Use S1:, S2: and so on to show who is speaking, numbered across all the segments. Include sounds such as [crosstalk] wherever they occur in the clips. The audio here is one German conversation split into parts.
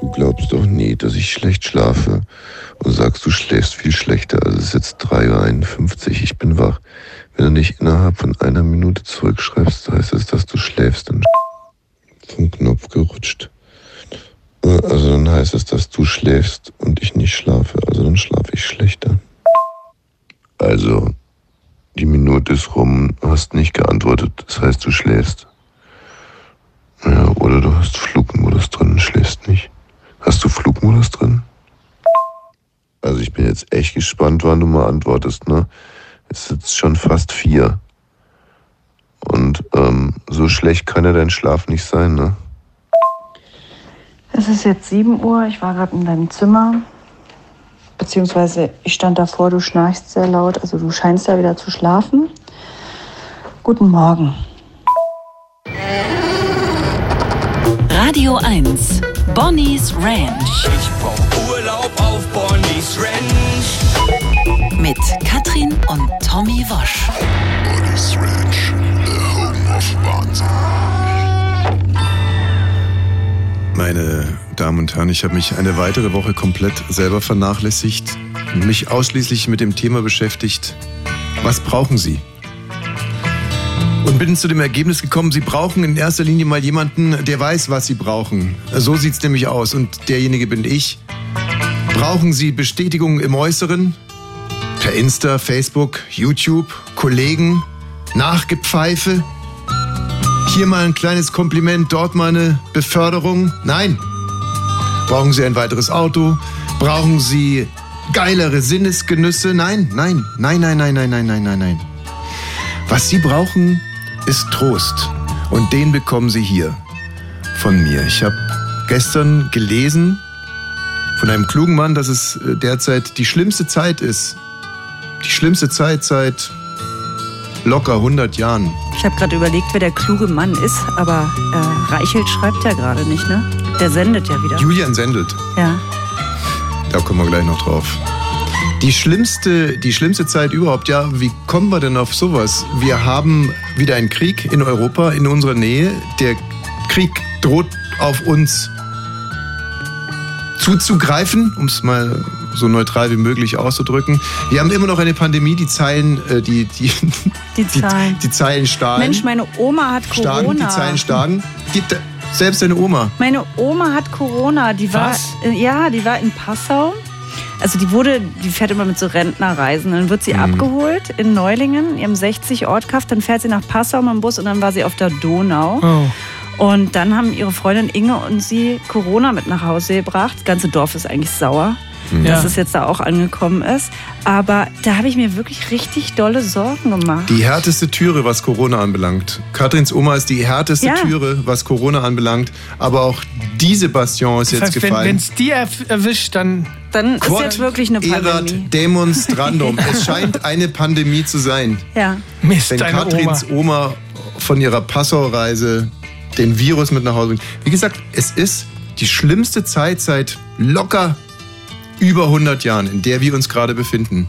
S1: Du glaubst doch nie, dass ich schlecht schlafe und sagst, du schläfst viel schlechter. Also es ist jetzt 3.51 Uhr, ich bin wach. Wenn du nicht innerhalb von einer Minute zurückschreibst, heißt es, dass du schläfst. Dann vom Knopf gerutscht. Also dann heißt es, dass du schläfst und ich nicht schlafe. Also dann schlafe ich schlechter. Also, die Minute ist rum, hast nicht geantwortet. Das heißt, du schläfst. Ja, oder du hast Flugmodus drin und schläfst nicht. Hast du Flugmodus drin? Also ich bin jetzt echt gespannt, wann du mal antwortest, ne? Es ist schon fast vier. Und ähm, so schlecht kann ja dein Schlaf nicht sein, ne?
S2: Es ist jetzt 7 Uhr, ich war gerade in deinem Zimmer. Beziehungsweise ich stand davor, du schnarchst sehr laut, also du scheinst ja wieder zu schlafen. Guten Morgen.
S3: Radio 1, Bonnie's Ranch.
S4: Ich brauch Urlaub auf Bonnie's Ranch.
S3: Mit Katrin und Tommy Wosch.
S5: Bonnie's Ranch, the home of Wahnsinn.
S6: Meine Damen und Herren, ich habe mich eine weitere Woche komplett selber vernachlässigt und mich ausschließlich mit dem Thema beschäftigt, was brauchen Sie? Und bin zu dem Ergebnis gekommen, Sie brauchen in erster Linie mal jemanden, der weiß, was Sie brauchen. So sieht's nämlich aus und derjenige bin ich. Brauchen Sie Bestätigung im Äußeren? Per Insta, Facebook, YouTube, Kollegen, Nachgepfeife? Hier mal ein kleines Kompliment, dort mal eine Beförderung. Nein. Brauchen Sie ein weiteres Auto? Brauchen Sie geilere Sinnesgenüsse? Nein, nein, nein, nein, nein, nein, nein, nein, nein, nein. Was Sie brauchen, ist Trost. Und den bekommen Sie hier von mir. Ich habe gestern gelesen von einem klugen Mann, dass es äh, derzeit die schlimmste Zeit ist. Die schlimmste Zeit seit locker 100 Jahren.
S7: Ich habe gerade überlegt, wer der kluge Mann ist, aber äh, Reichelt schreibt ja gerade nicht, ne? Der sendet ja wieder.
S6: Julian Sendelt.
S7: Ja.
S6: Da kommen wir gleich noch drauf. Die schlimmste, die schlimmste Zeit überhaupt, ja, wie kommen wir denn auf sowas? Wir haben wieder einen Krieg in Europa, in unserer Nähe. Der Krieg droht auf uns zuzugreifen, um es mal so neutral wie möglich auszudrücken. Wir haben immer noch eine Pandemie, die Zeilen, äh, die, die,
S7: Die Zahlen.
S6: die, die Zeilen stahlen.
S7: Mensch, meine Oma hat Corona.
S6: Stagen, die Zeilen stagen. Die, da- selbst deine Oma.
S7: Meine Oma hat Corona. Die war,
S4: Was?
S7: äh, ja, die war in Passau. Also die wurde, die fährt immer mit so Rentnerreisen. Dann wird sie
S6: Mhm.
S7: abgeholt in Neulingen, in ihrem 60 Ortkaff. Dann fährt sie nach Passau mit dem Bus und dann war sie auf der Donau.
S6: Oh.
S7: Und dann haben ihre Freundin Inge und sie Corona mit nach Hause gebracht. Das ganze Dorf ist eigentlich sauer,
S6: Mhm.
S7: dass es jetzt da auch angekommen ist. Aber da habe ich mir wirklich richtig dolle Sorgen gemacht.
S6: Die härteste Türe, was Corona anbelangt. Katrins Oma ist die härteste
S7: Ja.
S6: Türe, was Corona anbelangt. Aber auch diese Bastion ist jetzt
S8: Wenn
S6: gefallen.
S8: es die erf- erwischt, dann
S7: Dann ist jetzt wirklich eine
S6: Erat
S7: Pandemie.
S6: demonstrandum. Es scheint eine Pandemie zu sein.
S7: Ja.
S8: Mist,
S6: Wenn
S8: deine Oma.
S6: Katrins Oma. von ihrer Passau-Reise den Virus mit nach Hause bringt. Wie gesagt, es ist die schlimmste Zeit seit locker über 100 Jahren, in der wir uns gerade befinden.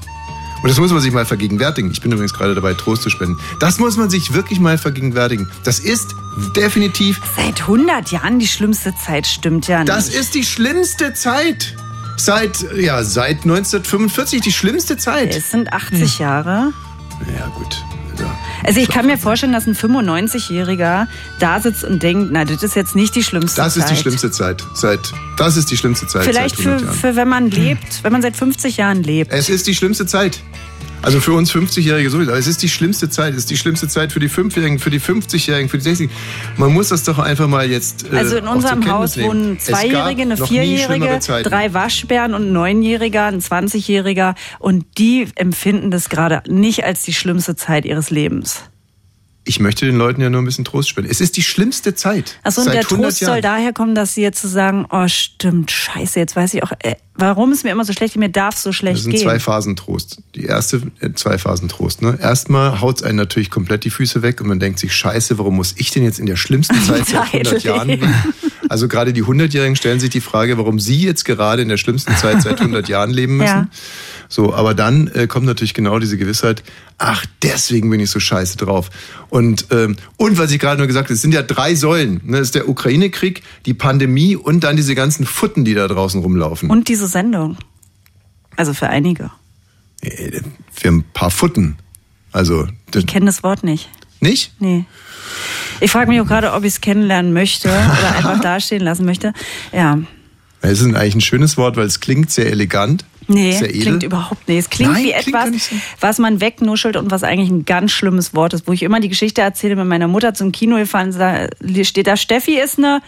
S6: Und das muss man sich mal vergegenwärtigen. Ich bin übrigens gerade dabei, Trost zu spenden. Das muss man sich wirklich mal vergegenwärtigen. Das ist definitiv
S7: Seit 100 Jahren die schlimmste Zeit stimmt ja nicht.
S6: das ist die schlimmste Zeit. Seit, ja, seit 1945 die schlimmste Zeit.
S7: es sind 80
S6: Hm.
S7: Jahre.
S6: Ja, gut. Also,
S7: Also ich kann mir vorstellen, dass ein 95-Jähriger da sitzt und denkt, na, das ist jetzt nicht die schlimmste
S6: das
S7: Zeit.
S6: ist die schlimmste Zeit. Seit, das ist die schlimmste Zeit
S7: Vielleicht
S6: seit 100
S7: für,
S6: Jahren.
S7: für wenn man lebt, wenn man seit 50 Jahren lebt.
S6: Es ist die schlimmste Zeit. Also für uns 50-Jährige sowieso. Aber es ist die schlimmste Zeit. Es ist die schlimmste Zeit für die 5-Jährigen, für die 50-Jährigen, für die 60-Jährigen. Man muss das doch einfach mal jetzt. Äh,
S7: Also in
S6: auch
S7: unserem
S6: zur Kenntnis
S7: Haus
S6: nehmen.
S7: wohnen ein
S6: Es gab
S7: Zweijährige, eine
S6: noch nie
S7: Vierjährige,
S6: schlimmere Zeiten.
S7: drei Waschbären und ein Neunjähriger, ein 20-Jähriger. Und die empfinden das gerade nicht als die schlimmste Zeit ihres Lebens.
S6: Ich möchte den Leuten ja nur ein bisschen Trost spenden. Es ist die schlimmste Zeit.
S7: Achso, und
S6: seit
S7: der
S6: 100
S7: Trost
S6: Jahren.
S7: soll daher kommen, dass sie jetzt zu sagen, oh stimmt, scheiße, jetzt weiß ich auch, äh, warum es mir immer so schlecht geht, mir darf es so
S6: Das
S7: schlecht
S6: sind
S7: gehen.
S6: zwei Phasen Trost. Die erste, äh, zwei Phasen Trost. Ne? Erstmal haut es einen natürlich
S7: [laughs]
S6: komplett die Füße weg und man denkt sich, scheiße, warum muss ich denn jetzt in der schlimmsten Zeit seit 100
S7: Zeit
S6: Jahren? [laughs]
S7: leben.
S6: Also gerade die 100-Jährigen stellen sich die Frage, warum sie jetzt gerade in der schlimmsten Zeit seit 100 Jahren leben müssen.
S7: Ja.
S6: So, aber dann äh, kommt natürlich genau diese Gewissheit, ach, deswegen bin ich so scheiße drauf. Und, ähm, und was ich gerade nur gesagt habe, es sind ja drei Säulen. Ne? Es ist der Ukraine-Krieg, die Pandemie und dann diese ganzen Futten, die da draußen rumlaufen.
S7: Und diese Sendung. Also für einige.
S6: Äh, Für ein paar Futten. Also, das,
S7: Ich kenne das Wort nicht.
S6: nicht?
S7: Nee. Ich frage mich auch gerade, ob ich es kennenlernen möchte
S6: [laughs]
S7: oder einfach dastehen lassen möchte. Ja.
S6: Es ist eigentlich ein schönes Wort, weil es klingt sehr elegant.
S7: Nee,
S6: sehr edel.
S7: klingt überhaupt nicht. Es klingt
S6: Nein,
S7: wie
S6: klingt
S7: etwas,
S6: gar nicht so.
S7: was man wegnuschelt und was eigentlich ein ganz schlimmes Wort ist, wo ich immer die Geschichte erzähle, mit meiner Mutter zum Kino gefahren, da steht da, Steffi ist eine,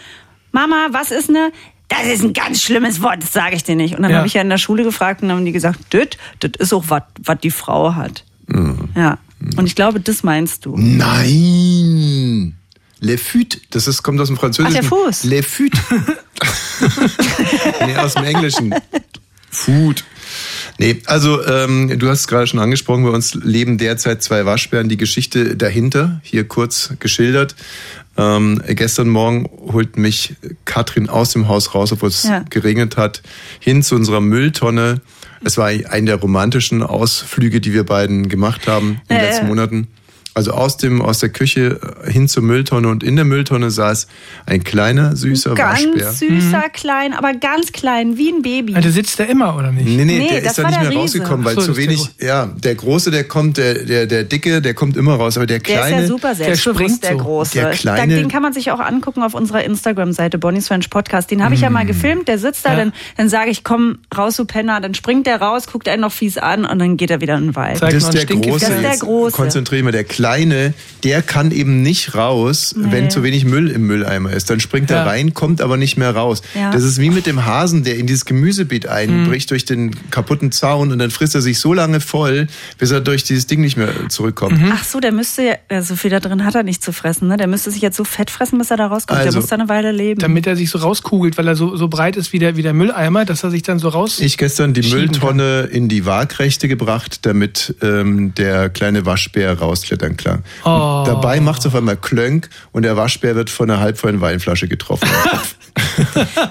S7: Mama, was ist eine? Das ist ein ganz schlimmes Wort, das sage ich dir nicht. Und dann
S8: Ja.
S7: habe ich ja in der Schule gefragt und dann haben die gesagt, das, das ist auch was, was die Frau hat.
S6: Mhm.
S7: Ja. Und ich glaube, das meinst du.
S6: Nein! Le Fut, das ist, kommt aus dem Französischen.
S7: Ach, der Fuß.
S6: Le Fut. [laughs] nee, aus dem Englischen. Food. Nee, also ähm, du hast es gerade schon angesprochen, bei uns leben derzeit zwei Waschbären. Die Geschichte dahinter, hier kurz geschildert. Ähm, gestern Morgen holt mich Katrin aus dem Haus raus, obwohl es
S7: Ja.
S6: geregnet hat, hin zu unserer Mülltonne. Es war eine der romantischen Ausflüge, die wir beiden gemacht haben in den
S7: Ja,
S6: letzten
S7: ja.
S6: Monaten. Also aus, dem, aus der Küche äh, hin zur Mülltonne und in der Mülltonne saß ein kleiner, süßer Waschbär.
S7: Ganz süßer, klein, aber ganz klein, wie ein Baby.
S8: Ah, Der sitzt da immer, oder nicht?
S6: Nee, nee,
S7: Nee,
S6: der
S7: das
S6: ist da
S7: war
S6: nicht
S7: der
S6: mehr
S7: Riese.
S6: rausgekommen, weil
S8: Ach
S6: zu
S8: so, das ist
S6: wenig, ja, der Große, der kommt, der, der, der Dicke, der kommt immer raus, aber der
S7: Der
S6: Kleine,
S7: ist ja super selbstbewusst,
S8: springt
S7: der,
S8: so.
S7: Große.
S6: Der Kleine-
S7: Da- Den kann man sich auch angucken auf unserer Instagram-Seite, Bonnie's French Podcast. Den habe ich ja mal gefilmt, der sitzt da,
S8: Mm. Ja.
S7: dann, dann sage ich, komm raus, du Penner. Dann springt der raus, guckt einen noch fies an und dann geht er wieder in den Wald.
S6: das
S8: Zeig mal
S6: ist
S8: einen
S6: der
S8: Stinkefinger.
S6: Große,
S7: Das ist der
S6: jetzt
S7: Große.
S6: konzentrieren wir, der Kleine, der kann eben nicht raus, wenn zu wenig Müll im Mülleimer ist, dann springt er
S8: Ja.
S6: rein, kommt aber nicht mehr raus.
S7: Ja.
S6: Das ist wie mit dem Hasen, der in dieses Gemüsebeet
S8: Mhm.
S6: einbricht durch den kaputten Zaun und dann frisst er sich so lange voll, bis er durch dieses Ding nicht mehr zurückkommt.
S8: Mhm.
S7: Ach so, der müsste, ja- ja, so viel da drin hat er nicht zu fressen. Ne? Der müsste sich jetzt so fett fressen, bis er da rauskommt.
S6: Also-
S7: der muss da eine Weile leben.
S8: Damit er sich so rauskugelt, weil er so, so breit ist wie der, wie der Mülleimer, dass er sich dann so raus.
S6: ich gestern die
S8: schieben
S6: Mülltonne in die Waagrechte gebracht, damit ähm, der kleine Waschbär rausklettern klang.
S8: Oh.
S6: Dabei macht es auf einmal Klönk und der Waschbär wird von einer halbvollen Weinflasche
S8: [laughs]
S6: getroffen.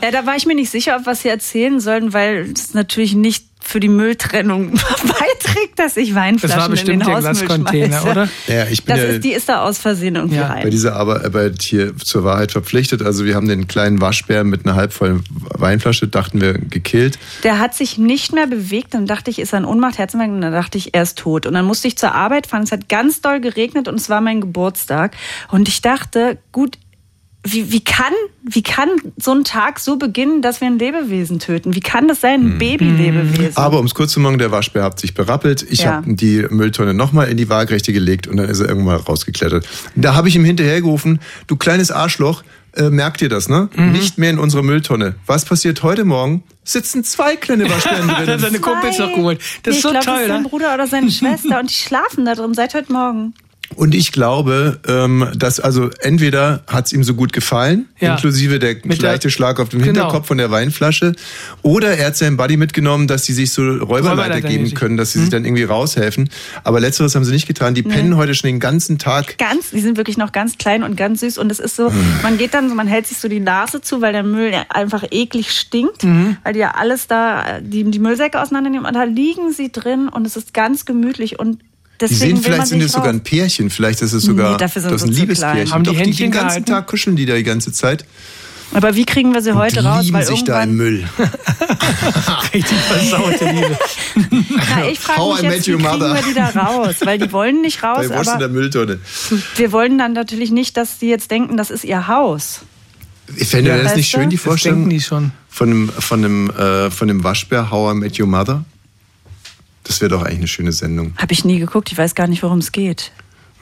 S7: Ja, da war ich mir nicht sicher, ob wir es hier erzählen sollen, weil es natürlich nicht für die Mülltrennung [laughs] beiträgt, dass ich
S8: Das
S7: Weinflaschen
S8: war
S7: in den
S8: bestimmt der
S7: Hausmüll
S8: Glascontainer,
S7: schmeiße.
S8: oder?
S6: Ja, ich bin
S7: das
S6: ja-
S7: ist, die ist da aus Versehen irgendwie
S8: Ja.
S6: Bei
S7: rein.
S6: dieser Arbeit hier zur Wahrheit verpflichtet. Also wir haben den kleinen Waschbär mit einer halbvollen Weinflasche, dachten wir, gekillt.
S7: Der hat sich nicht mehr bewegt. Dann dachte ich, ist er in Ohnmacht, Herzinfarkt. Und dann dachte ich, er ist tot. Und dann musste ich zur Arbeit fahren. Es hat ganz doll geregnet und es war mein Geburtstag. Und ich dachte, gut, wie, wie, kann, wie kann so ein Tag so beginnen, dass wir ein Lebewesen töten? Wie kann das sein,
S8: Hm.
S7: ein Babylebewesen?
S6: Aber um es kurz zu machen, der Waschbär hat sich berappelt. Ich
S7: Ja.
S6: habe die Mülltonne nochmal in die Waagrechte gelegt und dann ist er irgendwann rausgeklettert. Da habe ich ihm hinterhergerufen, du kleines Arschloch, äh, merkt ihr das, ne? Nicht mehr in unsere Mülltonne. Was passiert heute Morgen? Sitzen zwei kleine Waschbären
S8: Hat
S6: drin.
S8: er seine Kumpels noch geholt.
S7: Nee,
S8: Das ist
S7: ich
S8: so
S7: glaub, Das
S8: toll,
S7: ist sein
S8: ne?
S7: Bruder oder
S8: [laughs]
S7: seine Schwester und die schlafen da drin seit heute Morgen.
S6: Und ich glaube, ähm, dass also entweder hat es ihm so gut gefallen,
S8: Ja.
S6: inklusive der
S8: Mit der-
S6: leichte Schlag auf dem
S8: Genau.
S6: Hinterkopf von der Weinflasche, oder er hat seinen Buddy mitgenommen, dass sie sich so Räuberleiter
S8: Räuberleiter
S6: geben
S8: mäßig. Hm?
S6: können, dass sie sich dann irgendwie raushelfen. Aber letzteres haben sie nicht getan. Die pennen heute schon den ganzen Tag.
S7: Ganz, die sind wirklich noch ganz klein und ganz süß und es ist so,
S6: Mhm.
S7: man geht dann so, man hält sich so die Nase zu, weil der Müll ja einfach eklig stinkt,
S6: Mhm.
S7: weil die ja alles da, die, die Müllsäcke auseinandernehmen und da liegen sie drin und es ist ganz gemütlich und
S6: Die
S7: deswegen
S6: sehen,
S7: will man
S6: vielleicht sind
S7: nicht
S6: es sogar
S7: raus.
S6: ein Pärchen, vielleicht ist es sogar
S7: Nee, dafür sind
S6: das ist
S7: sie
S6: ein
S7: zu
S6: Liebespärchen.
S7: klein.
S8: Haben die
S6: Doch, die den
S8: Händchen
S6: ganzen
S8: gehalten?
S6: Tag kuscheln die da die ganze Zeit.
S7: Aber wie kriegen wir sie heute raus?
S6: Lieben
S7: Weil
S6: sich da im
S7: irgendwann, [laughs]
S6: Müll.
S8: Richtig versaute Liebe.
S7: na, ich frage
S6: How
S7: mich
S6: I Met
S7: jetzt, wie
S6: Your
S7: kriegen
S6: Mother.
S7: wir die da raus? Weil die
S6: [laughs]
S7: wollen nicht raus,
S6: Bei Wurst in der
S7: aber
S6: Mülltonne.
S7: wir wollen dann natürlich nicht, dass die jetzt denken, das ist ihr Haus.
S6: Ich fände
S7: Ja,
S6: das
S7: weißt
S6: nicht
S7: du?
S6: schön, die
S8: Das denken
S6: Vorstellung.
S8: die schon.
S6: Von dem, von dem, äh, von dem Waschbär How I Met Your Mother? Das wäre doch eigentlich eine schöne Sendung.
S7: Habe ich nie geguckt, ich weiß gar nicht, worum es geht.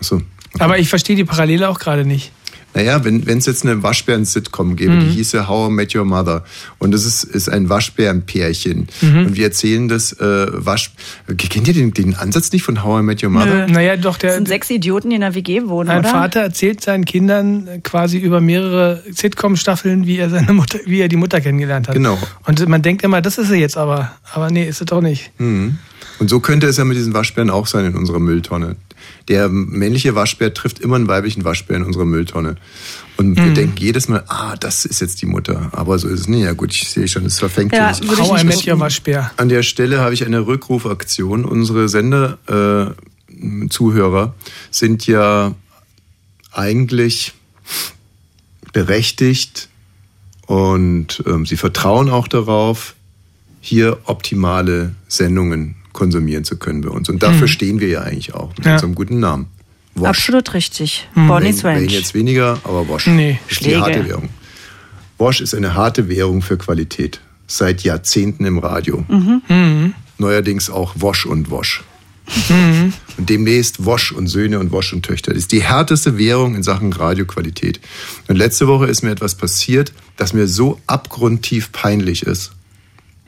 S6: Achso.
S8: Aber ich verstehe die Parallele auch gerade nicht.
S6: Naja, wenn es jetzt eine Waschbären-Sitcom gäbe, die hieße How I Met Your Mother. Und das ist, ist ein Waschbären-Pärchen. Und wir erzählen das äh, Wasch... Kennt ihr den, den Ansatz nicht von How I Met Your Mother?
S8: Naja, doch,
S7: Das
S8: der,
S7: sind sechs Idioten, die in der WG wohnen,
S8: Ein
S7: oder?
S8: Vater erzählt seinen Kindern äh, quasi über mehrere Sitcom-Staffeln, wie er seine Mutter, wie er die Mutter kennengelernt hat.
S6: Genau. Hm.
S8: Und man denkt immer, das ist er jetzt aber. Aber nee, ist es doch nicht.
S6: Und so könnte es ja mit diesen Waschbären auch sein in unserer Mülltonne. Der männliche Waschbär trifft immer einen weiblichen Waschbär in unserer Mülltonne. Und wir denken jedes Mal, ah, das ist jetzt die Mutter. Aber so ist es nicht. Ja gut, ich sehe schon, es verfängt
S7: Ja,
S6: uns.
S7: würde ich
S8: How I
S7: nicht
S8: Met Your Waschbär.
S6: An der Stelle habe ich eine Rückrufaktion. Unsere Sender-Zuhörer sind ja eigentlich berechtigt und ähm, sie vertrauen auch darauf, hier optimale Sendungen konsumieren zu können bei uns. Und dafür stehen wir ja eigentlich auch mit
S8: Ja.
S6: unserem guten Namen. Wash.
S7: Absolut richtig. Bonnie's
S6: Wayne
S7: Ranch.
S6: Hm. jetzt weniger, aber Wash
S8: Nee.
S6: ist die
S7: Schläge.
S6: harte Währung. Wash ist eine harte Währung für Qualität. Seit Jahrzehnten im Radio.
S7: Mhm.
S6: Neuerdings auch Wash und Wash. Und demnächst Wash und Söhne und Wash und Töchter. Das ist die härteste Währung in Sachen Radioqualität. Und letzte Woche ist mir etwas passiert, das mir so abgrundtief peinlich ist.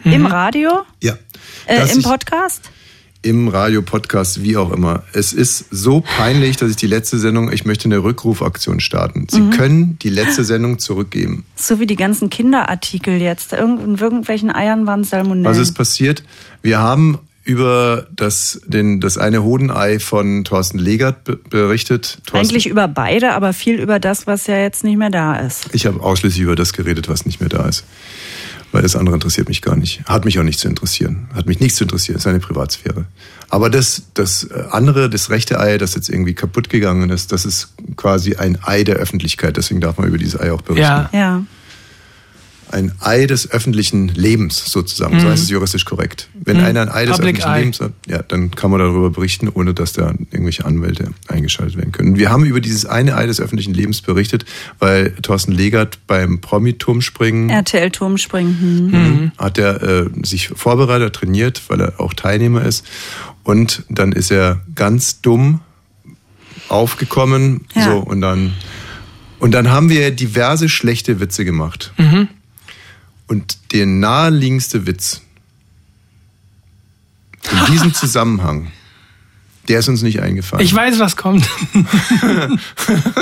S6: Mhm.
S7: Im Radio?
S6: Ja.
S7: Äh,
S6: dass
S7: Im
S6: ich-
S7: Podcast?
S6: im Radio, Podcast, wie auch immer. Es ist so peinlich, dass ich die letzte Sendung, ich möchte eine Rückrufaktion starten. Sie können die letzte Sendung zurückgeben.
S7: So wie die ganzen Kinderartikel jetzt. Irgend, in irgendwelchen Eiern waren Salmonellen.
S6: Was ist passiert? Wir haben über das, den, das eine Hodenei von Thorsten Legert be berichtet. Thorsten,
S7: Eigentlich über beide, aber viel über das, was ja jetzt nicht mehr da ist.
S6: Ich habe ausschließlich über das geredet, was nicht mehr da ist. Weil das andere interessiert mich gar nicht. Hat mich auch nicht zu interessieren. Hat mich nichts zu interessieren. Ist eine Privatsphäre. Aber das, das äh, andere, das rechte Ei, das jetzt irgendwie kaputt gegangen ist, das ist quasi ein Ei der Öffentlichkeit. Deswegen darf man über dieses Ei auch berichten.
S8: Ja.
S7: Ja.
S6: Ein Ei des öffentlichen Lebens sozusagen. So heißt es juristisch korrekt. Wenn einer ein Ei des
S8: Mhm. Public
S6: öffentlichen
S8: Eye.
S6: Lebens hat, ja, dann kann man darüber berichten, ohne dass da irgendwelche Anwälte eingeschaltet werden können. Wir haben über dieses eine Ei des öffentlichen Lebens berichtet, weil Thorsten Legert beim Promiturmspringen
S7: RTL Turmspringen. Hm.
S6: hat er äh, sich vorbereitet, trainiert, weil er auch Teilnehmer ist. Und dann ist er ganz dumm aufgekommen.
S7: Ja.
S6: So, und dann, und dann haben wir diverse schlechte Witze gemacht.
S7: Mhm.
S6: Und der naheliegendste Witz in
S7: [laughs]
S6: diesem Zusammenhang, der ist uns nicht eingefallen.
S8: Ich weiß, was kommt.
S6: [laughs]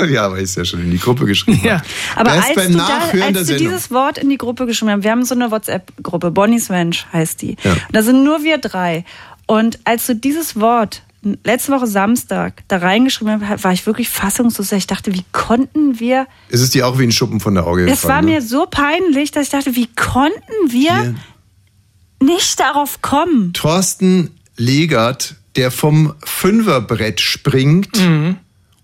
S6: ja, aber ist ja schon in die Gruppe geschrieben.
S8: Ja.
S7: Aber
S6: Erst
S7: als
S6: beim
S7: du, da,
S6: Nachhören der
S7: als du
S6: Sendung.
S7: dieses Wort in die Gruppe geschrieben hast, wir haben so eine WhatsApp-Gruppe, Bonnie's Ranch heißt die.
S6: Ja.
S7: Da sind nur wir drei. Und als du dieses Wort letzte Woche Samstag da reingeschrieben hast, war ich wirklich fassungslos. Ich dachte, wie konnten wir.
S6: Es ist dir auch wie ein Schuppen von der Auge
S7: Es war
S6: gefallen, ne?
S7: mir so peinlich, dass ich dachte, wie konnten wir
S6: Hier.
S7: nicht darauf kommen?
S6: Thorsten Legert, der vom Fünferbrett springt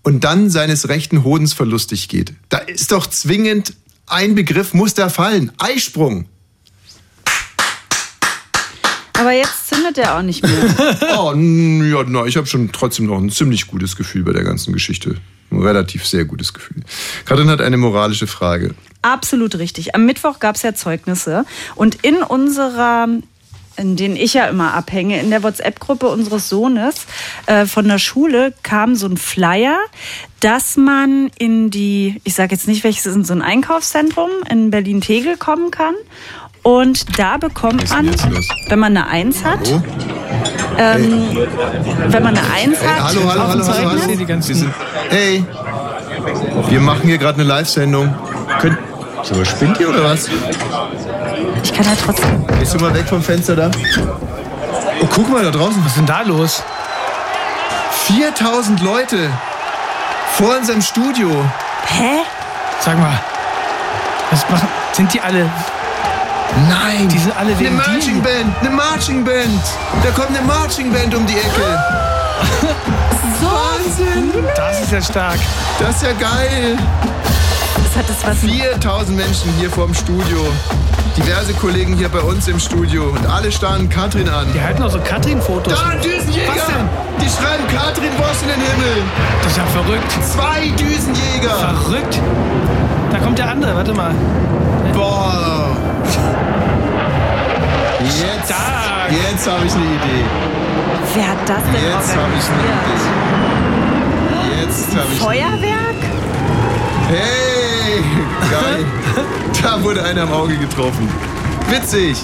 S6: und dann seines rechten Hodens verlustig geht. Da ist doch zwingend ein Begriff, muss da fallen. Eisprung.
S7: Aber jetzt zündet er auch nicht mehr.
S6: Oh, n- ja, na, ich habe schon trotzdem noch ein ziemlich gutes Gefühl bei der ganzen Geschichte. Ein relativ sehr gutes Gefühl. Katrin hat eine moralische Frage.
S7: Absolut richtig. Am Mittwoch gab es ja Zeugnisse und in unserer in denen ich ja immer abhänge, in der WhatsApp-Gruppe unseres Sohnes äh, von der Schule kam so ein Flyer, dass man in die, ich sage jetzt nicht welches, in so ein Einkaufszentrum in Berlin-Tegel kommen kann. Und da
S6: Was
S7: bekommt
S6: ist denn
S7: man,
S6: jetzt los?
S7: wenn man eine Eins hat,
S6: Oh,
S7: wenn man eine Eins
S6: hey,
S7: hat,
S6: hallo, hallo,
S7: auf dem
S6: hallo, hallo,
S7: Zeugnis-
S8: Die
S6: hallo.
S8: ganzen-
S6: Wir sind- Hey, wir machen hier gerade eine Live-Sendung. Könnt, so, spinnt ihr oder was?
S7: ich kann ja trotzdem.
S6: Gehst du mal weg vom Fenster da? Oh, guck mal da draußen.
S8: Was ist denn da los?
S6: 4000 Leute vor unserem Studio.
S7: Hä?
S8: Sag mal. Was machen. Sind die alle.
S6: Nein.
S8: Die sind alle
S6: Eine
S8: wegen
S6: Marching
S8: dir.
S6: Band, eine Marching Band. Da kommt eine Marching Band um die Ecke.
S7: So,
S6: Wahnsinn.
S8: Das ist ja stark.
S6: Das ist ja geil.
S7: das hat das was
S6: 4000 Menschen hier vorm Studio. Diverse Kollegen hier bei uns im Studio. Und alle starren Katrin an.
S8: Die halten auch so Katrin-Fotos.
S6: Da, ein Düsenjäger.
S8: Was denn?
S6: Die schreiben Katrin Bosch in den Himmel.
S8: Das ist ja verrückt.
S6: Zwei Düsenjäger.
S8: Verrückt. Da kommt der andere, warte mal.
S6: Boah. Jetzt,
S8: Stark.
S6: jetzt habe ich eine Idee.
S7: Wer hat das denn
S6: Jetzt habe ich eine Idee. Jetzt habe ich eine
S7: Feuerwerk?
S6: Hey! Geil. da wurde einer am Auge getroffen. Witzig.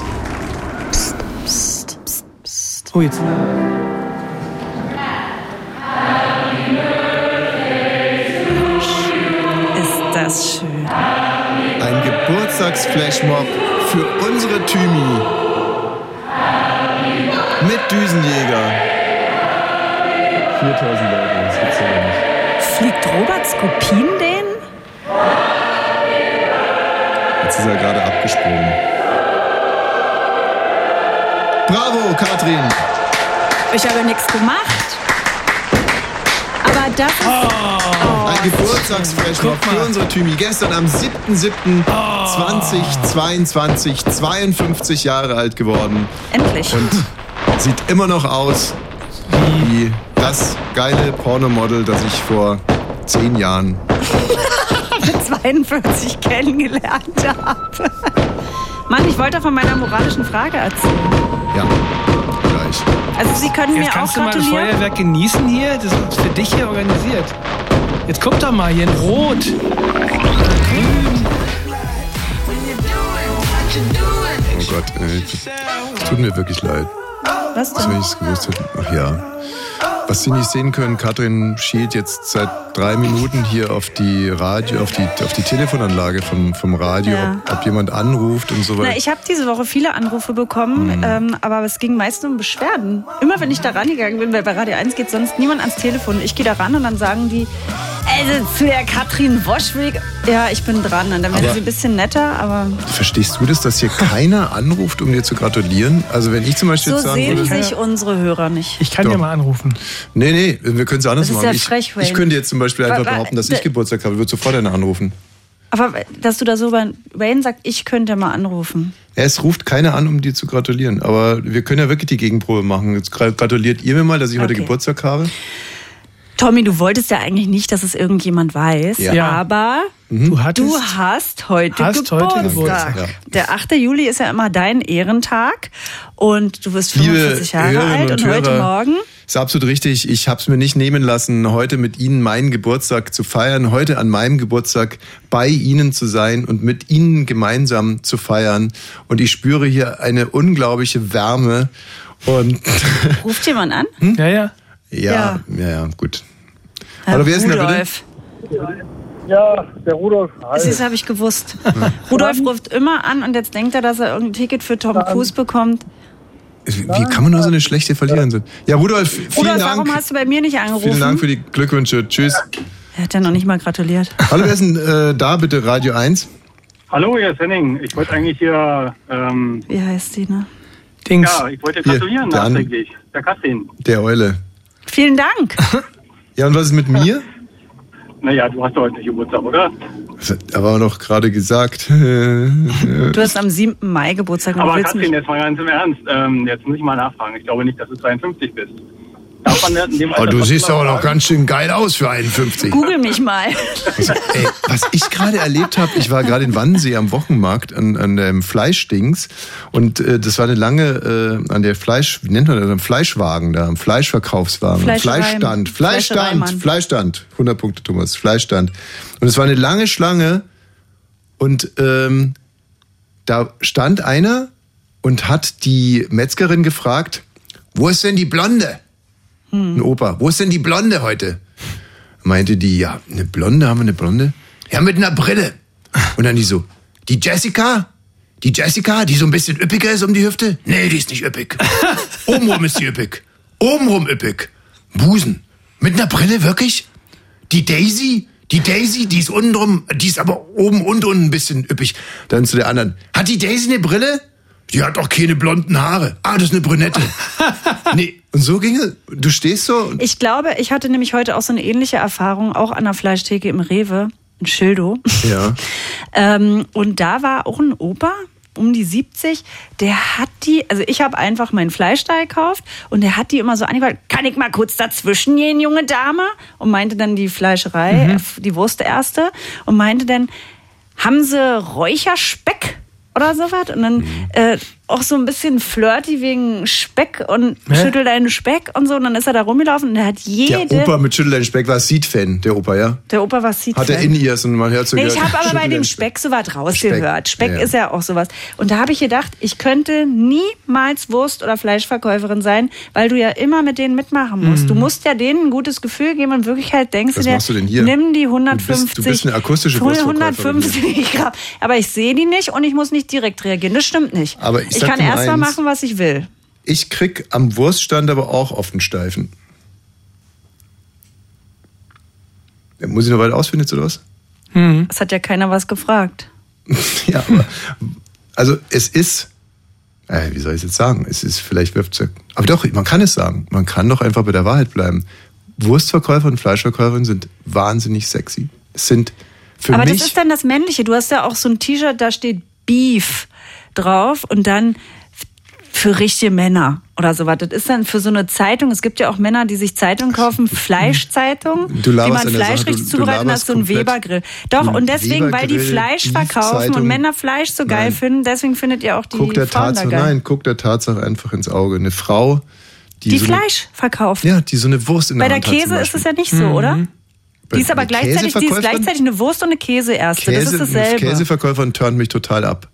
S8: Oh, jetzt.
S7: Ist das schön.
S6: Ein Geburtstagsflashmob für unsere Thymi. Mit Düsenjäger.
S9: 4000 Leute, das gibt's ja nicht.
S7: Fliegt Robert Skopin den?
S6: Jetzt ist er gerade abgesprungen. Bravo, Katrin!
S7: Ich habe nichts gemacht. Aber das ist.
S8: Ah.
S6: Ein Geburtstagsflashmob
S8: Guck mal.
S6: für unsere Thymi. Gestern am 7.7.2022, 52 Jahre alt geworden
S7: Endlich.
S6: und
S7: [laughs]
S6: sieht immer noch aus wie das geile Pornomodel, das ich vor zehn Jahren.
S7: mit 42 kennengelernt habe. Mann, ich wollte von meiner moralischen Frage erzählen.
S6: Ja, gleich.
S7: Also Sie können
S8: Jetzt
S7: mir auch
S8: kannst du mal das
S7: gratulieren.
S8: Feuerwerk genießen hier. Das ist für dich hier organisiert. Jetzt guck doch mal hier in Rot.
S6: Oh Gott, ey, das tut mir wirklich leid.
S7: Was
S8: Also,
S6: Als wenn
S7: denn?
S6: ich es gewusst hätte. Ach ja. Was Sie nicht sehen können, Katrin schielt jetzt seit drei Minuten hier auf die Radio, auf die, auf die Telefonanlage vom, vom Radio,
S7: Ja.
S6: ob, ob jemand anruft und so
S7: Na,
S6: weiter.
S7: ich habe diese Woche viele Anrufe
S6: Hm.
S7: bekommen, ähm, aber es ging meist um Beschwerden. Immer wenn ich da rangegangen bin, weil bei Radio 1 geht sonst niemand ans Telefon. Ich gehe da ran und dann sagen die, also zu der Katrin Woschweg, ja, ich bin dran. Und dann werden
S6: Aber-
S7: sie ein bisschen netter, aber
S6: Verstehst du das, dass hier keiner anruft, um dir zu gratulieren? Also wenn ich zum Beispiel
S7: so
S6: jetzt sagen
S7: sehen
S6: würde,
S7: sich unsere Hörer nicht.
S8: Ich kann
S6: Doch.
S8: dir mal anrufen.
S6: nee, nee, wir können es anders
S7: Das ist
S6: machen.
S7: ja
S6: ich,
S7: frech, Wayne.
S6: ich könnte jetzt zum Beispiel einfach
S7: Wa- wa-
S6: behaupten, dass ich
S7: de-
S6: Geburtstag habe, würde sofort einer anrufen.
S7: Aber dass du da so bei Wayne sagt, ich könnte mal anrufen.
S6: Es ruft keiner an, um dir zu gratulieren. Aber wir können ja wirklich die Gegenprobe machen. Jetzt gra- gratuliert ihr mir mal, dass ich heute
S7: Okay.
S6: Geburtstag habe.
S7: Tommy, du wolltest ja eigentlich nicht, dass es irgendjemand weiß,
S6: Ja. Mhm.
S8: Ja.
S7: aber
S8: Du hattest.
S7: du hast heute
S8: Hast heute
S7: Geburtstag.
S8: Geburtstag,
S6: ja.
S7: Der 8. Juli ist ja immer dein Ehrentag und du wirst
S6: Liebe
S7: 45 Jahre
S6: Hörerinnen
S7: alt und,
S6: und
S7: heute
S6: Hörer,
S7: Morgen.
S6: Ist absolut richtig. Ich habe es mir nicht nehmen lassen, heute mit Ihnen meinen Geburtstag zu feiern, heute an meinem Geburtstag bei Ihnen zu sein und mit Ihnen gemeinsam zu feiern. Und ich spüre hier eine unglaubliche Wärme. Und [laughs]
S7: Ruft jemand an?
S6: Hm?
S8: Ja, ja.
S6: ja, ja, ja, gut. Hallo, wer ist denn da bitte?
S7: Rudolf.
S10: Ja, der Rudolf. Hi.
S7: Das habe ich gewusst. Rudolf ruft immer an und jetzt denkt er, dass er irgendein Ticket für Tom Cruise bekommt.
S6: Wie kann man nur so eine schlechte verlieren? sind? Ja, Rudolf, vielen
S7: Rudolf,
S6: Dank.
S7: warum hast du bei mir nicht angerufen?
S6: vielen Dank für die Glückwünsche. Tschüss.
S7: er hat ja noch nicht mal gratuliert.
S6: Hallo, wer ist denn äh, da bitte? Radio 1?
S10: Hallo, hier ist Henning. Ich wollte eigentlich hier, ähm,
S7: Wie heißt die, ne?
S8: Dings.
S10: ja, ich wollte
S6: Hier,
S10: gratulieren
S6: der An-
S10: nachträglich. Der Katrin.
S6: Der Eule.
S7: Vielen Dank.
S6: Ja, und was ist mit mir?
S10: Naja, du hast doch heute nicht Geburtstag, oder?
S6: Das hat aber noch gerade gesagt. [laughs] Ja,
S7: Du hast am 7. Mai Geburtstag und du
S10: Aber
S7: willst mich
S10: Katrin, jetzt mal ganz im Ernst. Ähm, jetzt muss ich mal nachfragen. Ich glaube nicht, dass du 52 bist. Darf man in dem Alter
S6: Oh, du
S10: trotzdem
S6: siehst
S10: mal
S6: aber noch
S10: fragen?
S6: ganz schön geil aus für 51.
S7: Google mich mal. [laughs]
S6: Ey, was ich gerade erlebt habe, ich war gerade in Wannsee am Wochenmarkt an, an dem Fleischdings und äh, das war eine lange äh, an der Fleisch, wie nennt man das, am Fleischwagen da, am Fleischverkaufswagen,
S7: Fleischerei-
S6: Fleischstand, Fleischstand,
S7: Fleischereimann.
S6: Fleischstand, 100 Punkte Thomas, Fleischstand. Und es war eine lange Schlange und ähm, da stand einer und hat die Metzgerin gefragt, wo ist denn die Blonde? Ein Opa, wo ist denn die Blonde heute? meinte die, ja, eine Blonde, haben wir eine Blonde? Ja, mit einer Brille. Und dann die so, die Jessica? Die Jessica, die so ein bisschen üppiger ist um die Hüfte? Nee, die ist nicht üppig. Obenrum ist die üppig. Obenrum üppig. Busen. Mit einer Brille, wirklich? Die Daisy? Die Daisy, die ist untenrum, die ist aber oben und unten ein bisschen üppig. Dann zu der anderen. Hat die Daisy eine Brille? Die hat auch keine blonden Haare. Ah, das ist eine Brünette. nee, und so ginge. Du stehst so und
S7: Ich glaube, ich hatte nämlich heute auch so eine ähnliche Erfahrung, auch an der Fleischtheke im Rewe, in Schildo.
S6: Ja.
S7: ähm, und da war auch ein Opa um die 70, der hat die, also ich habe einfach meinen Fleischteil gekauft und der hat die immer so angefangen, kann ich mal kurz dazwischen gehen, junge Dame? Und meinte dann die Fleischerei,
S6: Mhm.
S7: äh, die Wurstärzte, und meinte dann, haben sie Räucherspeck? Oder sowas. Und dann
S6: Mhm.
S7: äh, auch so ein bisschen flirty wegen Speck und
S8: Hä?
S7: schüttelt deinen Speck und so. Und dann ist er da rumgelaufen und er hat jede.
S6: Der Opa mit Schüttel deinen Speck war Seed-Fan, der Opa, ja?
S7: Der Opa war Seed.
S6: Hat er in ihr und man hört so
S7: Nee,
S6: gehört,
S7: ich habe aber
S6: Schüttel
S7: bei dem
S6: deinen
S7: Speck so was rausgehört. Speck
S6: Ja, ja.
S7: ist ja auch sowas. Und da habe ich gedacht, ich könnte niemals Wurst- oder Fleischverkäuferin sein, weil du ja immer mit denen mitmachen musst. Du musst ja denen ein gutes Gefühl geben und in Wirklichkeit denkst
S6: Hm. Was
S7: du dir,
S6: machst du denn hier?
S7: nimm die
S6: Du
S7: 150.
S6: bist- du bist eine akustische
S7: Hol
S6: Wurstverkäuferin
S7: 150 Gramm. Aber ich sehe die nicht und ich muss nicht direkt reagieren. Das stimmt nicht.
S6: Aber ich sag
S7: kann
S6: dir mal
S7: erst mal
S6: eins.
S7: machen, was ich will.
S6: Ich krieg am Wurststand aber auch oft einen Steifen. Ja, Muss ich noch weit ausfinden jetzt oder was? [laughs]
S8: Hm.
S7: Es hat ja keiner was gefragt.
S6: ja, aber, also es ist, äh, wie soll ich es jetzt sagen? Es ist vielleicht wirft aber doch, man kann es sagen. Man kann doch einfach bei der Wahrheit bleiben. Wurstverkäufer und Fleischverkäuferin sind wahnsinnig sexy. Es sind für
S7: Aber
S6: mich
S7: das ist dann das Männliche. Du hast ja auch so ein T-Shirt, da steht Beef drauf und dann f- für richtige Männer oder sowas. Das ist dann für so eine Zeitung. Es gibt ja auch Männer, die sich Zeitungen kaufen, Fleischzeitung,
S6: hm. Du laberst
S7: wie
S6: an
S7: man
S6: der
S7: Fleisch
S6: Sache, du-
S7: richtig
S6: du
S7: zubereitet und
S6: laberst
S7: hast so einen
S6: komplett.
S7: Webergrill. Doch, und deswegen, weil die
S6: Webergrill,
S7: Fleisch verkaufen
S6: Beefzeitung.
S7: und Männer Fleisch so geil
S6: Nein.
S7: finden, deswegen findet ihr auch die
S6: guck der
S7: Frauen da
S6: Tatsache,
S7: geil.
S6: nein, guck der Tatsache einfach ins Auge. Eine Frau, die,
S7: die
S6: so
S7: Fleisch verkauft.
S6: Eine, ja, die so eine Wurst in
S7: Bei
S6: der
S7: der
S6: Hand hat. zum
S7: Käse ist
S6: Beispiel. Mhm.
S7: es ja nicht so, oder? Die ist aber
S6: Eine
S7: gleichzeitig, die ist
S6: Käseverkäuferin-
S7: gleichzeitig eine Wurst und eine Käseerste. das ist
S6: Käse-
S7: dasselbe. Hm.
S6: Käseverkäuferin turnt mich total ab.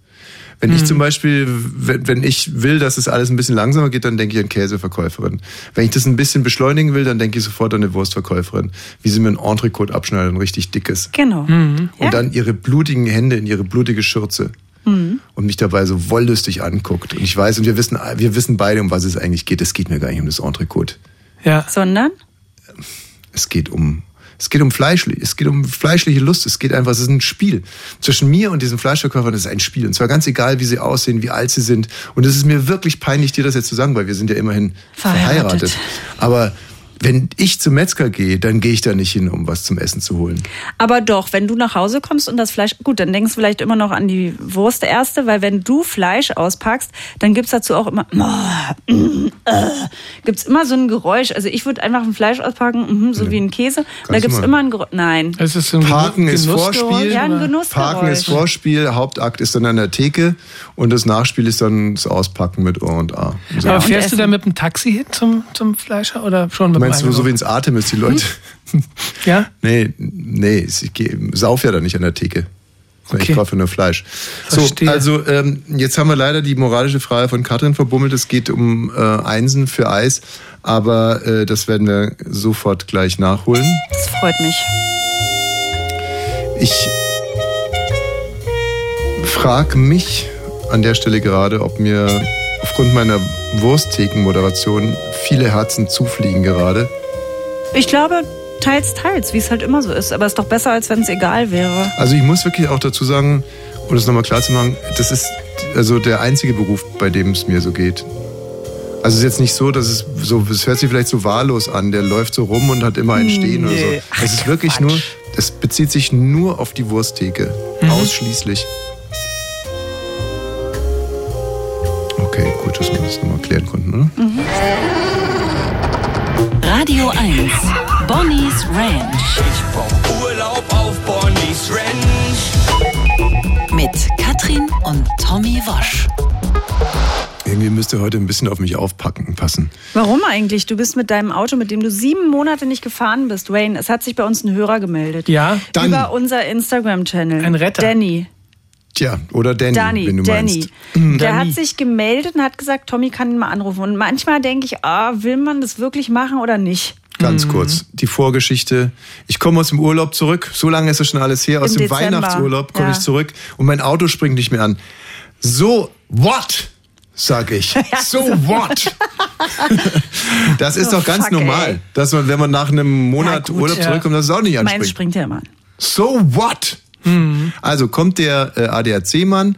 S6: Wenn ich zum Beispiel, wenn, wenn ich will, dass es alles ein bisschen langsamer geht, dann denke ich an Käseverkäuferin. Wenn ich das ein bisschen beschleunigen will, dann denke ich sofort an eine Wurstverkäuferin. Wie sie mir ein Entrecote abschneiden, ein richtig dickes.
S7: Genau.
S6: Mhm. Und dann ihre blutigen Hände in ihre blutige Schürze. Und mich dabei so wollüstig anguckt. Und ich weiß, und wir wissen, wir wissen beide, um was es eigentlich geht. Es geht mir gar nicht um das Entrecote.
S8: Ja.
S7: Sondern?
S6: Es geht um, es geht um fleischlich, es geht um fleischliche Lust. Es geht einfach, es ist ein Spiel. Zwischen mir und diesen Fleischverkäufern ist ein Spiel. Und zwar ganz egal, wie sie aussehen, wie alt sie sind. Und es ist mir wirklich peinlich, dir das jetzt zu sagen, weil wir sind ja immerhin
S7: Verheiratet.
S6: verheiratet. Aber wenn ich zum Metzger gehe, dann gehe ich da nicht hin, um was zum Essen zu holen.
S7: Aber doch, wenn du nach Hause kommst und das Fleisch, gut, dann denkst du vielleicht immer noch an die Wurst erste, weil wenn du Fleisch auspackst, dann gibt's dazu auch immer, [clears throat] oh, mm, äh, gibt's immer so ein Geräusch. Also ich würde einfach ein Fleisch auspacken, mhm, so wie ein Käse. Da
S6: Kannst
S7: gibt's
S6: du mal.
S7: immer ein Geräusch. Nein.
S8: Es ist so ein
S6: Parken ist
S8: Genussgeräusch,
S6: Vorspiel.
S7: Ja, ein
S8: aber-
S7: Genussgeräusch.
S6: Parken ist Vorspiel, Hauptakt ist dann an der Theke und das Nachspiel ist dann das Auspacken mit O und A. So.
S8: Aber
S7: und
S8: fährst du
S7: Essen.
S8: da mit dem Taxi hin zum, zum Fleischer oder schon mit dem
S6: Meinst du, so wie ins Atem
S8: Hm?
S6: ist die Leute? [laughs]
S8: Einkauf? Ja?
S6: Nee, nee, ich geh- sauf ja da nicht an der Theke. sondern
S8: Okay.
S6: Ich kaufe nur Fleisch.
S8: Verstehe.
S6: So, also ähm, jetzt haben wir leider die moralische Frage von Katrin verbummelt. Es geht um äh, Einsen für Eis, aber äh, das werden wir sofort gleich nachholen.
S7: Das freut mich.
S6: Ich frage mich an der Stelle gerade, ob mir aufgrund meiner Wursttheken-Moderation viele Herzen zufliegen gerade.
S7: Ich glaube, teils, teils, wie es halt immer so ist. Aber ist doch besser, als wenn es egal wäre.
S6: Also ich muss wirklich auch dazu sagen, um das nochmal klar zu machen, das ist also der einzige Beruf, bei dem es mir so geht. Also es ist jetzt nicht so, dass es so, es hört sich vielleicht so wahllos an, der läuft so rum und hat immer einen stehen oder so.
S7: Nö. Hm, Ach,
S6: Es ist wirklich
S7: Quatsch. Mhm.
S6: nur, es bezieht sich nur auf die Wursttheke. Ausschließlich. Okay, gut, dass wir das nochmal klären konnten, oder?
S7: Mhm.
S3: Radio 1. Bonnie's Ranch
S4: Ich brauch Urlaub auf Bonnie's Ranch.
S3: mit Katrin und Tommy Wosch.
S6: Irgendwie müsst ihr heute ein bisschen auf mich aufpacken passen.
S7: Warum eigentlich? Du bist mit deinem Auto, mit dem du sieben Monate nicht gefahren bist, Wayne. Es hat sich bei uns ein Hörer gemeldet.
S8: Ja.
S6: Dann-
S7: Über unser Instagram-Channel.
S8: Ein Retter.
S7: Danny.
S6: Tja, oder Danny,
S7: Danny,
S6: Hm, wenn du
S7: Danny.
S6: meinst.
S7: Der hat sich gemeldet und hat gesagt, Tommy kann ihn mal anrufen. Und manchmal denke ich, ah, will man das wirklich machen oder nicht?
S6: Ganz kurz, die Vorgeschichte. Ich komme aus dem Urlaub zurück. So lange ist es schon alles her. Aus
S7: Im
S6: dem
S7: Dezember.
S6: Weihnachtsurlaub komme
S7: Ja.
S6: ich zurück und mein Auto springt nicht mehr an. So, what? Sag
S7: [laughs]
S6: ich. So, what? das ist
S7: Oh,
S6: doch ganz
S7: fuck,
S6: normal,
S7: ey.
S6: dass man, wenn man nach einem Monat
S7: gut,
S6: Urlaub
S7: ja.
S6: zurückkommt, dass es auch nicht
S7: Meins
S6: anspringt.
S7: springt ja immer an.
S6: So what? Also kommt der äh, ADAC-Mann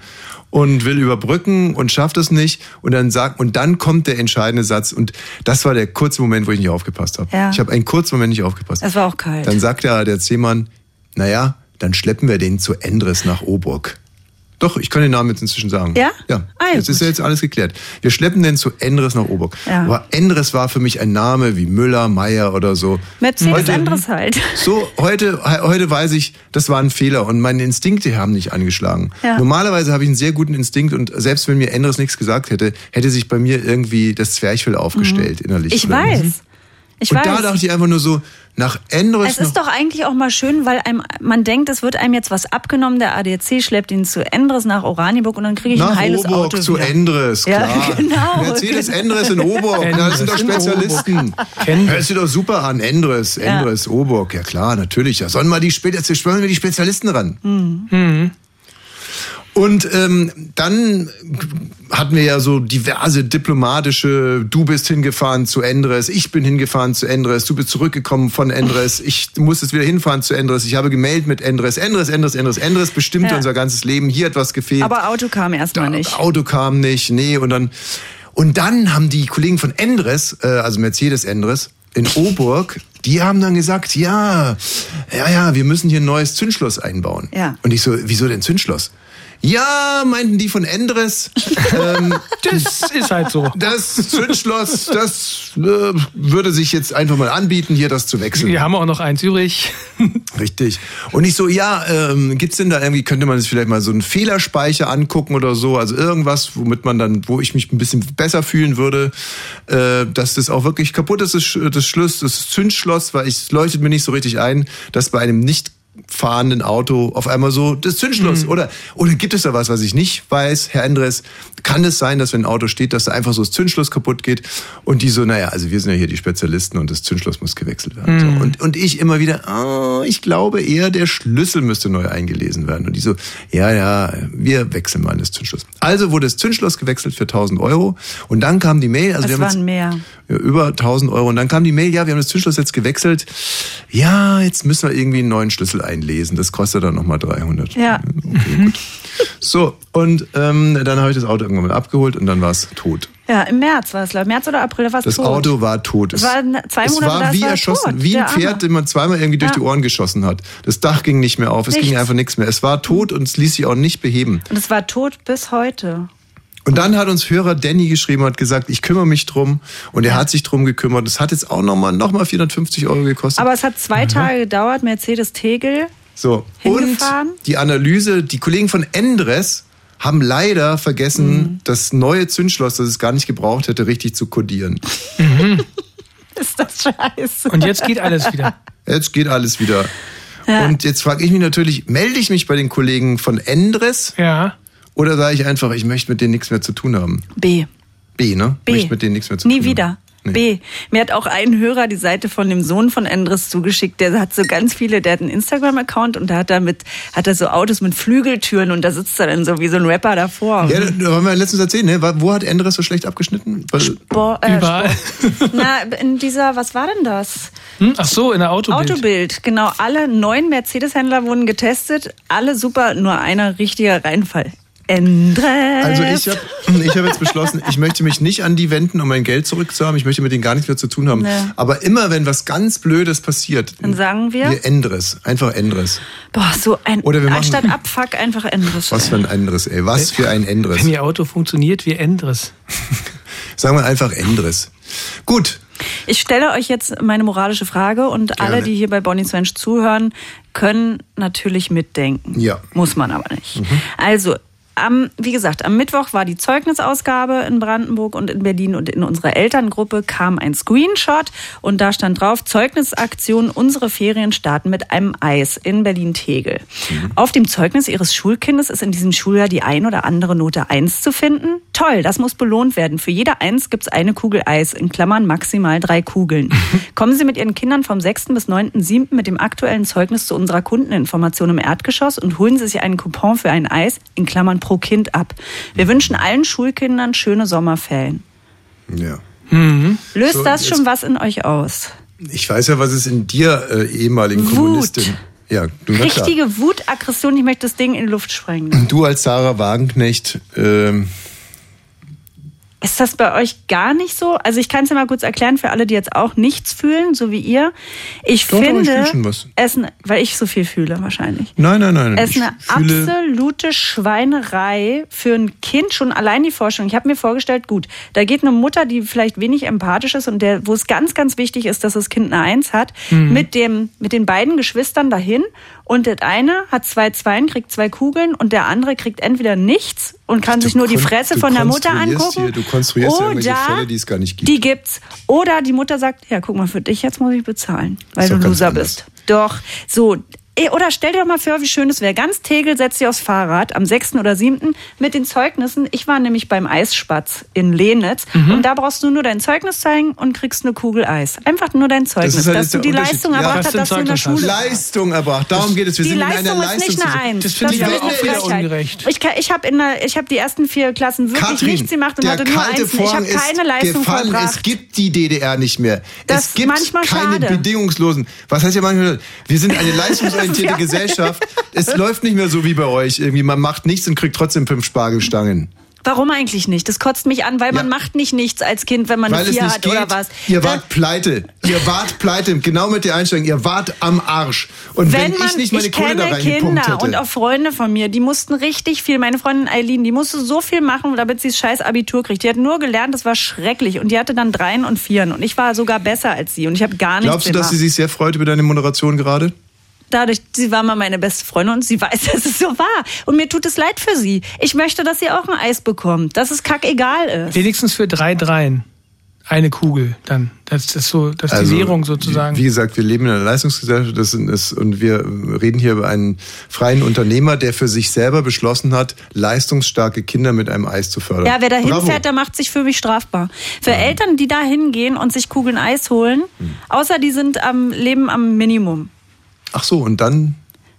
S6: und will überbrücken und schafft es nicht und dann sagt und dann kommt der entscheidende Satz und das war der kurze Moment, wo ich nicht aufgepasst habe.
S7: Ja.
S6: Ich habe einen kurzen Moment nicht aufgepasst.
S7: Es war auch kalt.
S6: Dann sagt der ADAC-Mann, naja, dann schleppen wir den zu Endres nach Oburg. Doch, ich kann den Namen jetzt inzwischen sagen.
S7: Ja?
S6: Ja.
S7: Ah, ja,
S6: jetzt ist
S7: gut.
S6: ja jetzt alles geklärt. Wir schleppen den zu Endres nach Oburg.
S7: Ja.
S6: Aber Endres war für mich ein Name wie Müller, Meier oder so.
S7: Mercedes
S6: Heute- hm?
S7: anderes halt.
S6: so, heute, he- heute weiß ich, das war ein Fehler und meine Instinkte haben nicht angeschlagen.
S7: Ja.
S6: Normalerweise habe ich einen sehr guten Instinkt und selbst wenn mir Endres nichts gesagt hätte, hätte sich bei mir irgendwie das Zwerchfell aufgestellt innerlich.
S7: Mhm. Ich
S6: Oder-
S7: weiß. Ich
S6: ne? und
S7: weiß.
S6: da dachte ich einfach nur so, nach Endres
S7: Es ist doch eigentlich auch mal schön, weil einem, man denkt, es wird einem jetzt was abgenommen. Der ADAC schleppt ihn zu Endres nach Oranienburg und dann kriege ich ein
S6: nach
S7: heiles
S6: Oburg
S7: Auto.
S6: zu
S7: wieder.
S6: Endres,
S7: Ja,
S6: klar.
S7: [laughs] genau.
S6: Mercedes Endres in Oburg, da
S8: Endres
S6: sind doch
S8: in
S6: Spezialisten.
S8: Kennen wir.
S6: Hört sich doch super an, Endres, Endres, Oburg,
S8: Hm.
S6: ja klar, natürlich. Da sollen wir die, Spe- jetzt spannen wir die Spezialisten ran. Und ähm, dann hatten wir ja so diverse diplomatische, du bist hingefahren zu Endres, ich bin hingefahren zu Endres, du bist zurückgekommen von Endres, ich muss jetzt wieder hinfahren zu Endres, ich habe gemeldet mit Endres, Endres, Endres, Endres, Endres bestimmte
S7: Ja.
S6: unser ganzes Leben, hier hat was gefehlt.
S7: Aber Auto kam erstmal
S6: Da-
S7: nicht.
S6: Auto kam nicht, nee, und dann und dann haben die Kollegen von Endres, äh, also Mercedes Endres in Oburg, die haben dann gesagt, ja, ja, ja, wir müssen hier ein neues Zündschloss einbauen.
S7: Ja.
S6: Und ich so, wieso denn Zündschloss? Ja, meinten die von Endres, ähm,
S8: Das ist halt so.
S6: das Zündschloss, das äh, würde sich jetzt einfach mal anbieten, hier das zu wechseln.
S8: Wir haben auch noch eins übrig.
S6: Richtig. Und ich so, ja, ähm, gibt's denn da irgendwie, könnte man sich vielleicht mal so einen Fehlerspeicher angucken oder so, also irgendwas, womit man dann, wo ich mich ein bisschen besser fühlen würde, äh, dass das auch wirklich kaputt ist, das, Sch- das Schluss, das Zündschloss, weil ich, es leuchtet mir nicht so richtig ein, dass bei einem nicht fahrenden Auto auf einmal so das Zündschloss oder oder gibt es da was, was ich nicht weiß, Herr Endres, kann es sein, dass wenn ein Auto steht, dass da einfach so das Zündschloss kaputt geht und die so, naja, also wir sind ja hier die Spezialisten und das Zündschloss muss gewechselt werden. So. Und, und ich immer wieder, ah, ich glaube eher, der Schlüssel müsste neu eingelesen werden. Und die so, ja, ja, wir wechseln mal das Zündschloss. Also wurde das Zündschloss gewechselt für 1000 Euro und dann kam die Mail, also
S7: Es
S6: wir haben
S7: waren
S6: jetzt-
S7: mehr.
S6: ja, über 1000 Euro. Und dann kam die Mail, ja, wir haben das Zündschloss jetzt gewechselt. Ja, jetzt müssen wir irgendwie einen neuen Schlüssel einlesen. Das kostet dann nochmal 300.
S7: Ja.
S6: So, und ähm, dann habe ich das Auto irgendwann mal abgeholt und dann war es tot.
S7: Ja, im März war es, glaube ich. März oder April war es
S6: Das
S7: tot.
S6: Auto war tot. Es,
S7: War ne- zwei Monate
S6: es war
S7: da, es
S6: wie
S7: war
S6: erschossen,
S7: tot,
S6: wie
S7: der
S6: ein
S7: Arme.
S6: Pferd, den man zweimal irgendwie durch
S7: Ja.
S6: die Ohren geschossen hat. Das Dach ging nicht mehr auf, es ging
S7: Nichts.
S6: einfach nichts mehr. Es war tot und es ließ sich auch nicht beheben.
S7: Und es war tot bis heute.
S6: Und dann hat uns Hörer Danny geschrieben, hat gesagt, ich kümmere mich drum. Und er hat sich drum gekümmert. Es hat jetzt auch nochmal noch mal 450 Euro gekostet.
S7: Aber es hat zwei
S6: Mhm.
S7: Tage gedauert. Mercedes Tegel.
S6: So, und
S7: Hingefahren?
S6: die Analyse, die Kollegen von Endres haben leider vergessen,
S7: Mhm.
S6: das neue Zündschloss, das es gar nicht gebraucht hätte, richtig zu kodieren.
S7: [laughs] Ist das scheiße.
S8: Und jetzt geht alles wieder.
S6: Jetzt geht alles wieder. Und jetzt frage ich mich natürlich, melde ich mich bei den Kollegen von Endres
S8: Ja.
S6: oder sage ich einfach, ich möchte mit denen nichts mehr zu tun haben?
S7: B.
S6: B, ne?
S7: B.
S6: Möchte mit denen nichts mehr zu
S7: Nie
S6: tun
S7: wieder.
S6: haben. Nee.
S7: B. Mir hat auch ein Hörer die Seite von dem Sohn von Endres zugeschickt. Der hat so ganz viele, der hat einen Instagram-Account und da hat er mit, hat er so Autos mit Flügeltüren und da sitzt er dann so wie so ein Rapper davor.
S6: Ja, da- da haben wir letztens erzählt, ne? Wo hat Endres so schlecht abgeschnitten? Weil,
S7: Bo äh,
S8: Überall.
S7: Sport. Na, in dieser, was war denn das?
S8: Hm? Ach so, in der Autobild.
S7: Autobild, genau. Alle neun Mercedes-Händler wurden getestet. Alle super, nur einer richtiger Reinfall. Endres.
S6: Also ich habe ich hab jetzt beschlossen, ich möchte mich nicht an die wenden, um mein Geld zurückzuhaben. Ich möchte mit denen gar nichts mehr zu tun haben.
S7: Nee.
S6: Aber immer, wenn was ganz Blödes passiert,
S7: Dann sagen wir?
S6: wir Endres. Einfach Endres.
S7: Boah, so ein,
S6: Oder wir machen-
S7: anstatt Abfuck einfach Endres.
S6: Was für ein Endres, ey. Was für ein Endres.
S8: Wenn ihr Auto funktioniert, wir ändern es.
S6: Sagen wir einfach Endres. Gut.
S7: Ich stelle euch jetzt meine moralische Frage und alle, die hier bei Bonnie Swench zuhören, können natürlich mitdenken.
S6: Ja. Mhm.
S7: Muss man aber nicht. Also, am, wie gesagt, am Mittwoch war die Zeugnisausgabe in Brandenburg und in Berlin und in unserer Elterngruppe kam ein Screenshot und da stand drauf, Zeugnisaktion, unsere Ferien starten mit einem Eis in Berlin-Tegel.
S6: Mhm.
S7: Auf dem Zeugnis ihres Schulkindes ist in diesem Schuljahr die ein oder andere Note 1 zu finden. Toll, das muss belohnt werden. Für jede 1 gibt's eine Kugel Eis, in Klammern maximal drei Kugeln. Kommen Sie mit Ihren Kindern vom 6. bis 9.7. mit dem aktuellen Zeugnis zu unserer Kundeninformation im Erdgeschoss und holen Sie sich einen Coupon für ein Eis, in Klammern pro Kind ab. Wir wünschen allen Schulkindern schöne Sommerferien.
S6: Ja.
S7: Löst
S6: So,
S7: das
S6: jetzt-
S7: schon was in euch aus?
S6: Ich weiß ja, was es in dir, äh, ehemaligen
S7: Wut.
S6: Kommunistin. Ja, du na klar.
S7: Richtige Wut, Aggression, ich möchte das Ding in die Luft sprengen.
S6: Du als Sarah Wagenknecht, ähm,
S7: Ist das bei euch gar nicht so? Also ich kann es ja mal kurz erklären für alle, die jetzt auch nichts fühlen, so wie ihr. Ich
S6: Doch, doch, ich
S7: finde,
S6: fühl schon was.
S7: Es, ne- weil ich so viel fühle wahrscheinlich.
S6: nein, nein, nein.
S7: Es ist
S6: ich
S7: eine
S6: fühle-
S7: absolute Schweinerei für ein Kind, schon allein die Vorstellung. Ich habe mir vorgestellt, gut, da geht eine Mutter, die vielleicht wenig empathisch ist und der, wo es ganz, ganz wichtig ist, dass das Kind eine Eins hat,
S6: Mhm.
S7: mit, dem, mit den beiden Geschwistern dahin und das eine hat zwei Zweien, kriegt zwei Kugeln und der andere kriegt entweder nichts und kann
S6: Du
S7: sich nur die
S6: kon-
S7: Fresse
S6: du
S7: von der Mutter
S6: konstruierst
S7: angucken.
S6: hier- du konstruierst hier irgendwelche Fälle, die es gar nicht gibt.
S7: Die gibt's. Oder die Mutter sagt, ja, guck mal, für dich jetzt muss ich bezahlen, weil
S6: Ist
S7: du
S6: doch
S7: ein
S6: ganz
S7: Loser
S6: anders.
S7: bist. Doch, so, Ey, Oder stell dir doch mal vor, wie schön es wäre. Ganz Tegel setzt sich aufs Fahrrad am 6. oder 7. mit den Zeugnissen. Ich war nämlich beim Eisspatz in Lenitz.
S6: Mhm.
S7: Und da brauchst du nur dein Zeugnis zeigen und kriegst eine Kugel Eis. Einfach nur dein Zeugnis,
S6: Das ist halt
S7: dass
S6: jetzt
S7: du
S6: der
S7: die
S6: Unterschied.
S7: Leistung
S6: Ja,
S7: erbracht
S8: dass
S7: hast,
S8: du ein
S7: dass du in der
S8: Zeugnis
S7: Schule
S6: Leistung erbracht. Darum geht es. Wir
S7: die
S6: sind in einer
S7: Leistung ist nicht eine
S6: Leistungs-
S7: Eins.
S8: Das finde ich
S7: wäre
S6: aber auch
S7: eine
S6: wieder
S7: Frechheit.
S8: ungerecht.
S7: Ich, kann- ich habe hab die ersten vier Klassen wirklich
S6: Katrin,
S7: nichts gemacht und
S6: der
S7: hatte nur
S6: kalte
S7: Einsen. Ich
S6: Vorhang
S7: habe keine
S6: ist
S7: Leistung
S6: gefallen.
S7: vollbracht.
S6: Es gibt die DDR nicht mehr.
S7: Das
S6: es
S7: ist
S6: gibt
S7: manchmal
S6: keine
S7: schade.
S6: bedingungslosen. Was heißt ja manchmal? Wir sind
S7: [laughs]
S6: eine leistungsorientierte Gesellschaft. Es läuft nicht mehr so wie bei euch. Irgendwie man macht nichts und kriegt trotzdem fünf Spargelstangen.
S7: Warum eigentlich nicht? Das kotzt mich an, weil man macht nicht nichts als Kind, wenn man
S6: Weil
S7: eine
S6: es
S7: Vier
S6: nicht
S7: hat
S6: geht.
S7: oder was.
S6: Ihr
S7: Dann-
S6: wart pleite. Ihr wart pleite. Genau mit der Einstellung. Ihr wart am Arsch. Und wenn,
S7: wenn man,
S6: ich nicht meine Kohle da
S7: kenne
S6: reingepumpt
S7: Kinder
S6: hätte.
S7: und auch Freunde von mir, die mussten richtig viel. Meine Freundin Eileen, die musste so viel machen, damit sie das scheiß Abitur kriegt. Die hat nur gelernt, das war schrecklich. Und die hatte dann Dreien und Vieren. Und ich war sogar besser als sie. Und ich habe gar nichts
S6: Glaubst du, dass
S7: gemacht.
S6: sie sich sehr freut über deine Moderation gerade?
S7: dadurch, sie war mal meine beste Freundin und sie weiß, [laughs] dass es so war. Und mir tut es leid für sie. Ich möchte, dass sie auch ein Eis bekommt, dass es kackegal äh. ist.
S8: Wenigstens für drei Dreien. Eine Kugel dann. Das ist so, das ist die Währung sozusagen.
S6: Also, Wie, wie gesagt, wir leben in einer Leistungsgesellschaft das sind- ist, und wir reden hier über einen freien Unternehmer, der für sich selber beschlossen hat, leistungsstarke Kinder mit einem Eis zu fördern.
S7: Ja, wer da
S6: Bravo.
S7: hinfährt, der macht sich für mich strafbar. Für Eltern, die da hingehen und sich Kugeln Eis holen,
S6: Hm.
S7: außer die sind am Leben am Minimum.
S6: Ach so, und dann,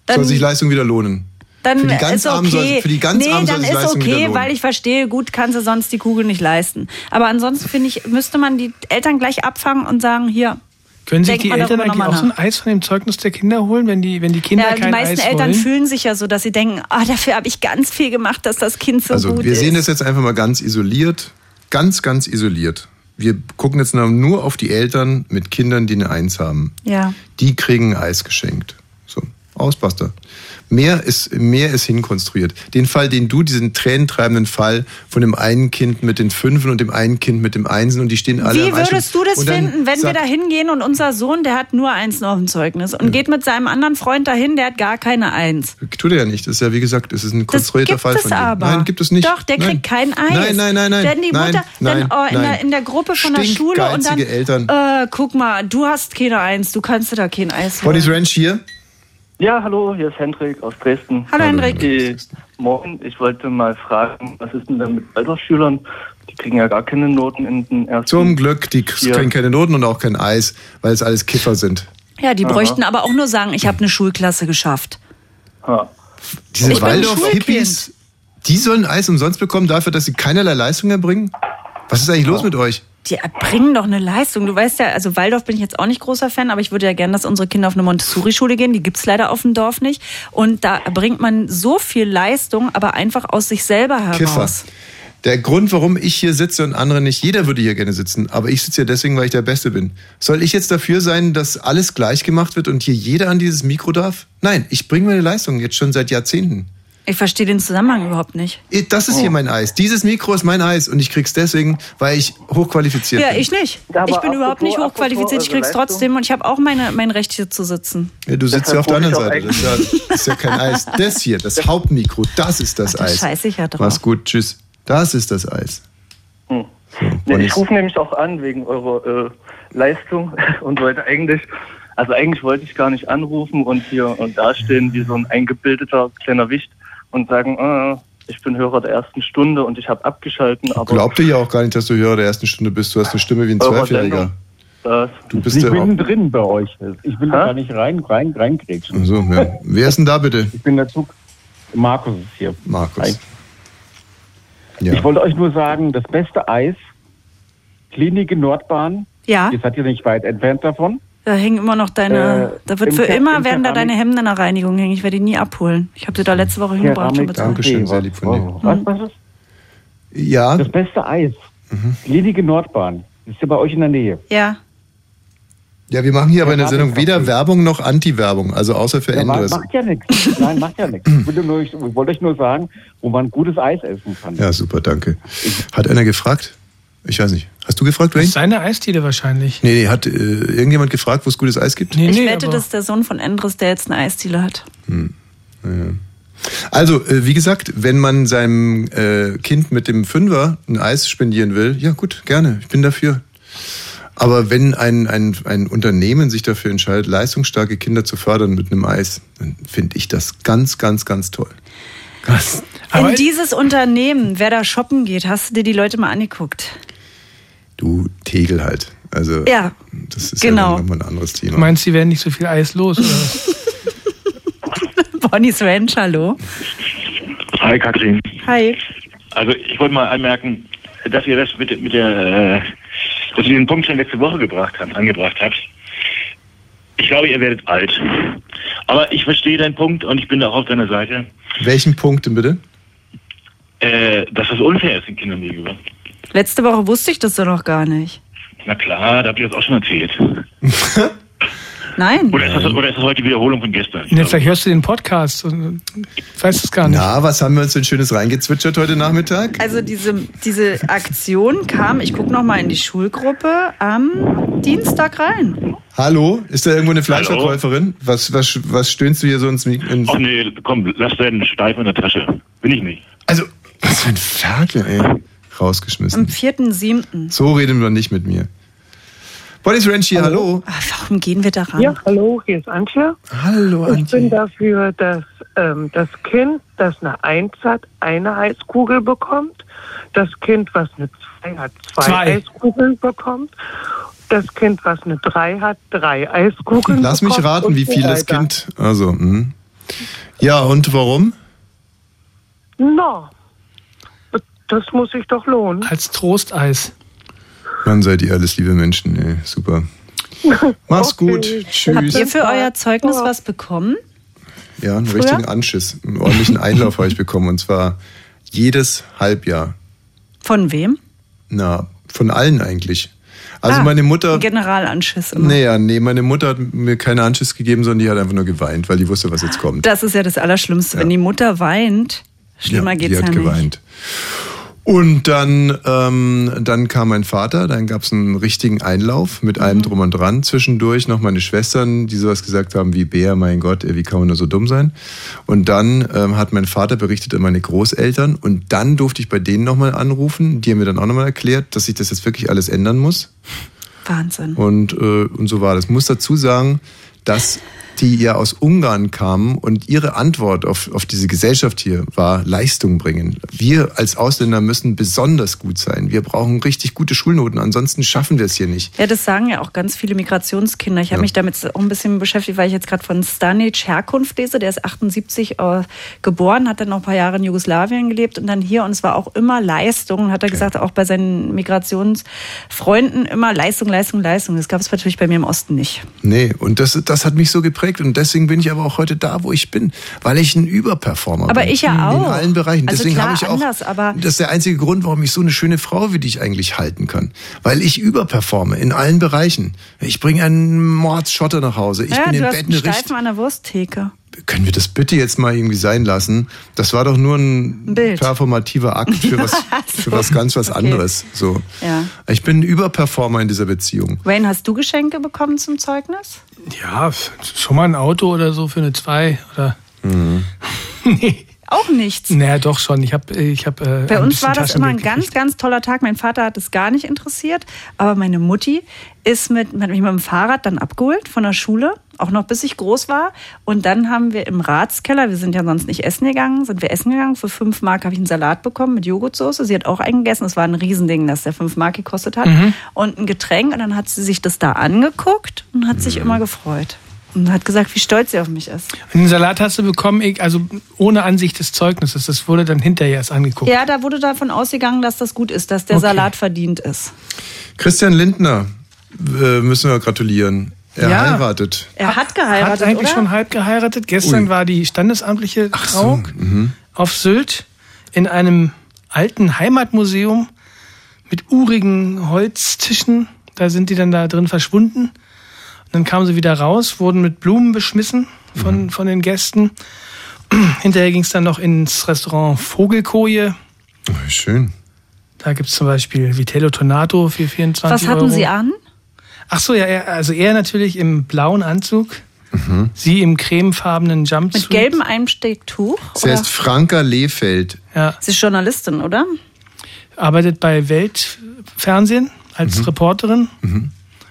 S7: Dann-
S6: soll sich Leistung wieder lohnen.
S7: Dann
S6: für die ganz
S7: ist
S6: Armen
S7: okay.
S6: soll, für die ganz
S7: nee,
S6: Armen soll
S7: dann
S6: sich
S7: ist
S6: Leistung wieder
S7: okay,
S6: lohnen.
S7: weil ich verstehe, gut, kann sie sonst die Kugel nicht leisten. Aber ansonsten finde ich, müsste man die Eltern gleich abfangen und sagen, hier.
S8: Können sich
S7: denkt
S8: die
S7: man
S8: Eltern
S7: darüber
S8: eigentlich
S7: nochmal
S8: auch so ein
S7: nach.
S8: Eis von dem Zeugnis der Kinder holen, wenn die, wenn die Kinder
S7: Ja, die
S8: kein
S7: meisten
S8: Eis
S7: Eltern
S8: wollen?
S7: fühlen sich ja so, dass sie denken, ah, dafür habe ich ganz viel gemacht, dass das Kind so
S6: also
S7: gut
S6: wir
S7: ist.
S6: sehen das jetzt einfach mal ganz isoliert, ganz, ganz isoliert. Wir gucken jetzt nur auf die Eltern mit Kindern, die eine Eins haben.
S7: Ja.
S6: die kriegen Eis geschenkt. So, Ausbuster. Mehr ist, mehr ist hinkonstruiert. Den Fall, den du, diesen tränentreibenden Fall von dem einen Kind mit den Fünfen und dem einen Kind mit dem Einsen und die stehen alle
S7: Wie
S6: am Eis-
S7: würdest du das
S6: und dann
S7: finden, wenn wir
S6: sagt-
S7: da hingehen und unser Sohn, der hat nur eins noch im Zeugnis und geht mit seinem anderen Freund dahin, der hat gar keine Eins.
S6: Tut er ja nicht. Das ist ja, wie gesagt, es ist ein
S7: Das
S6: konstruierter
S7: gibt
S6: Fall
S7: es
S6: von dir.
S7: aber.
S6: Nein, gibt es nicht.
S7: Doch, der
S6: nein.
S7: kriegt kein Eis.
S6: Nein, nein, nein, nein.
S7: Denn die
S6: nein,
S7: Mutter,
S6: nein,
S7: dann oh, in,
S6: nein.
S7: Der, in der Gruppe von der Schule und dann,
S6: Stinkgeizige Eltern.
S7: äh, guck mal, du hast keine Eins, du kannst dir da kein Eis holen.
S6: Bonnie's Ranch hier.
S9: Ja, hallo, hier ist Hendrik aus Dresden.
S7: Hallo Henrik.
S9: Äh, Morgen, ich wollte mal fragen, was ist denn da mit Waldorfschülern? Die kriegen ja gar keine Noten in den ersten.
S6: Zum Glück, die
S9: Ja.
S6: kriegen keine Noten und auch kein Eis, weil es alles Kiffer sind.
S7: Ja, die bräuchten aber auch nur sagen, ich habe eine Schulklasse geschafft.
S9: Ha.
S6: Diese
S7: Ich bin
S6: Waldorf-Hippies, die sollen Eis umsonst bekommen dafür, dass sie keinerlei Leistung erbringen? Was ist eigentlich los mit euch?
S7: Die erbringen doch eine Leistung. Du weißt ja, also Waldorf bin ich jetzt auch nicht großer Fan, aber ich würde ja gerne, dass unsere Kinder auf eine Montessori-Schule gehen. Die gibt's leider auf dem Dorf nicht. Und da erbringt man so viel Leistung, aber einfach aus sich selber heraus.
S6: Kiffer. Der Grund, warum ich hier sitze und andere nicht, jeder würde hier gerne sitzen, aber ich sitze hier deswegen, weil ich der Beste bin. Soll ich jetzt dafür sein, dass alles gleich gemacht wird und hier jeder an dieses Mikro darf? Nein, ich bringe meine Leistung jetzt schon seit Jahrzehnten.
S7: Ich verstehe den Zusammenhang überhaupt nicht.
S6: Das ist
S7: Oh.
S6: hier mein Eis. Dieses Mikro ist mein Eis und ich krieg's deswegen, weil ich hochqualifiziert
S7: Ja,
S6: bin.
S7: ich nicht.
S9: Ja, aber
S7: ich bin überhaupt
S9: apropos-
S7: nicht hochqualifiziert. Ich
S9: apropos
S7: krieg's
S9: eure
S7: trotzdem und ich habe auch meine, mein Recht hier zu sitzen.
S6: Ja, du sitzt ja auf
S9: Deshalb
S6: der anderen
S9: rufe
S6: Seite.
S9: ich
S6: Das ist, ja, das ist ja kein Eis. Das hier, das Hauptmikro, das ist das
S7: Ach, da
S6: Eis.
S7: scheiße ich ja drauf.
S6: Mach's gut, tschüss. Das ist das Eis.
S11: Hm.
S9: Nee,
S6: Bonnie's-
S9: ich rufe nämlich auch an wegen eurer äh, Leistung [laughs] und wollte eigentlich, also eigentlich wollte ich gar nicht anrufen und hier und dastehen wie so ein eingebildeter kleiner Wicht und sagen, äh, ich bin Hörer der ersten Stunde und ich habe abgeschalten, aber
S6: Glaubte ja auch gar nicht, dass du Hörer der ersten Stunde bist. Du hast eine Stimme wie ein
S9: eurer
S6: Zwölfjähriger.
S9: Sendung, das,
S6: Du bist
S11: Ich
S6: der.
S11: bin drin bei euch. Ich will
S9: Hä?
S11: da gar nicht rein, rein, reingrätschen.
S6: So, ja. Wer ist denn da bitte?
S11: Ich bin der Zug. Markus ist hier. Hi.
S6: Markus. Ja.
S11: Ich wollte euch nur sagen, das beste Eis, Klinik in Nordbahn,
S7: Ja,
S11: ihr seid ja nicht weit entfernt davon.
S7: da hängen immer noch deine.
S11: Äh,
S7: da wird
S11: im
S7: für
S11: Ke-
S7: immer
S11: im
S7: werden da
S11: Keramik-
S7: deine Hemden in der Reinigung hängen. Ich werde die nie abholen. Ich habe dir da letzte Woche hingebracht. Schon
S11: Keramik-
S7: bezahlt.
S6: Dankeschön,
S11: Okay,
S6: sehr lieb von dir.
S11: Was, was ist?
S6: ja,
S11: Das beste Eis, Klinik in Nordbahn, ist ja bei euch in der Nähe.
S7: Ja.
S6: ja, wir machen hier aber in der Sendung
S11: Keramik-
S6: weder Werbung noch Anti-Werbung, also außer für
S11: Ja, ma-
S6: Endres.
S11: macht ja nichts. Nein, macht ja nichts. Ich wollte, nur, ich wollte euch nur sagen, wo man gutes Eis essen kann.
S6: Ja, super, danke. Hat einer gefragt? Ich weiß nicht. Hast du gefragt,
S8: Das
S6: Wayne?
S8: ist seine Eisdiele wahrscheinlich.
S6: Nee, nee, hat äh, irgendjemand gefragt, wo es gutes Eis gibt?
S8: Nee,
S7: Ich
S8: nee,
S7: wette,
S8: aber-
S7: dass der Sohn von Endres, der jetzt eine Eisdiele hat.
S6: Also, äh, wie gesagt, wenn man seinem äh, Kind mit dem Fünfer ein Eis spendieren will, ja gut, gerne, ich bin dafür. Aber wenn ein, ein, ein Unternehmen sich dafür entscheidet, leistungsstarke Kinder zu fördern mit einem Eis, dann finde ich das ganz, ganz, ganz toll. Ganz.
S7: In dieses Unternehmen, wer da shoppen geht, hast du dir die Leute mal angeguckt?
S6: Du Tegel halt. Also,
S7: Ja,
S6: das ist
S7: genau.
S6: ja nochmal ein anderes Thema.
S8: Du meinst, die werden nicht so viel Eis los? Oder? was?
S7: Bonnie's Ranch, hallo.
S12: Hi Katrin.
S7: Hi.
S12: Also ich wollte mal anmerken, dass ihr das mit, mit der, äh, dass ihr den Punkt schon letzte Woche gebracht habt, angebracht habt. Ich glaube, ihr werdet alt. Aber ich verstehe deinen Punkt und ich bin auch auf deiner Seite,
S6: Welchen Punkt denn bitte?
S12: äh, dass das unfair ist den Kindern gegenüber.
S7: Letzte Woche wusste ich das doch noch gar nicht.
S12: Na klar, da habt ihr das auch schon erzählt.
S7: Nein.
S12: Oder ist
S6: Ähm.
S12: das, oder ist das heute die Wiederholung von gestern?
S8: Ne, vielleicht hörst du den Podcast und weißt es gar nicht.
S6: Na, was haben wir uns denn Schönes reingezwitschert heute Nachmittag?
S7: Also diese, diese Aktion kam, ich gucke nochmal in die Schulgruppe, am Dienstag rein.
S6: Hallo, ist da irgendwo eine Fleischverkäuferin? Was, was, was stöhnst du hier so ins Mikro? ins-
S12: Ach nee, komm, lass deinen Steif in der Tasche. Bin ich nicht.
S6: Also, was für ein Ferkel, ey. Rausgeschmissen.
S7: Am 4.7.
S6: So reden wir nicht mit mir. Bonnie's Ranch hier, hallo.
S7: Ah, Warum gehen wir da ran?
S13: Ja, hallo, hier ist Antje.
S6: Hallo,
S13: Antje. Ich bin dafür, dass ähm, das Kind, das eine Eins hat, eine Eiskugel bekommt. Das Kind, was eine Zwei hat, zwei,
S6: Zwei.
S13: Eiskugeln bekommt. Das Kind, was eine Drei hat, drei Eiskugeln
S6: Lass mich
S13: bekommt
S6: raten,
S13: und
S6: wie
S13: so
S6: viel das
S13: weiter.
S6: Kind. Also, hm. Ja, und warum?
S13: No, das muss sich doch lohnen.
S8: Als Trosteis.
S6: Mann, seid ihr alles liebe Menschen, ey. Super. Mach's gut. Tschüss.
S7: Habt ihr für euer Zeugnis was bekommen?
S6: Ja, einen
S7: Früher?
S6: richtigen Anschiss, einen ordentlichen Einlauf habe ich bekommen. Und zwar jedes Halbjahr.
S7: Von wem?
S6: Na, von allen eigentlich. Also
S7: Ah,
S6: meine Mutter.
S7: ein Generalanschiss. Immer.
S6: Naja, nee, meine Mutter hat mir keine Anschiss gegeben, sondern die hat einfach nur geweint, weil die wusste, was jetzt kommt.
S7: Das ist ja das Allerschlimmste. Wenn die Mutter weint, schlimmer
S6: ja,
S7: geht's
S6: die hat
S7: ja nicht.
S6: geweint. Und dann, ähm, dann kam mein Vater, dann gab es einen richtigen Einlauf mit
S7: Mhm.
S6: allem drum und dran. Zwischendurch noch meine Schwestern, die sowas gesagt haben wie Bär, mein Gott, ey, wie kann man nur so dumm sein. Und dann ähm, hat mein Vater berichtet an meine Großeltern und dann durfte ich bei denen nochmal anrufen. Die haben mir dann auch nochmal erklärt, dass ich das jetzt wirklich alles ändern muss.
S7: Wahnsinn.
S6: Und, äh, und so war das. Ich muss dazu sagen, dass die ja aus Ungarn kamen und ihre Antwort auf, auf diese Gesellschaft hier war Leistung bringen. Wir als Ausländer müssen besonders gut sein. Wir brauchen richtig gute Schulnoten, ansonsten schaffen wir es hier nicht.
S7: Ja, das sagen ja auch ganz viele Migrationskinder. Ich
S6: Ja.
S7: habe mich damit auch ein bisschen beschäftigt, weil ich jetzt gerade von Stanic Herkunft lese. Der ist 78 äh, geboren, hat dann noch ein paar Jahre in Jugoslawien gelebt und dann hier. Und es war auch immer Leistung. Und Hat er gesagt, auch bei seinen Migrationsfreunden immer Leistung, Leistung, Leistung. Das gab es natürlich bei mir im Osten nicht.
S6: Nee, und das, das hat mich so geprägt und deswegen bin ich aber auch heute da, wo ich bin, weil ich ein Überperformer bin.
S7: Aber ich ja auch.
S6: In allen Bereichen.
S7: Also
S6: deswegen
S7: klar,
S6: habe ich auch
S7: anders, aber
S6: Das ist der einzige Grund, warum ich so eine schöne Frau wie dich eigentlich halten kann. Weil ich überperforme in allen Bereichen. Ich bringe einen Mordsschotter nach Hause. Ich
S7: ja,
S6: bin
S7: du
S6: im
S7: hast
S6: Bett
S7: einen
S6: eine richtig.
S7: Steifen an der Wursttheke.
S6: Können wir das bitte jetzt mal irgendwie sein lassen? Das war doch nur ein
S7: Ein Bild.
S6: performativer Akt
S7: [laughs]
S6: für was,
S7: So.
S6: für was ganz was
S7: Okay.
S6: anderes. So.
S7: Ja.
S6: Ich bin ein Überperformer in dieser Beziehung.
S7: Wayne, hast du Geschenke bekommen zum Zeugnis?
S8: Ja, schon mal ein Auto oder so für eine 2. Oder?
S7: Mhm.
S8: [laughs] nee.
S7: Auch nichts.
S8: Naja, doch schon. Ich habe ich hab, äh,
S7: Bei
S8: ein
S7: uns
S8: bisschen
S7: war das immer ein
S8: Taschengeld
S7: ganz, ganz toller Tag. Mein Vater hat es gar nicht interessiert, aber meine Mutti ist mit, hat mich mit dem Fahrrad dann abgeholt von der Schule, auch noch bis ich groß war. Und dann haben wir im Ratskeller, wir sind ja sonst nicht essen gegangen, sind wir essen gegangen. Für fünf Mark habe ich einen Salat bekommen mit Joghurtsoße. Sie hat auch einen gegessen. Es war ein Riesending, dass der fünf Mark gekostet hat.
S14: Mhm.
S7: Und ein Getränk. Und dann hat sie sich das da angeguckt und hat sich immer gefreut. Und hat gesagt, wie stolz sie auf mich ist.
S8: Einen Salat hast du bekommen, ich- also ohne Ansicht des Zeugnisses. Das wurde dann hinterher erst angeguckt.
S7: Ja, da wurde davon ausgegangen, dass das gut ist, dass der Salat verdient ist.
S6: Christian Lindner äh, müssen wir gratulieren. Er
S8: Ja.
S6: heiratet.
S7: Er hat geheiratet,
S8: Hat eigentlich
S7: oder?
S8: schon halb geheiratet. Gestern
S6: Ui.
S8: war die standesamtliche Trauung auf Sylt in einem alten Heimatmuseum mit urigen Holztischen. Da sind die dann da drin verschwunden. Und dann kamen sie wieder raus, wurden mit Blumen beschmissen von, von den Gästen. [clears throat] Hinterher ging es dann noch ins Restaurant Vogelkoje.
S6: Schön.
S8: Da gibt es zum Beispiel Vitello Tonato für 24
S7: Was hatten
S8: Euro.
S7: sie an?
S8: Ach so, ja, er, also er natürlich im blauen Anzug, sie im cremefarbenen Jumpsuit.
S7: Mit gelbem Einstecktuch?
S6: Sie heißt Franka Lehfeld.
S8: Ja.
S7: Sie ist Journalistin, oder?
S8: Arbeitet bei Weltfernsehen als Reporterin.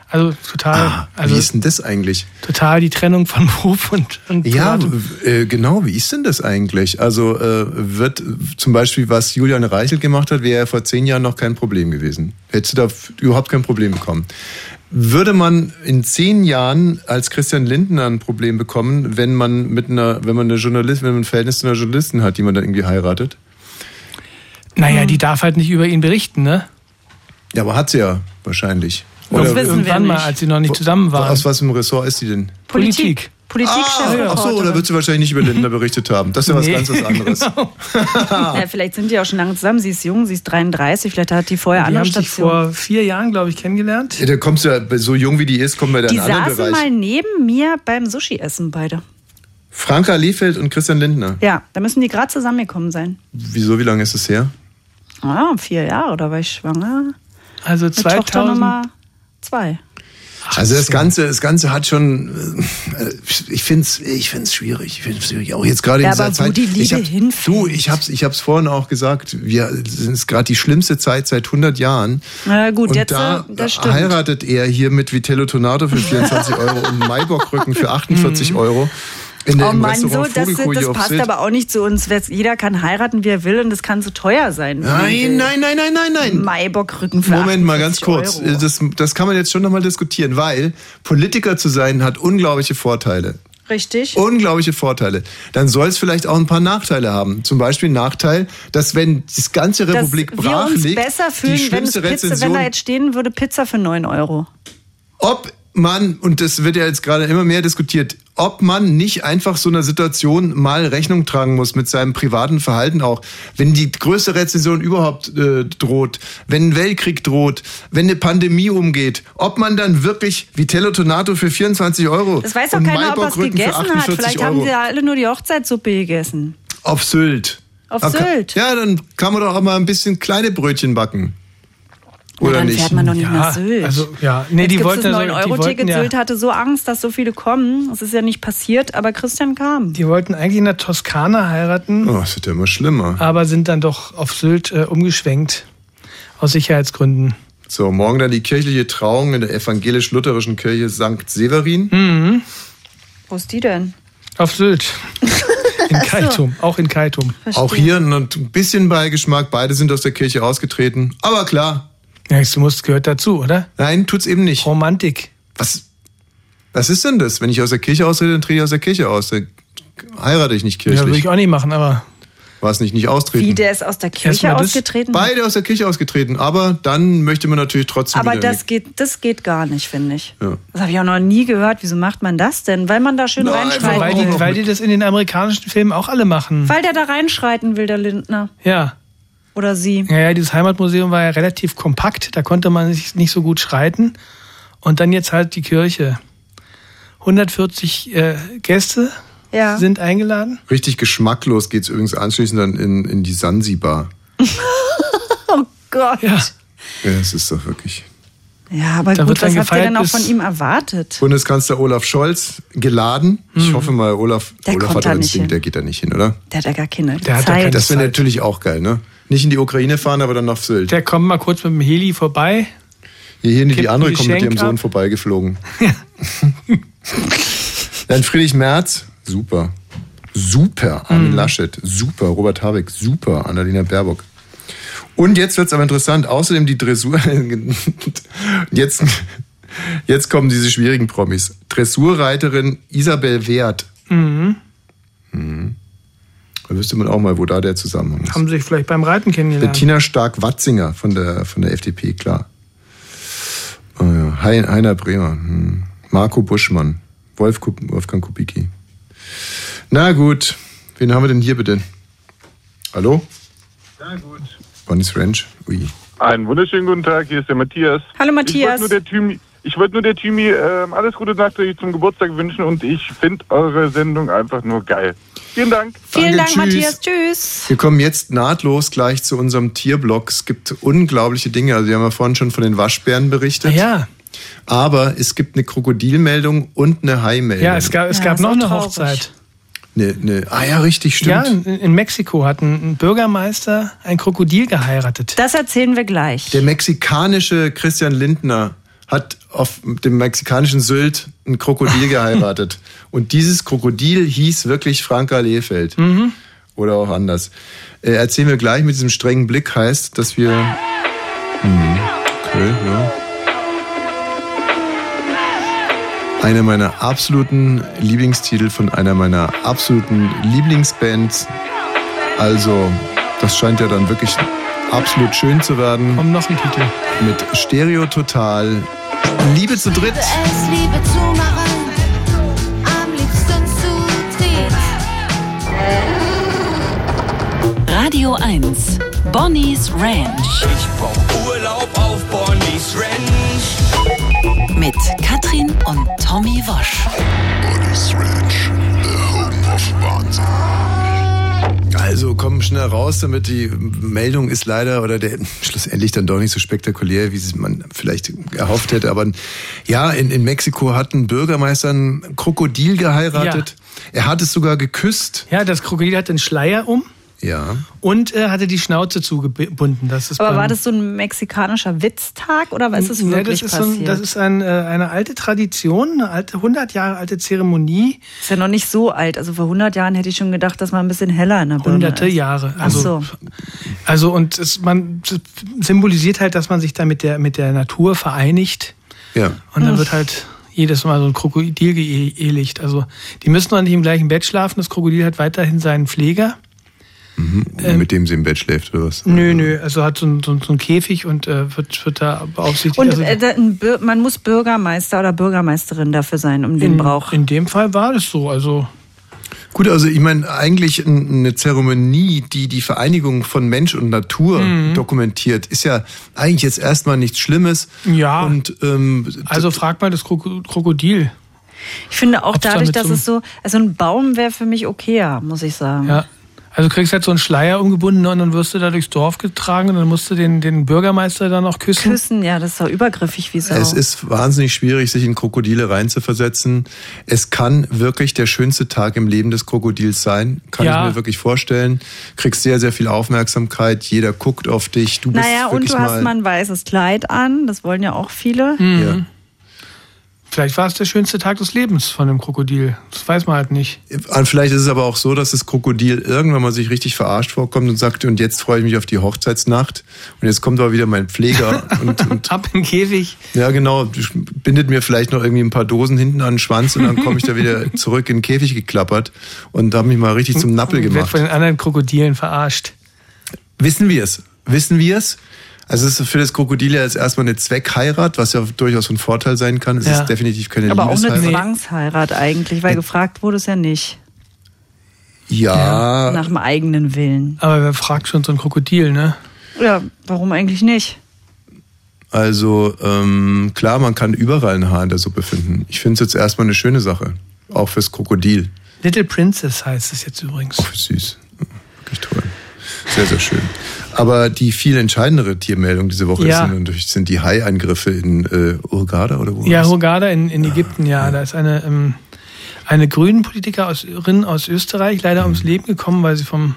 S8: Also total, also
S6: Mhm. Ah, Wie ist denn das eigentlich?
S8: total die Trennung von [laughs] Beruf und, und
S6: Ja,
S8: Privatem.
S6: w- äh, genau, wie ist denn das eigentlich? Also äh, wird äh, zum Beispiel, was Julian Reichelt gemacht hat, wäre ja vor zehn Jahren noch kein Problem gewesen. Hättest du da f- überhaupt kein Problem bekommen. Würde man in zehn Jahren als Christian Lindner ein Problem bekommen, wenn man mit einer, wenn man eine Journalistin, wenn man ein Verhältnis zu einer Journalistin hat, die man dann irgendwie heiratet?
S8: Naja,
S6: mhm.
S8: die darf halt nicht über ihn berichten, ne?
S6: Ja, aber hat sie ja wahrscheinlich.
S8: Das wissen wir Irgendwann mal, nicht. als sie noch nicht zusammen waren.
S6: Aus was im Ressort ist sie denn?
S8: Politik.
S6: Ah, ach so, oder wird sie wahrscheinlich nicht über Lindner berichtet haben? Das ist ja was
S8: Nee, Genau.
S6: ganz was
S8: [laughs]
S6: anderes.
S8: Ah,
S7: Ja, vielleicht sind die auch schon lange zusammen. Sie ist jung, sie ist 33, vielleicht hat die vorher
S8: Die
S7: andere
S8: haben sich
S7: Stationen.
S8: vor vier Jahren, glaube ich, kennengelernt.
S6: Ja, da kommst du ja, so jung wie die ist, kommen wir da
S7: Die
S6: in einen
S7: saßen
S6: anderen Bereich.
S7: mal neben mir beim Sushi-Essen beide.
S6: Franka Lefeld und Christian Lindner.
S7: Ja, da müssen die gerade zusammengekommen sein.
S6: Wieso, wie lange ist es her?
S7: Ah, vier Jahre, da war ich schwanger.
S8: Also
S7: Mit Tochter Nummer zwei.
S6: Also das Ganze, das Ganze hat schon, äh, ich finde es ich find's schwierig. Ich find's schwierig. Auch jetzt gerade in
S7: Ja,
S6: dieser
S7: aber wo
S6: Zeit.
S7: die Liebe
S6: ich hab, du, ich hab's, ich hab's vorhin auch gesagt, wir sind es gerade die schlimmste Zeit seit 100 Jahren.
S7: Na gut,
S6: und
S7: jetzt,
S6: da
S7: äh, das stimmt.
S6: heiratet er hier mit Vitello Tornado für 24
S7: [laughs]
S6: Euro und Maibock-Rücken für 48 Euro. In der,
S7: Mhm. Oh
S6: im
S7: Mann, so,
S6: Restaurant
S7: das,
S6: Vogelkuh hier
S7: das
S6: auf
S7: passt
S6: Sylt.
S7: aber auch nicht zu uns. Wer- Jeder kann heiraten, wie er will, und das kann zu teuer sein. wenn man
S6: Nein,
S7: will.
S6: nein, nein, nein, nein, nein.
S7: Maibock-Rücken für
S6: Moment mal ganz
S7: 48
S6: kurz.
S7: Euro.
S6: Das, das kann man jetzt schon nochmal diskutieren, weil Politiker zu sein hat unglaubliche Vorteile.
S7: Richtig.
S6: Unglaubliche Vorteile. Dann soll es vielleicht auch ein paar Nachteile haben. Zum Beispiel Nachteil, dass wenn das ganze
S7: Dass
S6: Republik
S7: wir
S6: brach
S7: uns
S6: liegt,
S7: besser
S6: die
S7: fühlen, wenn, es
S6: schlimmste
S7: Pizza, wenn
S6: Rezension
S7: da jetzt stehen würde, Pizza für 9 Euro.
S6: ob man, und das wird ja jetzt gerade immer mehr diskutiert, ob man nicht einfach so einer Situation mal Rechnung tragen muss mit seinem privaten Verhalten auch. Wenn die größte Rezession überhaupt äh, droht, wenn ein Weltkrieg droht, wenn eine Pandemie umgeht, ob man dann wirklich Vitello Tonato für 24 Euro
S7: Das weiß doch
S6: und
S7: keiner, ob er es
S6: Maibock-Rücken für
S7: gegessen hat.
S6: 48
S7: Vielleicht
S6: Euro
S7: haben sie ja alle nur die Hochzeitssuppe gegessen.
S6: auf Sylt.
S7: Auf
S6: Aber kann-
S7: Sylt.
S6: Ja, dann kann man doch auch mal ein bisschen kleine Brötchen backen. Oder
S7: dann
S6: nicht?
S7: fährt man doch nicht nach Sylt.
S8: Also, ja, nee,
S7: Jetzt
S8: die
S7: gibt's
S8: wollten,
S7: das
S8: also,
S7: 9 Euro
S8: die wollten
S7: Ticket.
S8: ja,
S7: Sylt hatte so Angst, dass so viele kommen. Es ist ja nicht passiert, aber Christian kam.
S8: die wollten eigentlich in der Toskana heiraten,
S6: Oh, das wird ja immer schlimmer.
S8: aber sind dann doch auf Sylt äh, umgeschwenkt. Aus Sicherheitsgründen.
S6: So, morgen dann die kirchliche Trauung in der evangelisch-lutherischen Kirche St. Severin.
S7: Wo ist die denn?
S8: Auf Sylt. In Kaitum, auch in Kaitum.
S6: Auch hier ein bisschen Beigeschmack. Beide sind aus der Kirche ausgetreten. Aber klar,
S8: Ja, du musst, gehört dazu, oder?
S6: nein, tut's eben nicht.
S8: Romantik.
S6: Was, was ist denn das? Wenn ich aus der Kirche austrete, dann trete ich aus der Kirche aus. Dann heirate ich nicht
S8: Ja, würde
S6: kirchlich.
S8: ich auch nicht machen, aber
S6: Was nicht, nicht
S7: Wie,
S6: austreten.
S7: der ist aus der Kirche
S8: Erstmal das-
S7: ausgetreten?
S6: Beide aus der Kirche ausgetreten. Aber dann möchte man natürlich trotzdem
S7: aber
S6: wieder
S7: das geht, das geht gar nicht, finde ich.
S6: Ja.
S7: Das habe ich auch noch nie gehört. Wieso macht man das denn? Weil man da schön
S6: Nein,
S7: reinschreiten
S8: weil
S6: auch
S8: die,
S6: noch
S7: will.
S8: weil
S6: mit-
S8: die das in den amerikanischen Filmen auch alle machen.
S7: Weil der da reinschreiten will, der Lindner.
S8: Ja.
S7: Oder sie.
S8: Ja, ja, dieses Heimatmuseum war ja relativ kompakt, da konnte man sich nicht so gut schreiten. Und dann jetzt halt die Kirche. 140 äh, Gäste
S7: Ja.
S8: sind eingeladen.
S6: Richtig geschmacklos geht's übrigens anschließend dann in, in die Sansibar.
S7: Gott.
S8: Ja.
S6: Ja, das ist doch wirklich.
S7: Ja, aber
S8: Da
S7: gut,
S8: wird
S7: was
S8: dann
S7: habt ihr
S8: gefeiert
S7: denn auch
S8: bis-
S7: von ihm erwartet?
S6: Bundeskanzler Olaf Scholz geladen. Ich hoffe mal, Olaf,
S7: Mhm. Der
S6: Olaf hat
S7: kommt
S6: doch
S7: da
S6: ein
S7: nicht
S6: Ding,
S7: hin.
S6: der geht da nicht hin, oder?
S7: Der hat ja gar keine
S8: Der hat ja
S7: Zeit.
S8: keine-
S6: Das wäre
S8: Zeit.
S6: natürlich auch geil, ne? Nicht in die Ukraine fahren, aber dann nach Sylt.
S8: Der kommt mal kurz mit dem Heli vorbei.
S6: Hier hin, die
S8: kippt
S6: andere
S8: ein
S6: kommt mit
S8: Geschenk
S6: ihrem Sohn
S8: ab. [laughs]
S6: vorbeigeflogen. [laughs] dann Friedrich Merz, super. Super, Armin
S8: Mhm.
S6: Laschet, super, Robert Habeck, super, Annalena Baerbock. Und jetzt wird's aber interessant, außerdem die Dressur. [laughs] jetzt, jetzt kommen diese schwierigen Promis. Dressurreiterin Isabel Wert.
S8: Mhm.
S6: Mhm. Da wüsste man auch mal, wo da der Zusammenhang ist.
S8: Haben sich vielleicht beim Reiten kennengelernt.
S6: Bettina Stark-Watzinger von der, von der FDP, klar. Oh ja. Hein- Heiner Bremer, hm. Marco Buschmann, Wolf, Kup- Wolfgang Kubicki. Na gut, wen haben wir denn hier bitte? Hallo?
S10: Na gut.
S6: Bonnie's Ranch? Ui.
S10: Einen wunderschönen guten Tag, hier ist der Matthias.
S7: Hallo,
S10: Ich wollte
S7: Matthias.
S10: nur der Thymi, ich wollte nur der Thymi ähm, alles Gute nachträglich zum Geburtstag wünschen und ich finde eure Sendung einfach nur geil. Vielen Dank.
S7: Vielen Dank,
S6: Danke,
S7: Matthias. Tschüss.
S6: Wir kommen jetzt nahtlos gleich zu unserem Tierblock. Es gibt unglaubliche Dinge. Also, wir haben ja vorhin schon von den Waschbären berichtet.
S8: Ja,
S6: Aber es gibt eine Krokodilmeldung und eine Haimeldung.
S8: ja, es gab, es
S7: Ja,
S8: gab
S7: ist
S8: noch
S7: auch
S8: eine
S7: traurig.
S8: Hochzeit.
S6: Eine, eine, ah ja, richtig, stimmt.
S8: Ja, in, in Mexiko hat ein, ein Bürgermeister ein Krokodil geheiratet.
S7: Das erzählen wir gleich.
S6: Der mexikanische Christian Lindner hat auf dem mexikanischen Sylt ein Krokodil geheiratet. Und dieses Krokodil hieß wirklich Franka Lehfeld. Oder auch anders. Äh, erzählen wir gleich mit diesem strengen Blick heißt, dass wir. Hm, okay, ja. Einer meiner absoluten Lieblingstitel von einer meiner absoluten Lieblingsbands. Also, das scheint ja dann wirklich absolut schön zu werden. Komm,
S8: um noch ein Titel.
S6: Mit Stereo Total. Liebe zu dritt.
S14: Es Liebe zu machen, am liebsten zu
S3: Radio 1. Bonnie's Ranch.
S4: Ich brauch Urlaub auf Bonnie's Ranch.
S3: Mit Katrin und Tommy Wosch.
S5: Bonnie's Ranch, the home of Wahnsinn.
S6: Also kommen schnell raus, damit die Meldung ist leider oder der [laughs] schlussendlich dann doch nicht so spektakulär, wie es man vielleicht erhofft hätte. Aber ja, in, in Mexiko hat ein Bürgermeister ein Krokodil geheiratet. Er hat es sogar geküsst.
S8: Ja, das Krokodil hat den Schleier um
S6: Ja.
S8: und äh, hatte die Schnauze zugebunden. Das ist
S7: Aber
S8: beim-
S7: war das so ein mexikanischer Witztag oder ist es
S8: Ähm. Nee,
S7: wirklich
S8: das ist so
S7: passiert?
S8: ein, Das ist ein, äh, eine alte Tradition, eine alte, 100 Jahre alte Zeremonie.
S7: Ist ja noch nicht so alt. Also vor 100 Jahren hätte ich schon gedacht, dass man ein bisschen heller in der Birne
S8: Hunderte
S7: ist.
S8: Jahre.
S7: Oh, Ach
S8: Also,
S7: so.
S8: also und es, man es symbolisiert halt, dass man sich da mit der, mit der Natur vereinigt.
S6: Ja.
S8: Und dann
S6: Ach.
S8: wird halt jedes Mal so ein Krokodil geehelicht. Also die müssen noch nicht im gleichen Bett schlafen. Das Krokodil hat weiterhin seinen Pfleger. Ähm,
S6: mit dem sie im Bett schläft oder was?
S8: Nö, nö, also hat so, ein- so, ein- so einen Käfig und äh, wird, wird da beaufsichtigt.
S7: Und
S8: also,
S7: äh, da- ein Bir- man muss Bürgermeister oder Bürgermeisterin dafür sein, um den
S8: in,
S7: Brauch.
S8: in dem Fall war das so. Also
S6: Gut, also ich meine, eigentlich n- eine Zeremonie, die die Vereinigung von Mensch und Natur
S8: Mhm.
S6: dokumentiert, ist ja eigentlich jetzt erstmal nichts Schlimmes.
S8: Ja.
S6: Und, ähm,
S8: also frag mal das Kroko- Krokodil.
S7: Ich finde auch
S8: Ob's da
S7: dadurch,
S8: mit
S7: dass
S8: so-
S7: es so, also ein Baum wäre für mich okayer, muss ich sagen.
S8: Ja. Also du kriegst halt so einen Schleier umgebunden ne, und dann wirst du da durchs Dorf getragen und dann musst du den, den Bürgermeister dann auch küssen.
S7: Küssen, ja, das ist doch übergriffig wie Sau.
S6: Es ist wahnsinnig schwierig, sich in Krokodile reinzuversetzen. Es kann wirklich der schönste Tag im Leben des Krokodils sein. Kann
S8: Ja.
S6: ich mir wirklich vorstellen. Kriegst sehr, sehr viel Aufmerksamkeit. Jeder guckt auf dich. Du bist
S7: naja, und
S6: wirklich
S7: du hast mal
S6: mal
S7: ein weißes Kleid an, das wollen ja auch viele.
S8: Mhm.
S6: Ja.
S8: Vielleicht war es der schönste Tag des Lebens von dem Krokodil. Das weiß man halt nicht.
S6: Und vielleicht ist es aber auch so, dass das Krokodil irgendwann mal sich richtig verarscht vorkommt und sagt, und jetzt freue ich mich auf die Hochzeitsnacht. Und jetzt kommt aber wieder mein Pfleger. und, und
S8: Ab in den Käfig.
S6: ja, genau, bindet mir vielleicht noch irgendwie ein paar Dosen hinten an den Schwanz und dann komme ich da wieder zurück in den Käfig geklappert und habe mich mal richtig zum Nappel
S8: Und Wird
S6: gemacht.
S8: von den anderen Krokodilen verarscht.
S6: Wissen wir es? Wissen wir es? Also es ist für das Krokodil ja jetzt erstmal eine Zweckheirat, was ja durchaus ein Vorteil sein kann. Es
S7: Ja.
S6: ist definitiv keine
S7: Aber auch eine
S6: Liebesheirat.
S7: Zwangsheirat eigentlich, weil gefragt wurde es ja nicht.
S6: Ja.
S7: Nach dem eigenen Willen.
S8: Aber wer fragt schon so ein Krokodil, ne?
S7: Ja, warum eigentlich nicht?
S6: Also ähm, klar, man kann überall ein Haar in der Suppe finden. Ich finde es jetzt erstmal eine schöne Sache. Auch fürs Krokodil.
S8: Little Princess heißt es jetzt übrigens.
S6: Oh, süß. Sehr, sehr schön. Aber die viel entscheidendere Tiermeldung diese Woche
S8: Ja.
S6: sind, natürlich- sind die Hai-Angriffe in äh, Hurghada oder wo? war
S8: Ja,
S6: das?
S8: Hurghada in, in Ägypten, ja. Da ist eine, ähm, eine grünen Politikerin aus Österreich leider ums Leben gekommen, weil sie vom,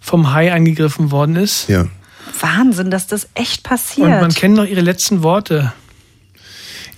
S8: vom Hai angegriffen worden ist.
S6: Ja.
S7: Wahnsinn, dass das echt passiert.
S8: Und man kennt noch ihre letzten Worte.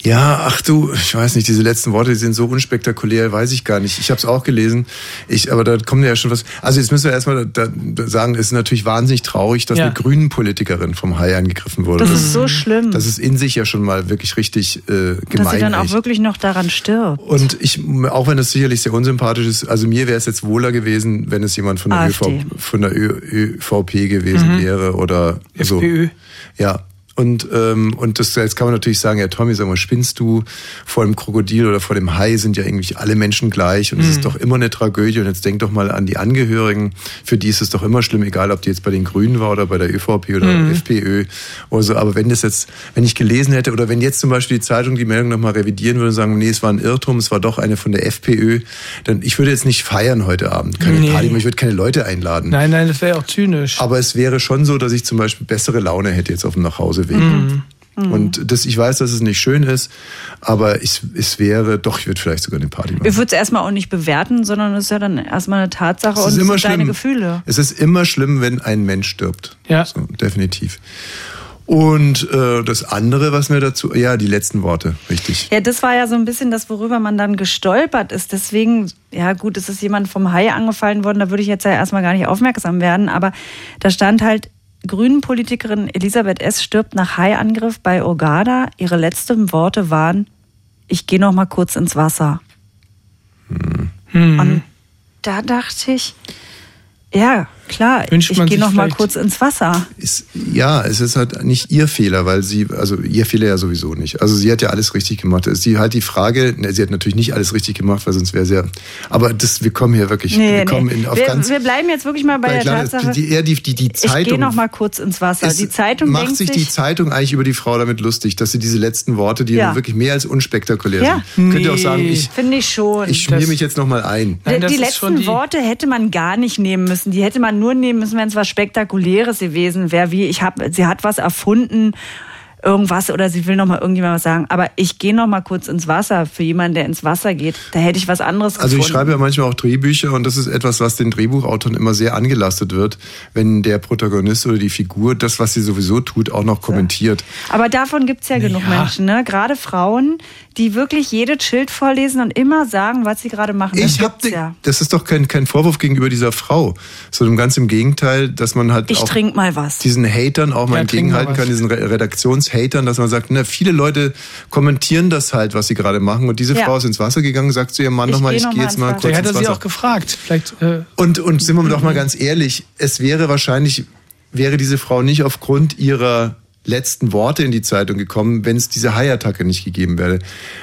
S6: Ja, ach du, ich weiß nicht, diese letzten Worte, die sind so unspektakulär, weiß ich gar nicht. Ich habe es auch gelesen, ich, aber da kommt ja schon was. Also jetzt müssen wir erstmal da, da sagen, es ist natürlich wahnsinnig traurig, dass
S7: Ja.
S6: eine grünen Politikerin vom Hai angegriffen wurde.
S7: Das ist so schlimm.
S6: Mhm. Das ist in sich ja schon mal wirklich richtig äh, gemein.
S7: Hm. dass sie dann auch
S6: echt.
S7: wirklich noch daran stirbt.
S6: Und ich, auch wenn es sicherlich sehr unsympathisch ist, also mir wäre es jetzt wohler gewesen, wenn es jemand von der,
S7: AfD.
S6: ÖV, von der Ö, ÖVP gewesen
S8: Mhm.
S6: wäre oder so.
S8: FPÖ.
S6: Ja. Und, ähm, und das, jetzt kann man natürlich sagen, ja Tommy, sag mal, spinnst du? Vor dem Krokodil oder vor dem Hai sind ja irgendwie alle Menschen gleich und es
S8: Mhm.
S6: ist doch immer eine Tragödie. Und jetzt denk doch mal an die Angehörigen, für die ist es doch immer schlimm, egal ob die jetzt bei den Grünen war oder bei der ÖVP oder
S8: Mhm.
S6: FPÖ oder so. Aber wenn das jetzt, wenn ich gelesen hätte oder wenn jetzt zum Beispiel die Zeitung die Meldung nochmal revidieren würde und sagen, nee, es war ein Irrtum, es war doch eine von der FPÖ, dann ich würde jetzt nicht feiern heute Abend, keine
S8: Nee.
S6: Party, machen, ich würde keine Leute einladen.
S8: Nein, nein, das wäre ja auch zynisch.
S6: Aber es wäre schon so, dass ich zum Beispiel bessere Laune hätte jetzt auf dem Nachhauseweg.
S8: Mhm.
S6: Und das, ich weiß, dass es nicht schön ist, aber ich, es wäre, doch, ich würde vielleicht sogar eine Party machen.
S7: Ich würde es erstmal auch nicht bewerten, sondern es ist ja dann erstmal eine Tatsache
S6: Es
S7: und
S6: ist
S7: es
S6: immer
S7: sind deine
S6: schlimm.
S7: Gefühle.
S6: Es ist immer schlimm, wenn ein Mensch stirbt.
S8: Ja.
S6: So, definitiv. Und äh, das andere, was mir dazu, ja, die letzten Worte, richtig.
S7: Ja, das war ja so ein bisschen das, worüber man dann gestolpert ist. Deswegen, ja gut, es ist jemand vom Hai angefallen worden, da würde ich jetzt ja erstmal gar nicht aufmerksam werden, aber da stand halt, Grünen-Politikerin Elisabeth S. stirbt nach Hai-Angriff bei Ogada. Ihre letzten Worte waren, ich gehe noch mal kurz ins Wasser.
S6: Hm.
S7: Und da dachte ich, ja, klar,
S6: Wünscht
S7: ich
S6: man
S7: gehe
S6: sich
S7: noch mal
S6: vielleicht-
S7: kurz ins Wasser.
S6: Ja, es ist halt nicht ihr Fehler, weil sie, also ihr Fehler ja sowieso nicht. Also sie hat ja alles richtig gemacht. Es ist die halt die Frage, ne, sie hat natürlich nicht alles richtig gemacht, weil sonst wäre sie ja, aber das, wir kommen hier wirklich, wir kommen in, auf
S7: wir,
S6: ganz,
S7: wir bleiben jetzt wirklich mal bei,
S6: bei
S7: der
S6: kleines-
S7: Tatsache,
S6: die, eher die, die, die
S7: ich gehe
S6: Zeitung
S7: noch mal kurz ins Wasser.
S6: Es
S7: die Zeitung
S6: macht
S7: denkt
S6: sich die Zeitung eigentlich über die Frau damit lustig, dass sie diese letzten Worte, die
S7: Ja.
S6: ja. wirklich mehr als unspektakulär
S7: ja,
S6: sind, könnt ihr auch sagen, ich,
S7: finde ich schon.
S6: ich schmier mich jetzt nochmal ein.
S7: die die letzten Worte hätte man gar nicht nehmen müssen. Die hätte man nur nehmen müssen, wenn es was Spektakuläres gewesen wäre, wie ich habe, sie hat was erfunden, irgendwas oder sie will noch mal irgendjemand was sagen. Aber ich gehe noch mal kurz ins Wasser für jemanden, der ins Wasser geht. Da hätte ich was anderes
S6: Also ich
S7: gefunden.
S6: schreibe ja manchmal auch Drehbücher und das ist etwas, was den Drehbuchautoren immer sehr angelastet wird, wenn der Protagonist oder die Figur das, was sie sowieso tut, auch noch kommentiert.
S7: Aber davon gibt's ja genug Menschen, ne? Gerade Frauen, die wirklich jedes Schild vorlesen und immer sagen, was sie gerade machen. Das
S6: Ich hab
S7: gibt's ja.
S6: Das ist doch kein, kein Vorwurf gegenüber dieser Frau, sondern ganz im Gegenteil, dass man halt
S7: Ich
S6: auch
S7: trink mal was.
S6: diesen Hatern auch mal
S7: Ja, trink mal
S6: entgegenhalten
S7: was.
S6: kann, diesen Re- Redaktionshatern, dass man sagt, na, viele Leute kommentieren das halt, was sie gerade machen und diese
S8: Ja.
S6: Frau ist ins Wasser gegangen, sagt zu ihrem Mann
S8: Ich
S6: nochmal,
S8: geh
S6: ich
S8: noch
S6: gehe
S8: mal
S6: jetzt
S8: ins
S6: mal
S8: Wasser.
S6: kurz
S8: Vielleicht hat
S6: ins
S8: er sie
S6: Wasser.
S8: auch gefragt. Vielleicht, äh,
S6: Und, und sind wir doch mal ganz ehrlich, es wäre wahrscheinlich, wäre diese Frau nicht aufgrund ihrer letzten Worte in die Zeitung gekommen, wenn es diese Hai-Attacke nicht gegeben wäre.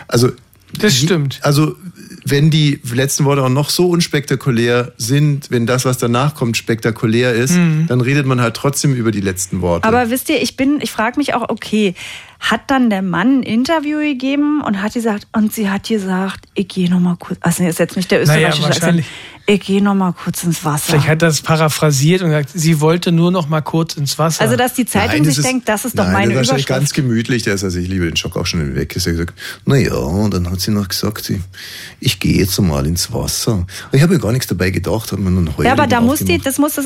S6: Also, das stimmt. Also, wenn die letzten Worte auch noch so unspektakulär sind, wenn das, was danach kommt, spektakulär ist, dann redet man halt trotzdem über die letzten Worte.
S7: Aber wisst ihr, ich bin, ich frage mich auch, okay, hat dann der Mann ein Interview gegeben und hat gesagt, und sie hat gesagt, ich gehe noch mal kurz, also nee, ist jetzt nicht der
S8: Naja,
S7: österreichische Akzent,
S8: wahrscheinlich.
S7: ich gehe noch mal kurz ins Wasser.
S8: vielleicht hat er das paraphrasiert und gesagt, sie wollte nur noch mal kurz ins Wasser.
S7: Also, dass die Zeitung
S6: Nein,
S7: sich denkt, das ist doch
S6: nein,
S7: meine
S6: das ist wahrscheinlich ganz
S7: Überschrift.
S6: gemütlich, der ist also, ich liebe den Schock auch schon hinweg. Ist ja gesagt, naja, und dann hat sie noch gesagt, sie, ich gehe jetzt mal ins Wasser. Und ich habe mir gar nichts dabei gedacht, hat man dann heute.
S7: Ja, aber da muss die, das muss das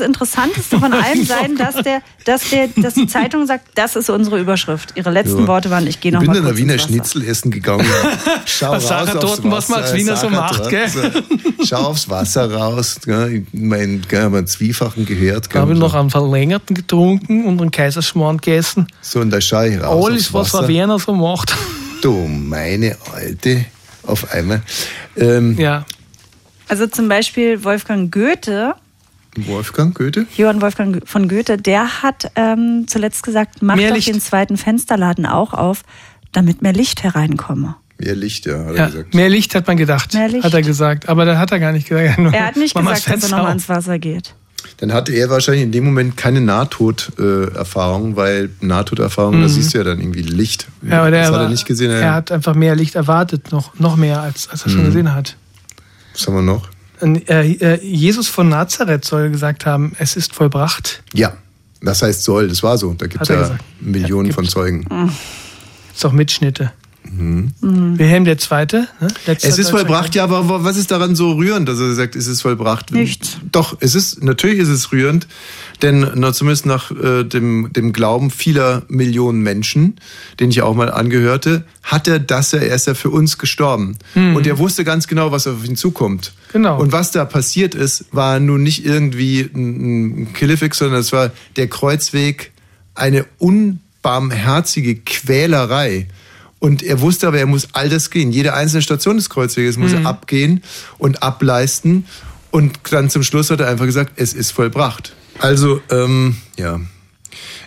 S6: [laughs]
S7: Interessanteste von allem
S6: Genau.
S7: sein, dass der, dass der, dass die Zeitung sagt, das ist unsere Überschrift. Ihre letzten
S6: Ja.
S7: Worte waren, ich gehe
S6: Ich
S7: noch
S6: bin
S7: mal
S6: dann
S7: kurz
S6: ein Wiener
S7: ins Wasser.
S6: Schnitzel essen
S7: [laughs]
S6: gegangen. Schau
S8: Was Sarah
S6: aufs
S8: Totenbach mal als
S6: Wasser,
S8: Wiener so
S6: Sarah
S8: macht, gell?
S6: Totenbach. Schau aufs Wasser raus. Gell? Ich mein, gell, haben wir einen Zwiefachen gehört.
S8: Da habe ich
S6: Gell?
S8: noch einen verlängerten getrunken und einen Kaiserschmarrn gegessen.
S6: So, und da schaue ich raus.
S8: Alles,
S6: aufs
S8: was
S6: Wasser.
S8: der Werner so macht. [laughs]
S6: Du, meine Alte, auf einmal. Ähm,
S8: ja.
S7: Also zum Beispiel Wolfgang Goethe,
S6: Wolfgang Goethe?
S7: Johann Wolfgang von Goethe, der hat ähm, zuletzt gesagt, mach
S6: Mehr
S7: doch
S6: Licht.
S7: den zweiten Fensterladen auch auf, damit mehr Licht hereinkomme.
S6: Mehr Licht, ja, hat er
S8: Ja,
S6: gesagt.
S8: mehr Licht hat man gedacht,
S7: Mehr Licht.
S8: hat er gesagt. Aber dann hat er gar nicht gesagt.
S7: Er hat nicht
S8: Mach mal das
S7: gesagt, dass er
S8: Fenster
S7: nochmal
S8: auf.
S7: ans Wasser geht.
S6: Dann hatte er wahrscheinlich in dem Moment keine Nahtoderfahrung, weil Nahtoderfahrung, da
S8: Mhm.
S6: siehst du ja dann irgendwie Licht.
S8: Ja, aber der
S6: das hat
S8: war-
S6: er nicht gesehen.
S8: Er hat einfach mehr Licht erwartet, noch, noch mehr, als, als er schon
S6: Mhm.
S8: gesehen hat.
S6: was haben wir noch?
S8: Und, äh, äh, Jesus von Nazareth soll gesagt haben, es ist vollbracht.
S6: Ja, das heißt soll, das war so. Da gibt es
S8: Hat er
S6: ja
S8: gesagt.
S6: Millionen von Zeugen.
S8: Ist doch Mitschnitte.
S6: Mhm.
S8: Wilhelm II. Ne? Letzter
S6: Es ist
S8: deutscher
S6: vollbracht, ja, aber wa- was ist daran so rührend, dass er sagt, es ist vollbracht?
S8: Nichts.
S6: Doch, es ist, natürlich ist es rührend, denn na, zumindest nach äh, dem, dem Glauben vieler Millionen Menschen, den ich auch mal angehörte, hat er das ja, er ist ja für uns gestorben.
S8: Mhm.
S6: Und er wusste ganz genau, was auf ihn zukommt.
S8: Genau.
S6: Und was da passiert ist, war nun nicht irgendwie ein, ein Killefix, sondern es war der Kreuzweg, eine unbarmherzige Quälerei. Und er wusste aber, er muss all das gehen. Jede einzelne Station des Kreuzweges muss er abgehen und ableisten. Und dann zum Schluss hat er einfach gesagt, es ist vollbracht. Also, ähm, ja.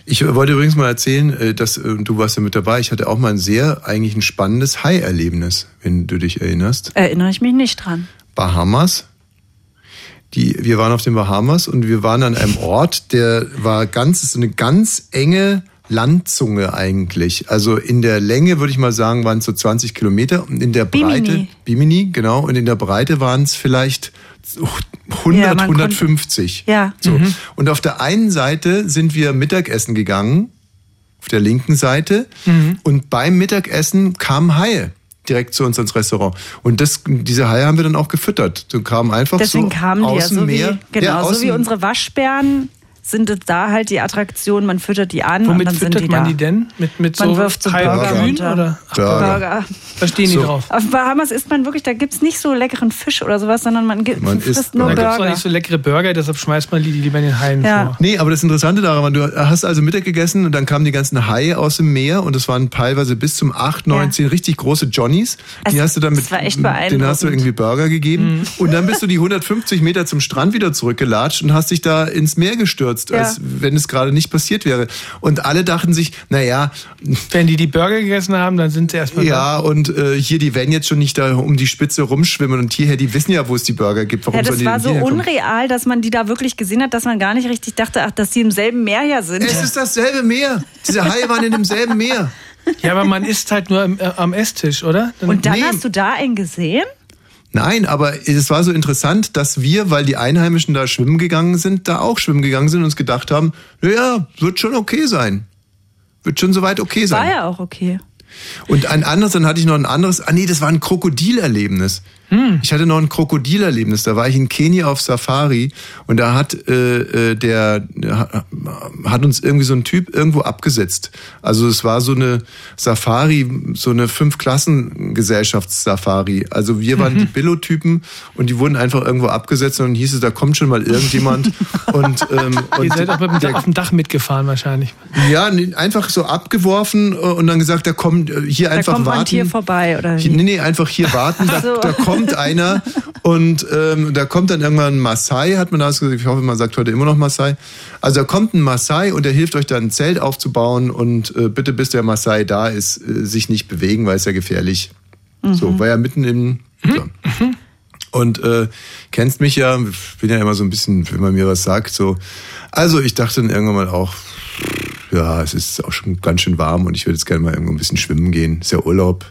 S6: Ich wollte übrigens mal erzählen, äh, dass äh, du warst ja mit dabei. Ich hatte auch mal ein sehr eigentlich ein spannendes High-Erlebnis, wenn du dich erinnerst.
S7: Erinnere ich mich nicht dran.
S6: Bahamas. Die, wir waren auf den Bahamas und wir waren an einem Ort, der war ganz, ist so eine ganz enge Landzunge eigentlich. Also in der Länge würde ich mal sagen, waren es so 20 Kilometer und in der Breite,
S7: Bimini.
S6: Bimini genau, und in der Breite waren es vielleicht 100,
S7: Ja, man konnte-
S6: 150.
S7: Ja.
S6: So. Und auf der einen Seite sind wir Mittagessen gegangen, auf der linken Seite.
S7: Mhm.
S6: Und beim Mittagessen kamen Haie direkt zu uns ins Restaurant. Und das, diese Haie haben wir dann auch gefüttert. Die kamen einfach
S7: Deswegen
S6: so
S7: kamen die ja
S6: aus dem
S7: so wie,
S6: Meer.
S7: genau,
S6: ja, aus
S7: so wie
S6: dem-
S7: unsere Waschbären sind es da halt die Attraktionen, man füttert die an
S8: Womit
S7: und dann
S8: füttert
S7: sind die
S8: man
S7: da.
S8: die denn? Mit, mit
S7: man
S8: so
S7: wirft so
S8: halb
S7: Burger
S8: grün
S7: runter.
S8: oder? Ach,
S7: Burger.
S8: Da stehen die
S6: So.
S8: drauf.
S7: Auf Bahamas isst man wirklich, da gibt es nicht so leckeren Fisch oder sowas, sondern man, gibt,
S6: Man
S7: frisst
S6: isst
S7: nur
S8: Da gibt es
S7: Burger.
S8: nicht so leckere Burger, deshalb schmeißt man die lieber in den Hallen
S7: Ja.
S8: vor.
S6: Nee, aber das Interessante daran war, du hast also Mittag gegessen und dann kamen die ganzen Haie aus dem Meer und es waren teilweise bis zum 8, 9, 10 richtig große Johnnies. Die hast du dann mit,
S7: das war echt
S6: denen hast du
S7: beeindruckend. Mhm.
S6: irgendwie Burger gegeben. Und dann bist du die 150 Meter zum Strand wieder zurückgelatscht und hast dich da ins Meer gestürzt,
S8: Ja.
S6: als wenn es gerade nicht passiert wäre. Und alle dachten sich, naja.
S7: Mhm.
S8: Wenn die die Burger gegessen haben, dann sind sie erstmal.
S6: Ja, und äh, hier, die werden jetzt schon nicht da um die Spitze rumschwimmen und hierher, die wissen ja, wo es die Burger gibt. Warum
S7: Ja,
S6: sollen
S7: das
S6: die
S7: war
S6: denn
S7: so
S6: hierher kommen?
S7: unreal, dass man die da wirklich gesehen hat, dass man gar nicht richtig dachte, ach, dass die im selben Meer ja sind.
S6: Es ist dasselbe Meer. Diese Haie waren in demselben Meer.
S8: Ja, aber man isst halt nur am, äh, am Esstisch, oder?
S7: Und dann hast du da einen gesehen?
S6: Nein, aber es war so interessant, dass wir, weil die Einheimischen da schwimmen gegangen sind, da auch schwimmen gegangen sind und uns gedacht haben, naja, wird schon okay sein. Wird schon soweit okay
S7: War
S6: sein.
S7: ja auch okay.
S6: Und ein anderes, dann hatte ich noch ein anderes, ah nee, das war ein Krokodilerlebnis.
S8: Hm.
S6: Ich hatte noch ein Krokodilerlebnis. Da war ich in Kenia auf Safari und da hat äh, äh, der ha- hat uns irgendwie so ein Typ irgendwo abgesetzt. Also es war so eine Safari, so eine Fünf-Klassen-Gesellschafts-Safari. Also wir waren
S8: Mhm.
S6: die Billo-Typen und die wurden einfach irgendwo abgesetzt und dann hieß es, da kommt schon mal
S8: [laughs]
S6: irgendjemand und, ähm, und
S8: Ihr seid auch mit dem Dach, auf dem Dach mitgefahren wahrscheinlich.
S6: ja, nee, einfach so abgeworfen äh, und dann gesagt, da kommt äh, hier
S7: Da
S6: einfach
S7: kommt
S6: warten.
S7: man Tier vorbei oder
S6: Hier-
S7: wie?
S6: Nee, nee, einfach hier warten, da,
S7: Ach so.
S6: da kommt einer und ähm, da kommt dann irgendwann ein Maasai, hat man damals gesagt, ich hoffe, man sagt heute immer noch Maasai. Also da kommt ein Maasai und der hilft euch dann ein Zelt aufzubauen und äh, bitte, bis der Maasai da ist, äh, sich nicht bewegen, weil es ja gefährlich.
S7: Mhm.
S6: So, war ja mitten im... So. Und äh, kennst mich ja, bin ja immer so ein bisschen, wenn man mir was sagt, so. Also ich dachte dann irgendwann mal auch, ja, es ist auch schon ganz schön warm und ich würde jetzt gerne mal irgendwo ein bisschen schwimmen gehen. Ist ja Urlaub.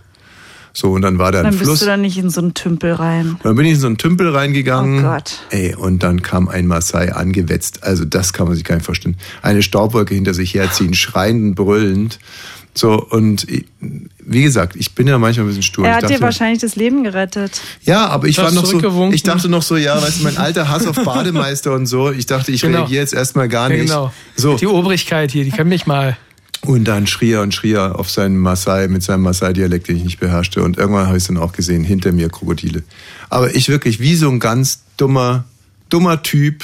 S6: So, und dann war da ein
S7: Dann bist
S6: Fluss.
S7: du da nicht in so einen Tümpel rein.
S6: Und dann bin ich in so einen Tümpel reingegangen.
S7: Oh Gott.
S6: Ey, und dann kam ein Maasai angewetzt. Also das kann man sich gar nicht vorstellen. Eine Staubwolke hinter sich herziehen, schreiend und brüllend. So, und ich- wie gesagt, ich bin ja manchmal ein bisschen stur.
S7: Er
S6: Ich
S7: hat dir
S6: dachte-
S7: wahrscheinlich das Leben gerettet.
S6: ja, aber ich
S8: Du
S6: war
S8: hast
S6: noch so,
S8: zurückgewunken.
S6: ich dachte noch so, ja, weißt du, mein alter Hass
S8: [laughs]
S6: auf Bademeister und so, ich dachte, ich
S8: Genau.
S6: reagiere jetzt erstmal gar
S8: Ja,
S6: nicht.
S8: genau.
S6: Ah, So.
S8: Die Obrigkeit hier, die kann mich mal.
S6: Und dann schrie er und schrie er auf seinen Maasai, mit seinem Maasai-Dialekt, den ich nicht beherrschte. Und irgendwann habe ich es dann auch gesehen, hinter mir Krokodile. Aber ich wirklich wie so ein ganz dummer, dummer Typ,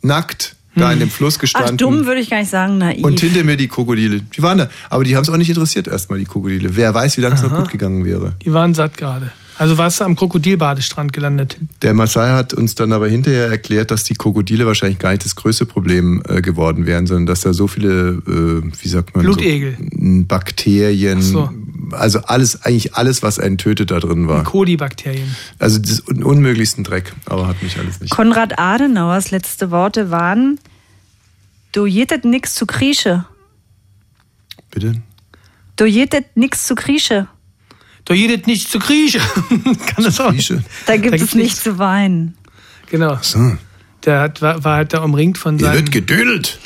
S6: nackt,
S8: Hm.
S6: da in dem Fluss
S7: Ach,
S6: gestanden.
S7: dumm würde ich gar nicht sagen, naiv.
S6: hm. und hinter mir die Krokodile. Die waren da. Aber die haben es auch nicht interessiert erstmal, die Krokodile. Wer weiß, wie lange es noch gut gegangen wäre.
S8: Die waren satt gerade. Also warst du am Krokodilbadestrand gelandet.
S6: Der Maasai hat uns dann aber hinterher erklärt, dass die Krokodile wahrscheinlich gar nicht das größte Problem äh, geworden wären, sondern dass da so viele, äh, wie sagt man,
S8: Blutegel.
S6: So, n- Bakterien,
S8: Ach so.
S6: also alles, eigentlich alles, was einen tötet, da drin war.
S8: Kolibakterien.
S6: Also das un unmöglichsten Dreck, aber hat mich alles nicht.
S7: Konrad Adenauers letzte Worte waren: Du jetet nix zu Krische.
S6: Bitte?
S7: Du jetet nix zu Krische.
S8: Da jedet nicht zu kriechen. [laughs] Kann das auch.
S7: Da gibt es
S8: gibt's
S7: nicht zu weinen.
S8: Genau.
S6: So.
S8: Der hat, war, war halt da umringt von
S6: Ihr
S8: seinen.
S6: wird gedödelt.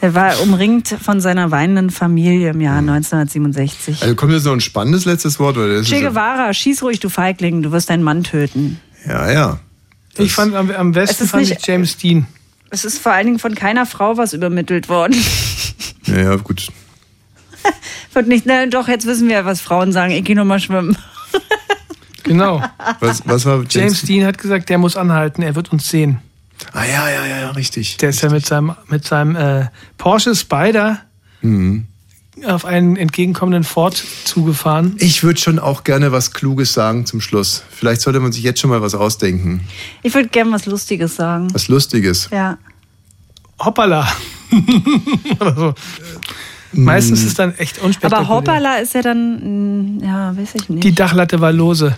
S7: Er war umringt von seiner weinenden Familie im
S6: Hm.
S7: Jahr 1967.
S6: Also kommt jetzt noch ein spannendes letztes Wort, weil das
S7: Che
S6: ist
S7: Guevara, schieß ruhig, du Feigling, du wirst deinen Mann töten.
S6: ja, ja.
S8: Ich fand am, am
S7: Es
S8: besten
S7: ist
S8: fand
S7: nicht-
S8: ich James Dean.
S7: Es ist vor allen Dingen von keiner Frau was übermittelt worden. [laughs]
S6: Ja, ja, gut.
S7: Wird nicht, na doch, jetzt wissen wir, was Frauen sagen. Ich gehe nochmal schwimmen.
S8: Genau.
S6: Was, was war [laughs] James?
S8: James Dean hat gesagt, der muss anhalten, er wird uns sehen.
S6: Ah ja, ja, ja, ja, richtig.
S8: Der ist ja mit seinem, mit seinem äh, Porsche Spider
S6: Mhm.
S8: auf einen entgegenkommenden Ford zugefahren.
S6: Ich würde schon auch gerne was Kluges sagen zum Schluss. Vielleicht sollte man sich jetzt schon mal was ausdenken.
S7: Ich würde gerne was Lustiges sagen.
S6: Was Lustiges.
S7: Ja.
S8: Hoppala. [laughs] Oder so.
S6: Mhm.
S8: Meistens ist dann echt unspektakulär.
S7: Aber Hoppala ist ja dann, mh, ja, weiß ich nicht.
S8: Die Dachlatte war lose.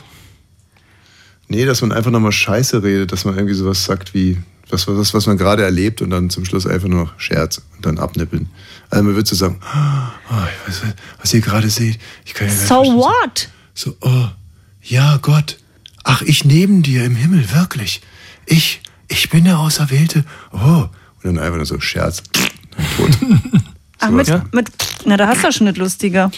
S6: Nee, dass man einfach nochmal Scheiße redet, dass man irgendwie sowas sagt wie das, was, was man gerade erlebt und dann zum Schluss einfach nur noch Scherz und dann abnippeln. Also man würde so sagen, oh, ich weiß, nicht, was ihr gerade seht, ich kann ja gar nicht
S7: so
S6: verstehen.
S7: what?
S6: So, oh, ja Gott, ach ich neben dir im Himmel, wirklich. Ich, ich bin der Auserwählte. Oh, und dann einfach nur so Scherz.
S7: [laughs] Ach, mit, mit, na, da hast du ja schon nicht lustiger.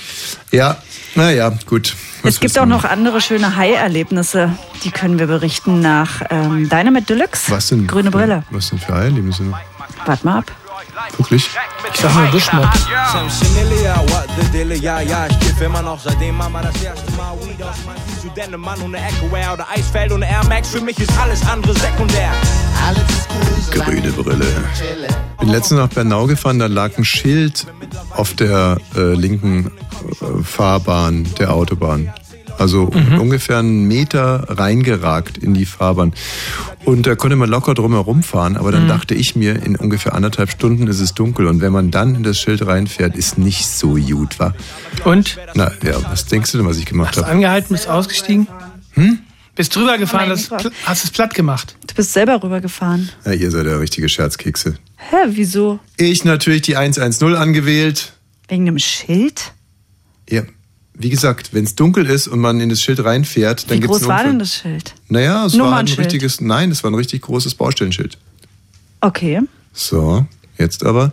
S6: Ja, naja, gut. Was
S7: Es gibt
S6: wissen wir?
S7: auch noch andere schöne Hai-Erlebnisse, die können wir berichten nach ähm, Dynamite Deluxe.
S6: was denn?
S7: Grüne Brille.
S6: Was denn für Eier, die müssen noch?
S7: Warte mal ab.
S6: Wirklich?
S8: Ich sag nur Geschmack.
S6: Grüne Brille. Bin letztens nach Bernau gefahren, da lag ein Schild auf der äh, linken äh, Fahrbahn der Autobahn. Also
S15: Mhm.
S6: ungefähr einen Meter reingeragt in die Fahrbahn. Und da konnte man locker drum herum fahren, aber dann
S15: Mhm.
S6: dachte ich mir, in ungefähr anderthalb Stunden ist es dunkel. Und wenn man dann in das Schild reinfährt, ist nicht so gut, wa?
S8: Und?
S6: Na ja, was denkst du denn, was ich gemacht habe?
S8: Angehalten, bist ausgestiegen.
S6: Hm?
S8: Bist drüber gefahren, das, hast es platt gemacht.
S7: Du bist selber rübergefahren.
S6: Ja, ihr seid ja richtige Scherzkekse.
S7: Hä, wieso?
S6: Ich natürlich die 110 angewählt.
S7: Wegen dem Schild?
S6: Ja, wie gesagt, wenn es dunkel ist und man in das Schild reinfährt, dann
S7: Wie
S6: gibt es
S7: groß war denn das Schild?
S6: Naja, es war ein
S7: Nummernschild.
S6: richtiges, nein, es war ein richtig großes Baustellenschild.
S7: Okay.
S6: So, jetzt aber.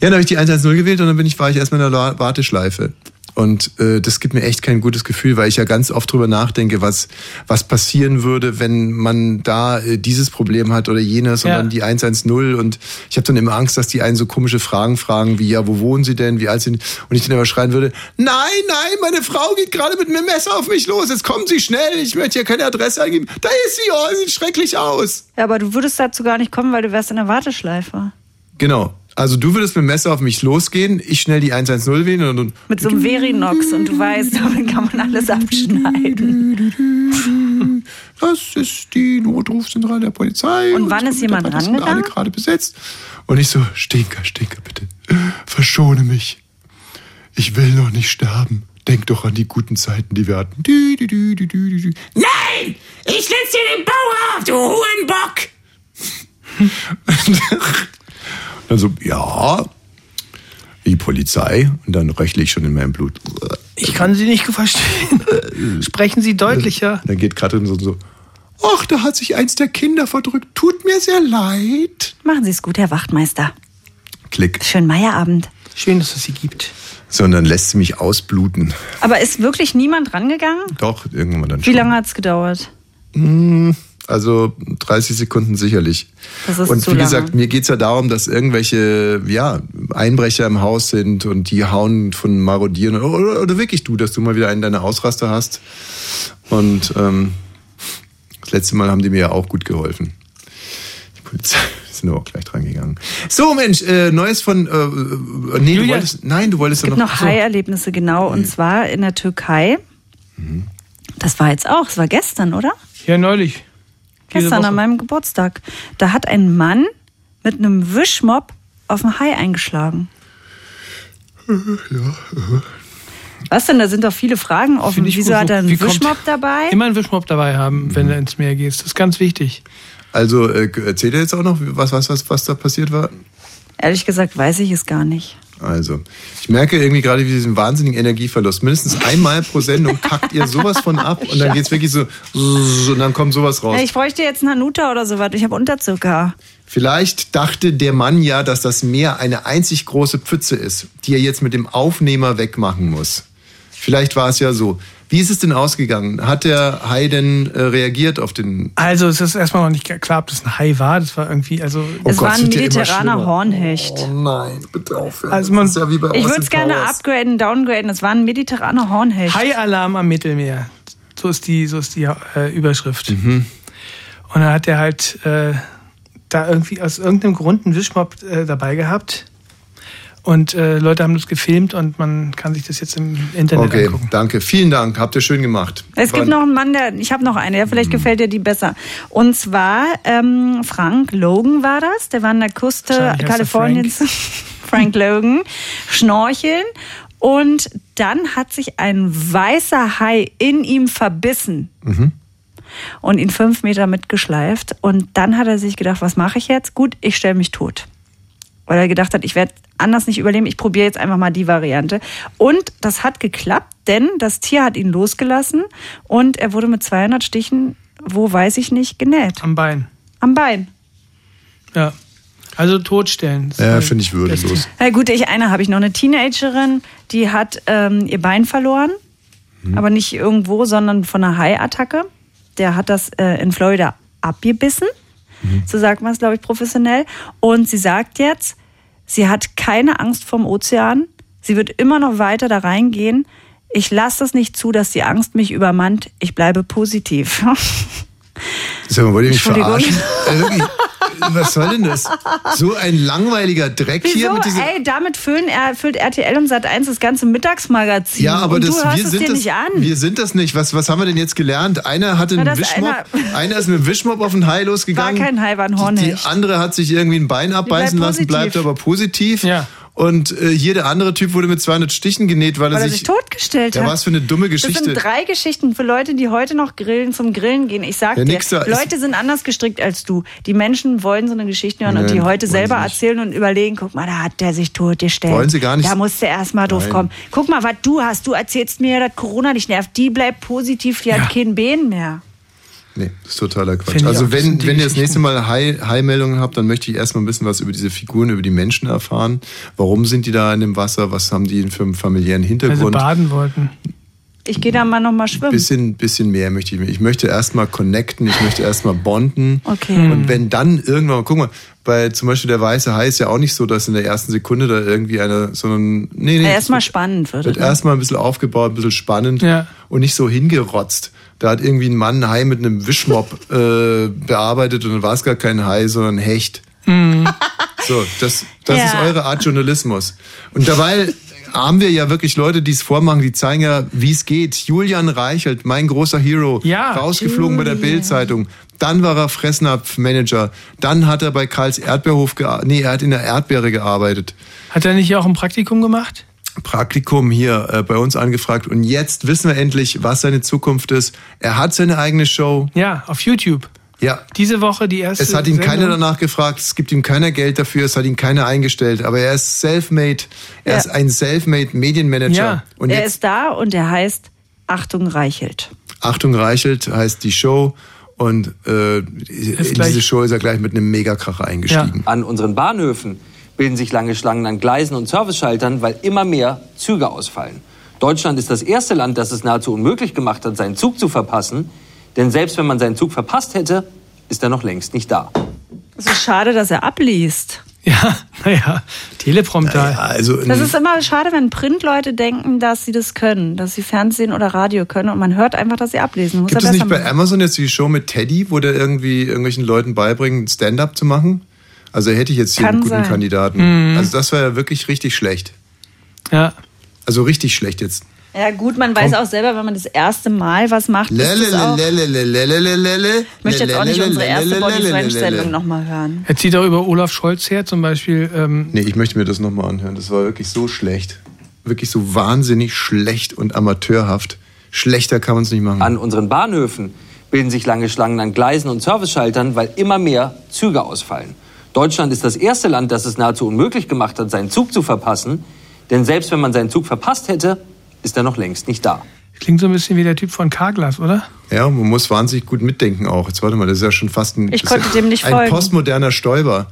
S6: Ja, dann habe ich die 110 gewählt und dann bin ich, war ich erstmal in der La- Warteschleife. Und äh, das gibt mir echt kein gutes Gefühl, weil ich ja ganz oft drüber nachdenke, was, was passieren würde, wenn man da äh, dieses Problem hat oder jenes und
S15: Ja.
S6: dann die 110. Und ich habe dann immer Angst, dass die einen so komische Fragen fragen, wie, ja, wo wohnen Sie denn, wie alt sind Und ich dann immer schreien würde, nein, nein, meine Frau geht gerade mit einem Messer auf mich los, jetzt kommen Sie schnell, ich möchte hier keine Adresse eingeben. Da ist sie, oh, sieht schrecklich aus.
S7: Ja, aber du würdest dazu gar nicht kommen, weil du wärst in der Warteschleife.
S6: Genau. Also du würdest mit dem Messer auf mich losgehen, ich schnell die 110 wählen und, und
S7: Mit so einem Verinox und du weißt, [laughs] damit kann man alles abschneiden.
S6: Das ist die Notrufzentrale der Polizei.
S7: Und wann ist jemand
S6: Das sind alle
S7: rangegangen?
S6: gerade besetzt. Und ich so, Stinker, Stinker, bitte, verschone mich. Ich will noch nicht sterben. Denk doch an die guten Zeiten, die wir hatten. Dü, dü, dü, dü, dü, dü, dü.
S15: Nein! Ich schlitz dir den Bauch auf, du Hurenbock!
S6: [laughs] Dann so, Also, ja, die Polizei. Und dann röchle ich schon in meinem Blut.
S8: Ich kann sie nicht [laughs]
S6: Äh,
S8: verstehen. Sprechen Sie deutlicher.
S6: Dann geht Katrin so, so
S15: Ach, da hat sich eins der Kinder verdrückt. Tut mir sehr leid.
S7: Machen Sie es gut, Herr Wachtmeister.
S6: klick.
S7: Schönen Meierabend.
S6: äh.
S8: Schön, dass es sie gibt.
S6: Sondern lässt sie mich ausbluten.
S7: Aber ist wirklich niemand rangegangen?
S6: Doch, irgendwann dann
S7: Wie lange hat es gedauert?
S6: Mm, Also 30 Sekunden sicherlich.
S7: Das ist
S6: und
S7: zu
S6: wie
S7: lange.
S6: gesagt, mir geht's ja darum, dass irgendwelche ja, Einbrecher im Haus sind und die hauen von Marodieren oder, oder, oder wirklich du, dass du mal wieder einen deiner Ausraster hast. Und ähm, das letzte Mal haben die mir ja auch gut geholfen. Die Polizei [laughs] sind aber auch gleich dran gegangen. So, Mensch, äh, Neues von. Äh, äh, nee, du
S7: Julia,
S6: wolltest, nein, du wolltest
S7: Es gibt
S6: doch
S7: noch
S6: ach so.
S7: High-Erlebnisse, genau. Und zwar in der Türkei. Das war jetzt auch, es war gestern, oder?
S8: Ja, neulich. Diese
S7: Gestern
S8: Woche.
S7: an meinem Geburtstag. Da hat ein Mann mit einem Wischmopp auf den Hai eingeschlagen. Was denn? Da sind doch viele Fragen offen.
S8: Finde ich
S7: Wieso
S8: gut.
S7: hat er einen
S8: Wie kommt-
S7: Wischmopp dabei?
S8: Immer einen Wischmopp dabei haben, wenn du ins Meer gehst. Das ist ganz wichtig.
S6: Also äh, erzähl dir jetzt auch noch, was, was, was, was da passiert war.
S7: Ehrlich gesagt weiß ich es gar nicht.
S6: Also, ich merke irgendwie gerade wie diesen wahnsinnigen Energieverlust. Mindestens einmal pro Sendung kackt ihr sowas von ab
S7: [laughs]
S6: und dann geht's wirklich so zzzz und dann kommt sowas raus.
S7: Ey, ich bräuchte jetzt einen Hanuta oder sowas. Ich habe Unterzucker.
S6: Vielleicht dachte der Mann ja, dass das Meer eine einzig große Pfütze ist, die er jetzt mit dem Aufnehmer wegmachen muss. Vielleicht war es ja so. Wie ist es denn ausgegangen? Hat der Hai denn äh, reagiert auf den...
S8: Also, es ist erstmal noch nicht klar, ob das ein Hai war. Das war irgendwie, also.
S6: Oh Es Gott, war ein wird ja immer mediterraner schlimmer.
S7: Hornhecht.
S6: Oh nein, bitte aufhören.
S8: Also man,
S6: ja wie bei
S7: Ich würde es gerne upgraden, downgraden. Das war ein mediterraner Hornhecht.
S8: Hai-Alarm am Mittelmeer. So ist die, so ist die äh, Überschrift.
S6: Mhm.
S8: Und dann hat er halt äh, da irgendwie aus irgendeinem Grund einen Wischmopp äh, dabei gehabt. Und äh, Leute haben das gefilmt und man kann sich das jetzt im Internet
S6: Okay,
S8: angucken.
S6: danke. Vielen Dank. Habt ihr schön gemacht.
S7: Es gibt
S6: War-
S7: noch einen Mann, der, ich habe noch eine, ja,
S16: Mhm.
S7: vielleicht gefällt dir die besser. Und zwar ähm, Frank Logan war das, der war an der Küste
S16: Wahrscheinlich heißt er
S7: Kaliforniens, [laughs] Frank. Logan, schnorcheln. Und dann hat sich ein weißer Hai in ihm verbissen
S6: Mhm.
S7: und ihn fünf Meter mitgeschleift. Und dann hat er sich gedacht, was mache ich jetzt? Gut, ich stelle mich tot. Weil er gedacht hat, ich werde anders nicht überleben, ich probiere jetzt einfach mal die Variante. Und das hat geklappt, denn das Tier hat ihn losgelassen und er wurde mit 200 Stichen, wo weiß ich nicht, genäht.
S8: Am Bein.
S7: Am Bein.
S8: Ja. Also totstellen.
S6: Ja, finde ich würdelos.
S7: Na gut, ich eine habe ich noch eine Teenagerin, die hat ähm, ihr Bein verloren, aber nicht irgendwo, sondern von einer Hai-Attacke. Der hat das äh, in Florida abgebissen, so sagt man es, glaube ich, professionell. Und sie sagt jetzt, Sie hat keine Angst vorm Ozean. Sie wird immer noch weiter da reingehen. Ich lasse es nicht zu, dass die Angst mich übermannt. Ich bleibe positiv. [laughs]
S6: Sag mal, wollt ihr mich
S7: Entschuldigung.
S6: verarschen?
S7: [laughs]
S6: Also wirklich, was soll denn das? So ein langweiliger Dreck hier
S7: Wieso?
S6: mit diesem.
S7: Ey, damit füllen, er, füllt RTL und Sat1 das ganze Mittagsmagazin.
S6: Ja, aber
S7: und
S6: das,
S7: du hörst
S6: wir,
S7: es
S6: sind
S7: dir
S6: das,
S7: nicht an.
S6: wir sind das nicht. Was, was haben wir denn jetzt gelernt? Einer hatte
S7: Na,
S6: einen
S7: dass
S6: Wischmopp, einer,
S7: einer- [laughs]
S6: ist mit dem Wischmopp auf den Hai
S7: War
S6: losgegangen.
S7: kein Hai, war ein
S6: Die
S7: Hornhecht.
S6: andere hat sich irgendwie ein Bein abbeißen
S7: bleibt
S6: lassen, bleibt
S7: positiv.
S6: aber positiv. Und äh, hier der andere Typ wurde mit 200 Stichen genäht, weil,
S7: Weil er sich totgestellt
S6: Ja,
S7: hat.
S6: was für eine dumme
S7: Das
S6: Geschichte.
S7: sind drei Geschichten für Leute, die heute noch grillen, zum Grillen gehen. Ich sag
S6: Ja,
S7: dir,
S6: nix da.
S7: Leute sind anders gestrickt als du. Die Menschen wollen so eine Geschichte hören und
S6: Nein,
S7: die heute
S6: wollen
S7: selber
S6: sie
S7: erzählen und überlegen, guck mal, da hat der sich totgestellt.
S6: Wollen sie gar nicht.
S7: Da musst du erst mal drauf
S6: Nein.
S7: kommen. Guck mal, was du hast. Du erzählst mir, dass Corona dich nervt. Die bleibt positiv, die hat keinen Behen mehr.
S6: Nee, das ist totaler Quatsch.
S15: Finde ich auch,
S6: Also
S15: das
S6: wenn,
S15: sind die
S6: wenn ihr das
S15: Geschichten.
S6: nächste Mal Hai- Hai-Meldungen habt, dann möchte ich erstmal ein bisschen was über diese Figuren, über die Menschen erfahren. Warum sind die da in dem Wasser? Was haben die für einen familiären
S8: Weil sie
S6: Hintergrund?
S15: Also
S8: baden wollten.
S7: Ich gehe da mal noch mal schwimmen.
S6: bisschen, bisschen mehr möchte ich. Ich möchte erstmal connecten, ich möchte erstmal bonden.
S7: Okay.
S15: Mhm.
S6: Und wenn dann irgendwann, guck mal, bei zum Beispiel der weiße Hai ist ja auch nicht so, dass in der ersten Sekunde da irgendwie einer, sondern nee, nee,
S7: Ja,
S6: es
S7: erstmal spannend wird.
S6: wird
S7: es, ne?
S6: erstmal ein bisschen aufgebaut, ein bisschen spannend
S7: Ja.
S6: und nicht so hingerotzt. Da hat irgendwie ein Mann einen Hai mit einem Wischmopp äh, bearbeitet und dann war es gar kein Hai, sondern ein Hecht. [laughs]
S7: Mhm.
S6: So, das, das
S7: Ja.
S6: ist eure Art Journalismus. Und dabei haben wir ja wirklich Leute, die es vormachen, die zeigen ja, wie es geht. Julian Reichelt, mein großer Hero, rausgeflogen bei der Bild-Zeitung. Dann war er Fressnapf-Manager. Dann hat er bei Karls Erdbeerhof gearbeitet. Nee, er hat in der Erdbeere gearbeitet.
S8: Hat er nicht auch ein Praktikum gemacht?
S6: Praktikum hier äh, bei uns angefragt. Und jetzt wissen wir endlich, was seine Zukunft ist. Er hat seine eigene Show.
S8: Ja, auf YouTube.
S6: Ja.
S8: Diese Woche die erste.
S6: Es hat ihn
S8: Sendung.
S6: keiner danach gefragt, es gibt ihm keiner Geld dafür, es hat ihn keiner eingestellt. Aber er ist self-made. Er
S7: Ja.
S6: ist ein self-made Medienmanager. Und
S7: er
S6: jetzt,
S7: ist da und er heißt Achtung Reichelt.
S6: Achtung, Reichelt heißt die Show. Und äh, in
S16: gleich-
S6: diese Show ist er gleich mit einem Megakracher eingestiegen.
S16: An unseren Bahnhöfen bilden sich lange Schlangen an Gleisen und Serviceschaltern, weil immer mehr Züge ausfallen. Deutschland ist das erste Land, das es nahezu unmöglich gemacht hat, seinen Zug zu verpassen. Denn selbst wenn man seinen Zug verpasst hätte, ist er noch längst nicht da.
S7: Es ist schade, dass er abliest.
S8: [laughs] Naja, Teleprompter.
S6: also
S7: Das ist immer schade, wenn Printleute denken, dass sie das können, dass sie Fernsehen oder Radio können und man hört einfach, dass sie ablesen. Muss
S6: Gibt
S7: er
S6: es
S7: besser
S6: nicht bei
S7: machen.
S6: Amazon jetzt die Show mit Teddy, wo der irgendwie irgendwelchen Leuten beibringt, Stand-up zu machen? Also hätte ich jetzt hier
S7: Kann
S6: einen guten
S7: sein.
S6: Kandidaten.
S7: Mhm.
S6: Also das war ja wirklich richtig schlecht.
S8: Ja.
S6: Also richtig schlecht jetzt.
S7: Ja gut, man weiß auch selber, wenn man das erste Mal was macht, ist das auch. Ich möchte jetzt auch nicht unsere erste Bonnie French-Sendung nochmal hören.
S8: Er zieht auch über Olaf Scholz her, zum Beispiel. Ähm,
S6: Nee, ich möchte mir das nochmal anhören. Das war wirklich so schlecht. Wirklich so wahnsinnig schlecht und amateurhaft. Schlechter kann man es nicht machen.
S16: An unseren Bahnhöfen bilden sich lange Schlangen an Gleisen und Serviceschaltern, weil immer mehr Züge ausfallen. Deutschland ist das erste Land, das es nahezu unmöglich gemacht hat, seinen Zug zu verpassen. Denn selbst wenn man seinen Zug verpasst hätte, ist er noch längst nicht da.
S8: klingt so ein bisschen wie der Typ von Carglass, oder?
S6: Ja, man muss wahnsinnig gut mitdenken auch. Jetzt warte mal, das ist ja schon fast ein, das
S8: Ich
S6: ist
S8: konnte
S6: ja
S8: dem nicht
S6: ein
S8: folgen.
S6: postmoderner
S8: [laughs]
S6: Stäuber.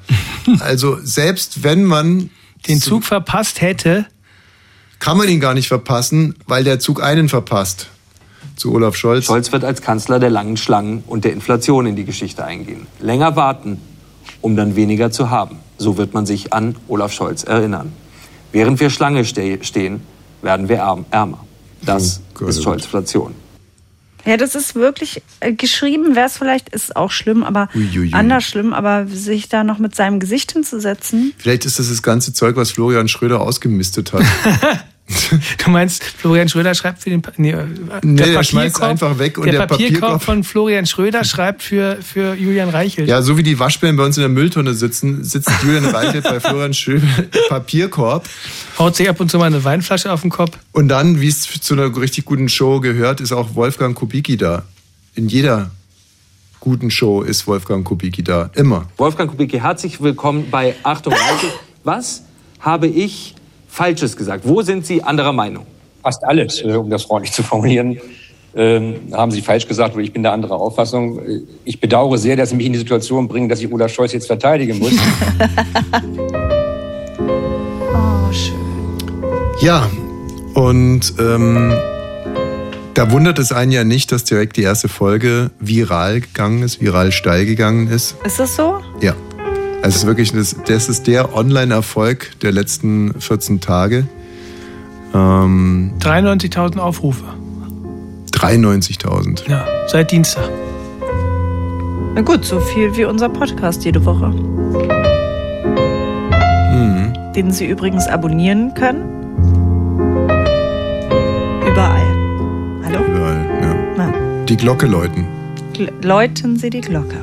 S6: Also selbst wenn man den Zug
S8: verpasst hätte, [laughs]
S6: kann man ihn gar nicht verpassen, weil der Zug einen verpasst. Zu Olaf Scholz.
S16: Scholz wird als Kanzler der langen Schlangen und der Inflation in die Geschichte eingehen. Länger warten, um dann weniger zu haben. So wird man sich an Olaf Scholz erinnern. Während wir Schlange ste stehen, werden wir arm ärmer. Das
S6: Oh
S16: ist Scholzflation.
S7: Ja, das ist wirklich äh, geschrieben, wäre es vielleicht, ist auch schlimm, aber
S6: Uiuiui.
S7: anders schlimm, aber sich da noch mit seinem Gesicht hinzusetzen.
S6: Vielleicht ist das das ganze Zeug, was Florian Schröder ausgemistet
S8: [laughs]
S6: hat.
S8: Du meinst, Florian Schröder schreibt für den. Pa nee, äh,
S6: Nee, der
S8: Papierkorb-
S6: schmeißt einfach weg und der
S8: Papierkorb,
S6: Papierkorb-
S8: von Florian Schröder schreibt für, für Julian Reichelt.
S6: Ja, so wie die Waschbären bei uns in der Mülltonne sitzen, sitzt Julian Reichelt bei Florian Schröder im Papierkorb.
S8: Haut sich ab und zu mal eine Weinflasche auf den Kopf.
S6: Und dann, wie es zu einer richtig guten Show gehört, ist auch Wolfgang Kubicki da. In jeder guten Show ist Wolfgang Kubicki da. Immer.
S16: Wolfgang Kubicki, herzlich willkommen bei Achtung. Reichelt. Was habe ich Falsches gesagt? Wo sind Sie anderer Meinung?
S17: Fast alles, äh, um das freundlich zu formulieren, ähm, haben Sie falsch gesagt, aber ich bin der anderer Auffassung. Äh, Ich bedauere sehr, dass Sie mich in die Situation bringen, dass ich Olaf Scholz jetzt verteidigen muss.
S7: Oh, schön.
S6: Ja, und ähm, da wundert es einen ja nicht, dass direkt die erste Folge viral gegangen ist, viral steil gegangen ist.
S7: Ist das so?
S6: Ja. Also es ist wirklich, das, das ist der Online-Erfolg der letzten 14 Tage. Ähm,
S8: 93.000 Aufrufe.
S6: 93.000.
S8: Ja, seit Dienstag.
S7: Na gut, so viel wie unser Podcast jede Woche. Den Sie übrigens abonnieren können. Überall.
S6: Überall, ja.
S7: Na,
S6: Die Glocke läuten.
S7: gl- läuten Sie die Glocke.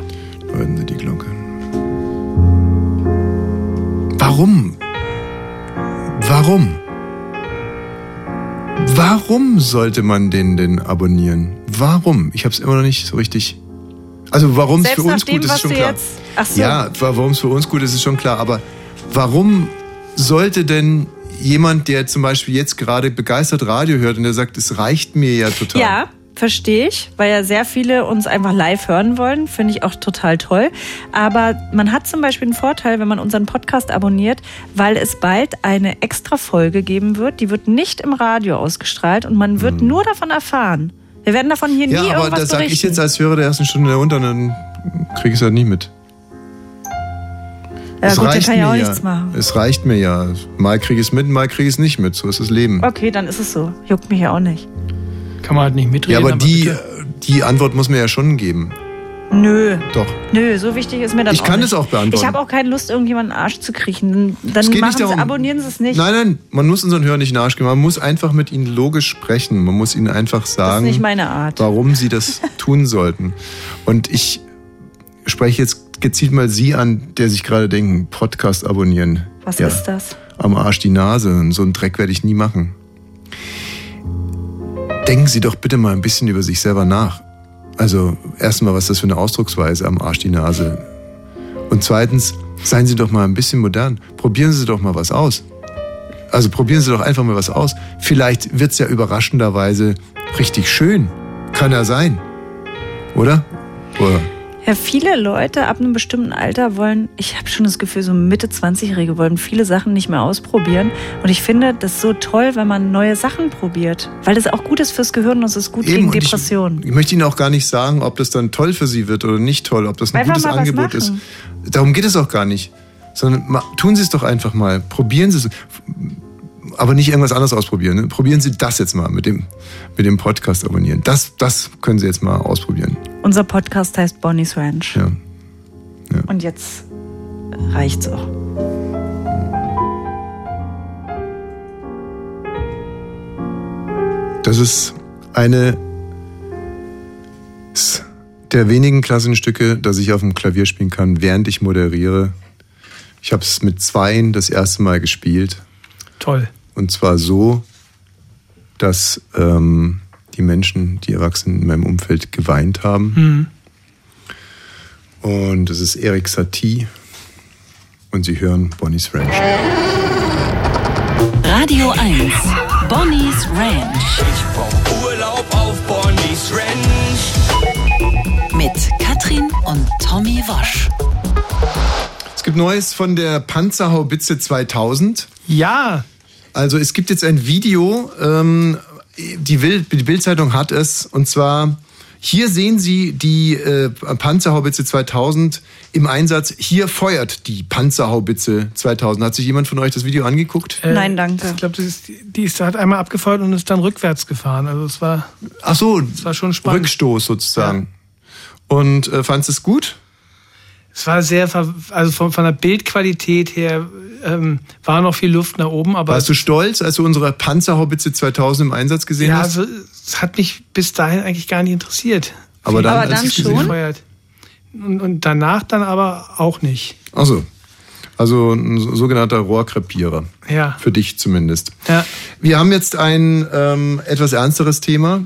S6: Läuten Sie die Glocke. Warum? Warum? Warum sollte man den denn abonnieren? Warum? Ich habe es immer noch nicht so richtig. Also warum es
S7: Selbst
S6: für uns
S7: nach dem,
S6: gut ist,
S7: was
S6: ist schon
S7: du
S6: klar.
S7: jetzt- Ach so.
S6: Ja, warum es für uns gut ist, ist schon klar. Aber warum sollte denn jemand, der zum Beispiel jetzt gerade begeistert Radio hört und der sagt, es reicht mir ja total.
S7: Ja, verstehe ich, weil ja sehr viele uns einfach live hören wollen. Finde ich auch total toll. Aber man hat zum Beispiel einen Vorteil, wenn man unseren Podcast abonniert, weil es bald eine extra Folge geben wird. Die wird nicht im Radio ausgestrahlt und man wird nur davon erfahren. Wir werden davon hier nie
S6: Hm. ja, aber da
S7: irgendwas
S6: sage
S7: berichten.
S6: ich jetzt halt, als Hörer der ersten Stunde darunter und dann kriege ich es halt nicht mit.
S7: ja,
S6: es
S7: gut, dann
S6: reicht
S7: kann ich
S6: mir
S7: auch
S6: ja.
S7: nichts machen.
S6: Es reicht mir ja. Mal kriege ich es mit, mal kriege ich es nicht mit. So ist das Leben.
S7: Okay, dann ist es so. Juckt mich ja auch nicht.
S8: Kann man halt nicht mitreden.
S6: ja, aber, die, die Antwort muss mir ja schon geben.
S7: Nö.
S6: Doch.
S7: Nö, so wichtig ist mir das
S6: Ich
S7: auch
S6: kann
S7: nicht.
S6: es auch beantworten.
S7: Ich habe auch keine Lust, irgendjemanden in den Arsch zu kriechen. Dann
S6: Es geht
S7: machen
S6: nicht
S7: sie,
S6: darum.
S7: abonnieren sie es nicht.
S6: Nein, nein, man muss unseren Hörern nicht in den Arsch gehen. Man muss einfach mit ihnen logisch sprechen. Man muss ihnen einfach
S7: das ist
S6: sagen,
S7: nicht meine Art.
S6: warum sie
S7: [laughs]
S6: das tun sollten. Und ich spreche jetzt gezielt mal Sie an, der sich gerade denken, Podcast abonnieren.
S7: Was
S6: Ja.
S7: ist das?
S6: am Arsch die Nase und so einen Dreck werde ich nie machen. Denken Sie doch bitte mal ein bisschen über sich selber nach. Also erstmal, was ist das für eine Ausdrucksweise am Arsch die Nase? Und zweitens, seien Sie doch mal ein bisschen modern. Probieren Sie doch mal was aus. Also probieren Sie doch einfach mal was aus. Vielleicht wird es ja überraschenderweise richtig schön. Kann ja sein. Oder? Oder?
S7: Ja, viele Leute ab einem bestimmten Alter wollen, ich habe schon das Gefühl, so Mitte 20-Jährige wollen viele Sachen nicht mehr ausprobieren. Und ich finde das so toll, wenn man neue Sachen probiert. Weil das auch gut ist fürs Gehirn und es ist gut gegen
S6: und ich-
S7: Depressionen.
S6: Ich möchte Ihnen auch gar nicht sagen, ob das dann toll für Sie wird oder nicht toll, ob das ein
S7: Einfach
S6: gutes
S7: mal was
S6: Angebot ist.
S7: machen.
S6: Darum geht es auch gar nicht. Sondern ma- tun Sie es doch einfach mal. Probieren Sie es. Aber nicht irgendwas anderes ausprobieren. Ne? Probieren Sie das jetzt mal mit dem, mit dem Podcast abonnieren. Das, das können Sie jetzt mal ausprobieren.
S7: Unser Podcast heißt Bonnie's Ranch.
S6: Ja.
S7: Und jetzt reicht's auch.
S6: Das ist eine s- der wenigen Klassenstücke, das ich auf dem Klavier spielen kann, während ich moderiere. Ich habe es mit zweien das erste Mal gespielt.
S8: Toll.
S6: Und zwar so, dass ähm, die Menschen, die Erwachsenen in meinem Umfeld geweint haben.
S8: Hm.
S6: Und das ist Erik Satie. Und sie hören Bonnie's Ranch.
S3: Radio 1. Bonnie's Ranch.
S4: Urlaub auf Bonnie's Ranch.
S3: Mit Katrin und Tommy Wosch.
S6: Es gibt Neues von der Panzerhaubitze 2000.
S8: Ja.
S6: Also es gibt jetzt ein Video, ähm, die Bild- die Bild-Zeitung hat es, und zwar hier sehen Sie die äh, Panzerhaubitze 2000 im Einsatz. Hier feuert die Panzerhaubitze 2000. Hat sich jemand von euch das Video angeguckt?
S7: Nein, danke.
S8: Ich glaube, die ist, hat einmal abgefeuert und ist dann rückwärts gefahren. Also es war,
S6: Ach so,
S8: es war schon spannend.
S6: Rückstoß sozusagen. Und äh, fandst du es gut?
S8: Es war sehr, ver- also von, von der Bildqualität her ähm, war noch viel Luft nach oben, aber
S6: Warst du stolz, als du unsere Panzerhaubitze 2000 im Einsatz gesehen
S8: ja,
S6: hast?
S8: also, es hat mich bis dahin eigentlich gar nicht interessiert.
S6: Aber dann, Aber als dann
S8: es
S6: ich's gesehen schon?
S8: Und, und danach dann aber auch nicht.
S6: Ach so. Also ein so- sogenannter Rohrkrepierer.
S8: Ja.
S6: Für dich zumindest.
S8: Ja.
S6: Wir haben jetzt ein ähm, etwas ernsteres Thema,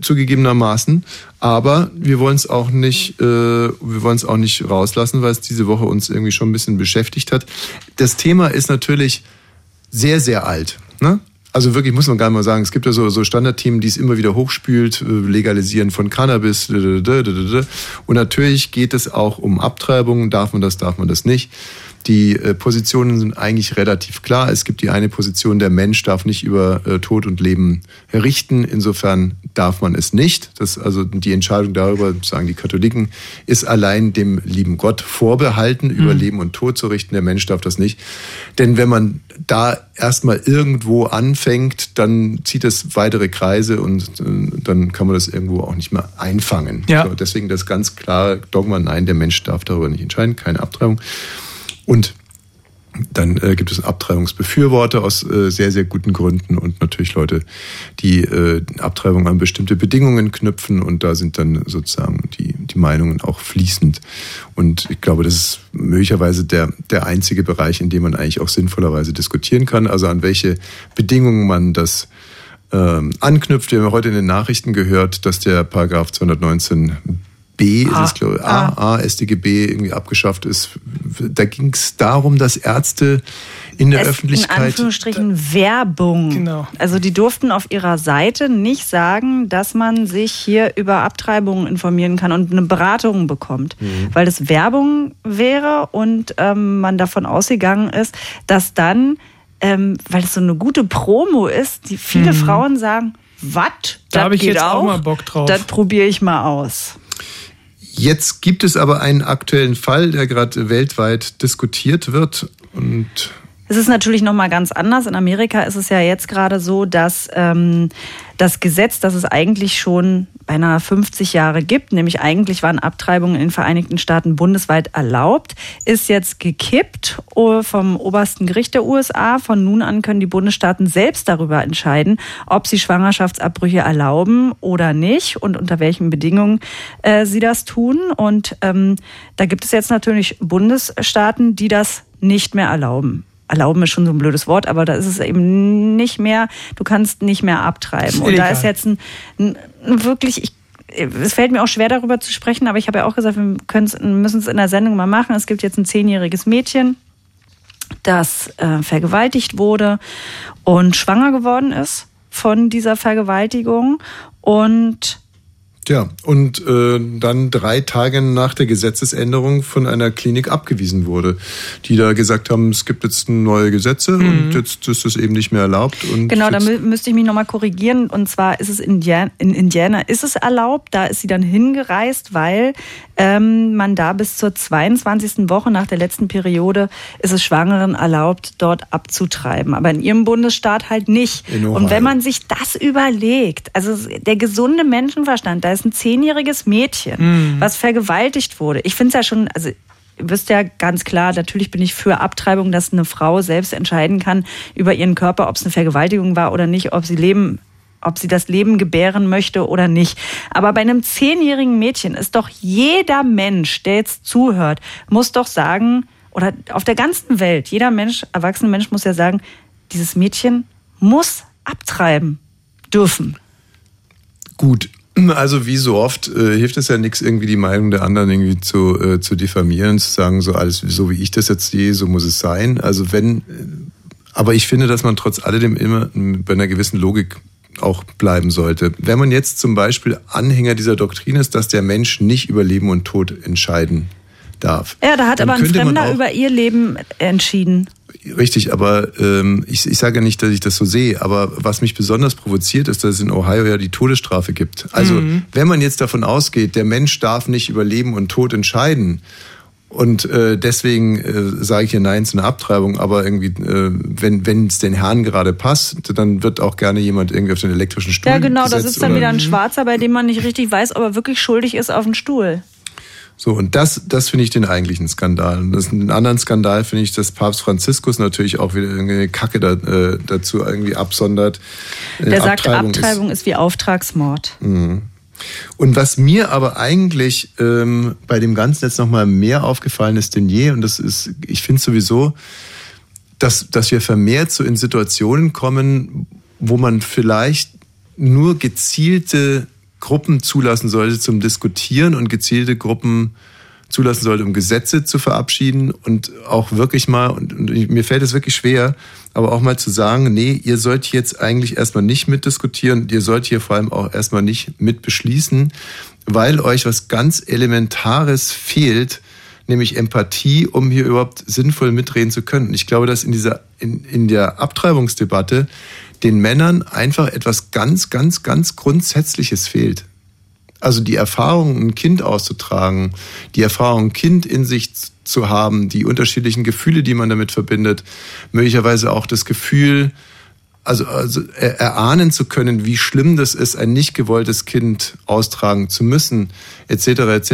S6: zugegebenermaßen, aber wir wollen es auch nicht, äh, wir wollen es auch nicht rauslassen, weil es diese Woche uns irgendwie schon ein bisschen beschäftigt hat. Das Thema ist natürlich sehr, sehr alt. Ne? Also wirklich muss man gar nicht mal sagen, es gibt ja so, so Standardthemen, die es immer wieder hochspült, äh, Legalisieren von Cannabis. dä, dä, dä, dä, dä, dä. Und natürlich geht es auch um Abtreibungen, darf man das, darf man das nicht. Die äh, Positionen sind eigentlich relativ klar. Es gibt die eine Position, der Mensch darf nicht über äh, Tod und Leben richten. Insofern darf man es nicht. Das, also die Entscheidung darüber, sagen die Katholiken, ist allein dem lieben Gott vorbehalten, über Leben und Tod zu richten. Der Mensch darf das nicht. Denn wenn man da erstmal irgendwo anfängt, dann zieht es weitere Kreise und äh, dann kann man das irgendwo auch nicht mehr einfangen.
S8: Ja.
S6: So, deswegen das ganz klare Dogma, nein, der Mensch darf darüber nicht entscheiden, keine Abtreibung. Und dann äh, gibt es Abtreibungsbefürworter aus äh, sehr, sehr guten Gründen und natürlich Leute, die äh, Abtreibung an bestimmte Bedingungen knüpfen und da sind dann sozusagen die, die Meinungen auch fließend. Und ich glaube, das ist möglicherweise der, der einzige Bereich, in dem man eigentlich auch sinnvollerweise diskutieren kann, also an welche Bedingungen man das ähm, anknüpft. Wir haben ja heute in den Nachrichten gehört, dass der Paragraph 219 B ist
S7: Ah,
S6: es, glaube ich, A, A, StGB irgendwie abgeschafft ist. Da ging es darum, dass Ärzte in der
S7: Es- In
S6: Öffentlichkeit.
S7: Anführungsstrichen Werbung. Genau. Also die durften auf ihrer Seite nicht sagen, dass man sich hier über Abtreibungen informieren kann und eine Beratung bekommt,
S18: Mhm.
S7: weil das Werbung wäre und ähm, man davon ausgegangen ist, dass dann, ähm, weil es so eine gute Promo ist, die viele
S8: Mhm.
S7: Frauen sagen, was?
S8: Da habe ich
S7: geht
S8: jetzt auch mal Bock drauf."
S7: Das probiere ich mal aus.
S6: Jetzt gibt es aber einen aktuellen Fall, der gerade weltweit diskutiert wird und
S7: Es ist natürlich noch mal ganz anders. In Amerika ist es ja jetzt gerade so, dass ähm, das Gesetz, das es eigentlich schon beinahe 50 Jahre gibt, nämlich eigentlich waren Abtreibungen in den Vereinigten Staaten bundesweit erlaubt, ist jetzt gekippt äh, vom obersten Gericht der USA. Von nun an können die Bundesstaaten selbst darüber entscheiden, ob sie Schwangerschaftsabbrüche erlauben oder nicht und unter welchen Bedingungen äh, sie das tun. Und ähm, da gibt es jetzt natürlich Bundesstaaten, die das nicht mehr erlauben erlauben ist schon so ein blödes Wort, aber da ist es eben nicht mehr, du kannst nicht mehr abtreiben.
S18: Ist
S7: Und da
S18: illegal.
S7: ist jetzt ein, ein ein wirklich, ich, es fällt mir auch schwer darüber zu sprechen, aber ich habe ja auch gesagt, wir können's- müssen es in der Sendung mal machen. Es gibt jetzt ein zehnjähriges Mädchen, das äh, vergewaltigt wurde und schwanger geworden ist von dieser Vergewaltigung und
S6: ja, und äh, dann drei Tage nach der Gesetzesänderung von einer Klinik abgewiesen wurde, die da gesagt haben, es gibt jetzt neue Gesetze und jetzt ist es eben nicht mehr erlaubt. Und
S7: Mhm. Genau, da
S6: jetzt,
S7: mü müsste ich mich nochmal korrigieren. Und zwar ist es Indian in Indiana ist es erlaubt. Da ist sie dann hingereist, weil ähm, man da bis zur 22. Woche nach der letzten Periode ist es Schwangeren erlaubt, dort abzutreiben. Aber in ihrem Bundesstaat halt nicht.
S18: In Ohio.
S7: Und wenn man sich das überlegt, also der gesunde Menschenverstand, da ist ein zehnjähriges Mädchen,
S18: Mhm.
S7: was vergewaltigt wurde. Ich finde es ja schon, also ihr wisst ja ganz klar, natürlich bin ich für Abtreibung, dass eine Frau selbst entscheiden kann über ihren Körper, ob es eine Vergewaltigung war oder nicht, ob sie leben ob sie das Leben gebären möchte oder nicht. Aber bei einem zehnjährigen Mädchen ist doch jeder Mensch, der jetzt zuhört, muss doch sagen, oder auf der ganzen Welt, jeder Mensch, erwachsene Mensch muss ja sagen, dieses Mädchen muss abtreiben dürfen.
S6: Gut. Also wie so oft äh, hilft es ja nichts, irgendwie die Meinung der anderen irgendwie zu, äh, zu diffamieren, zu sagen, so alles so wie ich das jetzt sehe, so muss es sein. Also wenn, äh, aber ich finde, dass man trotz alledem immer äh, bei einer gewissen Logik auch bleiben sollte. Wenn man jetzt zum Beispiel Anhänger dieser Doktrin ist, dass der Mensch nicht über Leben und Tod entscheiden darf.
S7: Ja, da hat
S6: dann
S7: aber ein
S6: könnte man
S7: Fremder
S6: auch-
S7: über ihr Leben entschieden.
S6: Richtig, aber ähm, ich, ich sage ja nicht, dass ich das so sehe, aber was mich besonders provoziert, ist, dass es in Ohio ja die Todesstrafe gibt. Also
S19: Mhm.
S6: wenn man jetzt davon ausgeht, der Mensch darf nicht über Leben und Tod entscheiden und äh, deswegen äh, sage ich hier Nein zu einer Abtreibung, aber irgendwie, äh, wenn es den Herrn gerade passt, dann wird auch gerne jemand irgendwie auf den elektrischen Stuhl
S7: ja, genau, da
S6: gesetzt
S7: sitzt dann
S6: oder- mhm.
S7: wieder ein Schwarzer, bei dem man nicht richtig weiß, ob er wirklich schuldig ist auf dem Stuhl.
S6: So, und das, das finde ich den eigentlichen Skandal. Und das, einen anderen Skandal finde ich, dass Papst Franziskus natürlich auch wieder irgendeine Kacke da, äh, dazu irgendwie absondert. Äh,
S7: Der sagt, Abtreibung,
S6: ist-
S7: ist, wie Auftragsmord.
S6: Mhm. Und was mir aber eigentlich ähm, bei dem Ganzen jetzt nochmal mehr aufgefallen ist denn je, und das ist, ich finde sowieso, dass, dass wir vermehrt so in Situationen kommen, wo man vielleicht nur gezielte Gruppen zulassen sollte zum Diskutieren und gezielte Gruppen zulassen sollte, um Gesetze zu verabschieden und auch wirklich mal, und, und ich- mir fällt es wirklich schwer, aber auch mal zu sagen, nee, ihr sollt jetzt eigentlich erstmal nicht mitdiskutieren, ihr sollt hier vor allem auch erstmal nicht mitbeschließen, weil euch was ganz Elementares fehlt, nämlich Empathie, um hier überhaupt sinnvoll mitreden zu können. Ich glaube, dass in dieser, in, in der Abtreibungsdebatte den Männern einfach etwas ganz, ganz, ganz Grundsätzliches fehlt. Also die Erfahrung, ein Kind auszutragen, die Erfahrung, ein Kind in sich zu haben, die unterschiedlichen Gefühle, die man damit verbindet, möglicherweise auch das Gefühl, also, also er- erahnen zu können, wie schlimm das ist, ein nicht gewolltes Kind austragen zu müssen, etc., etc.,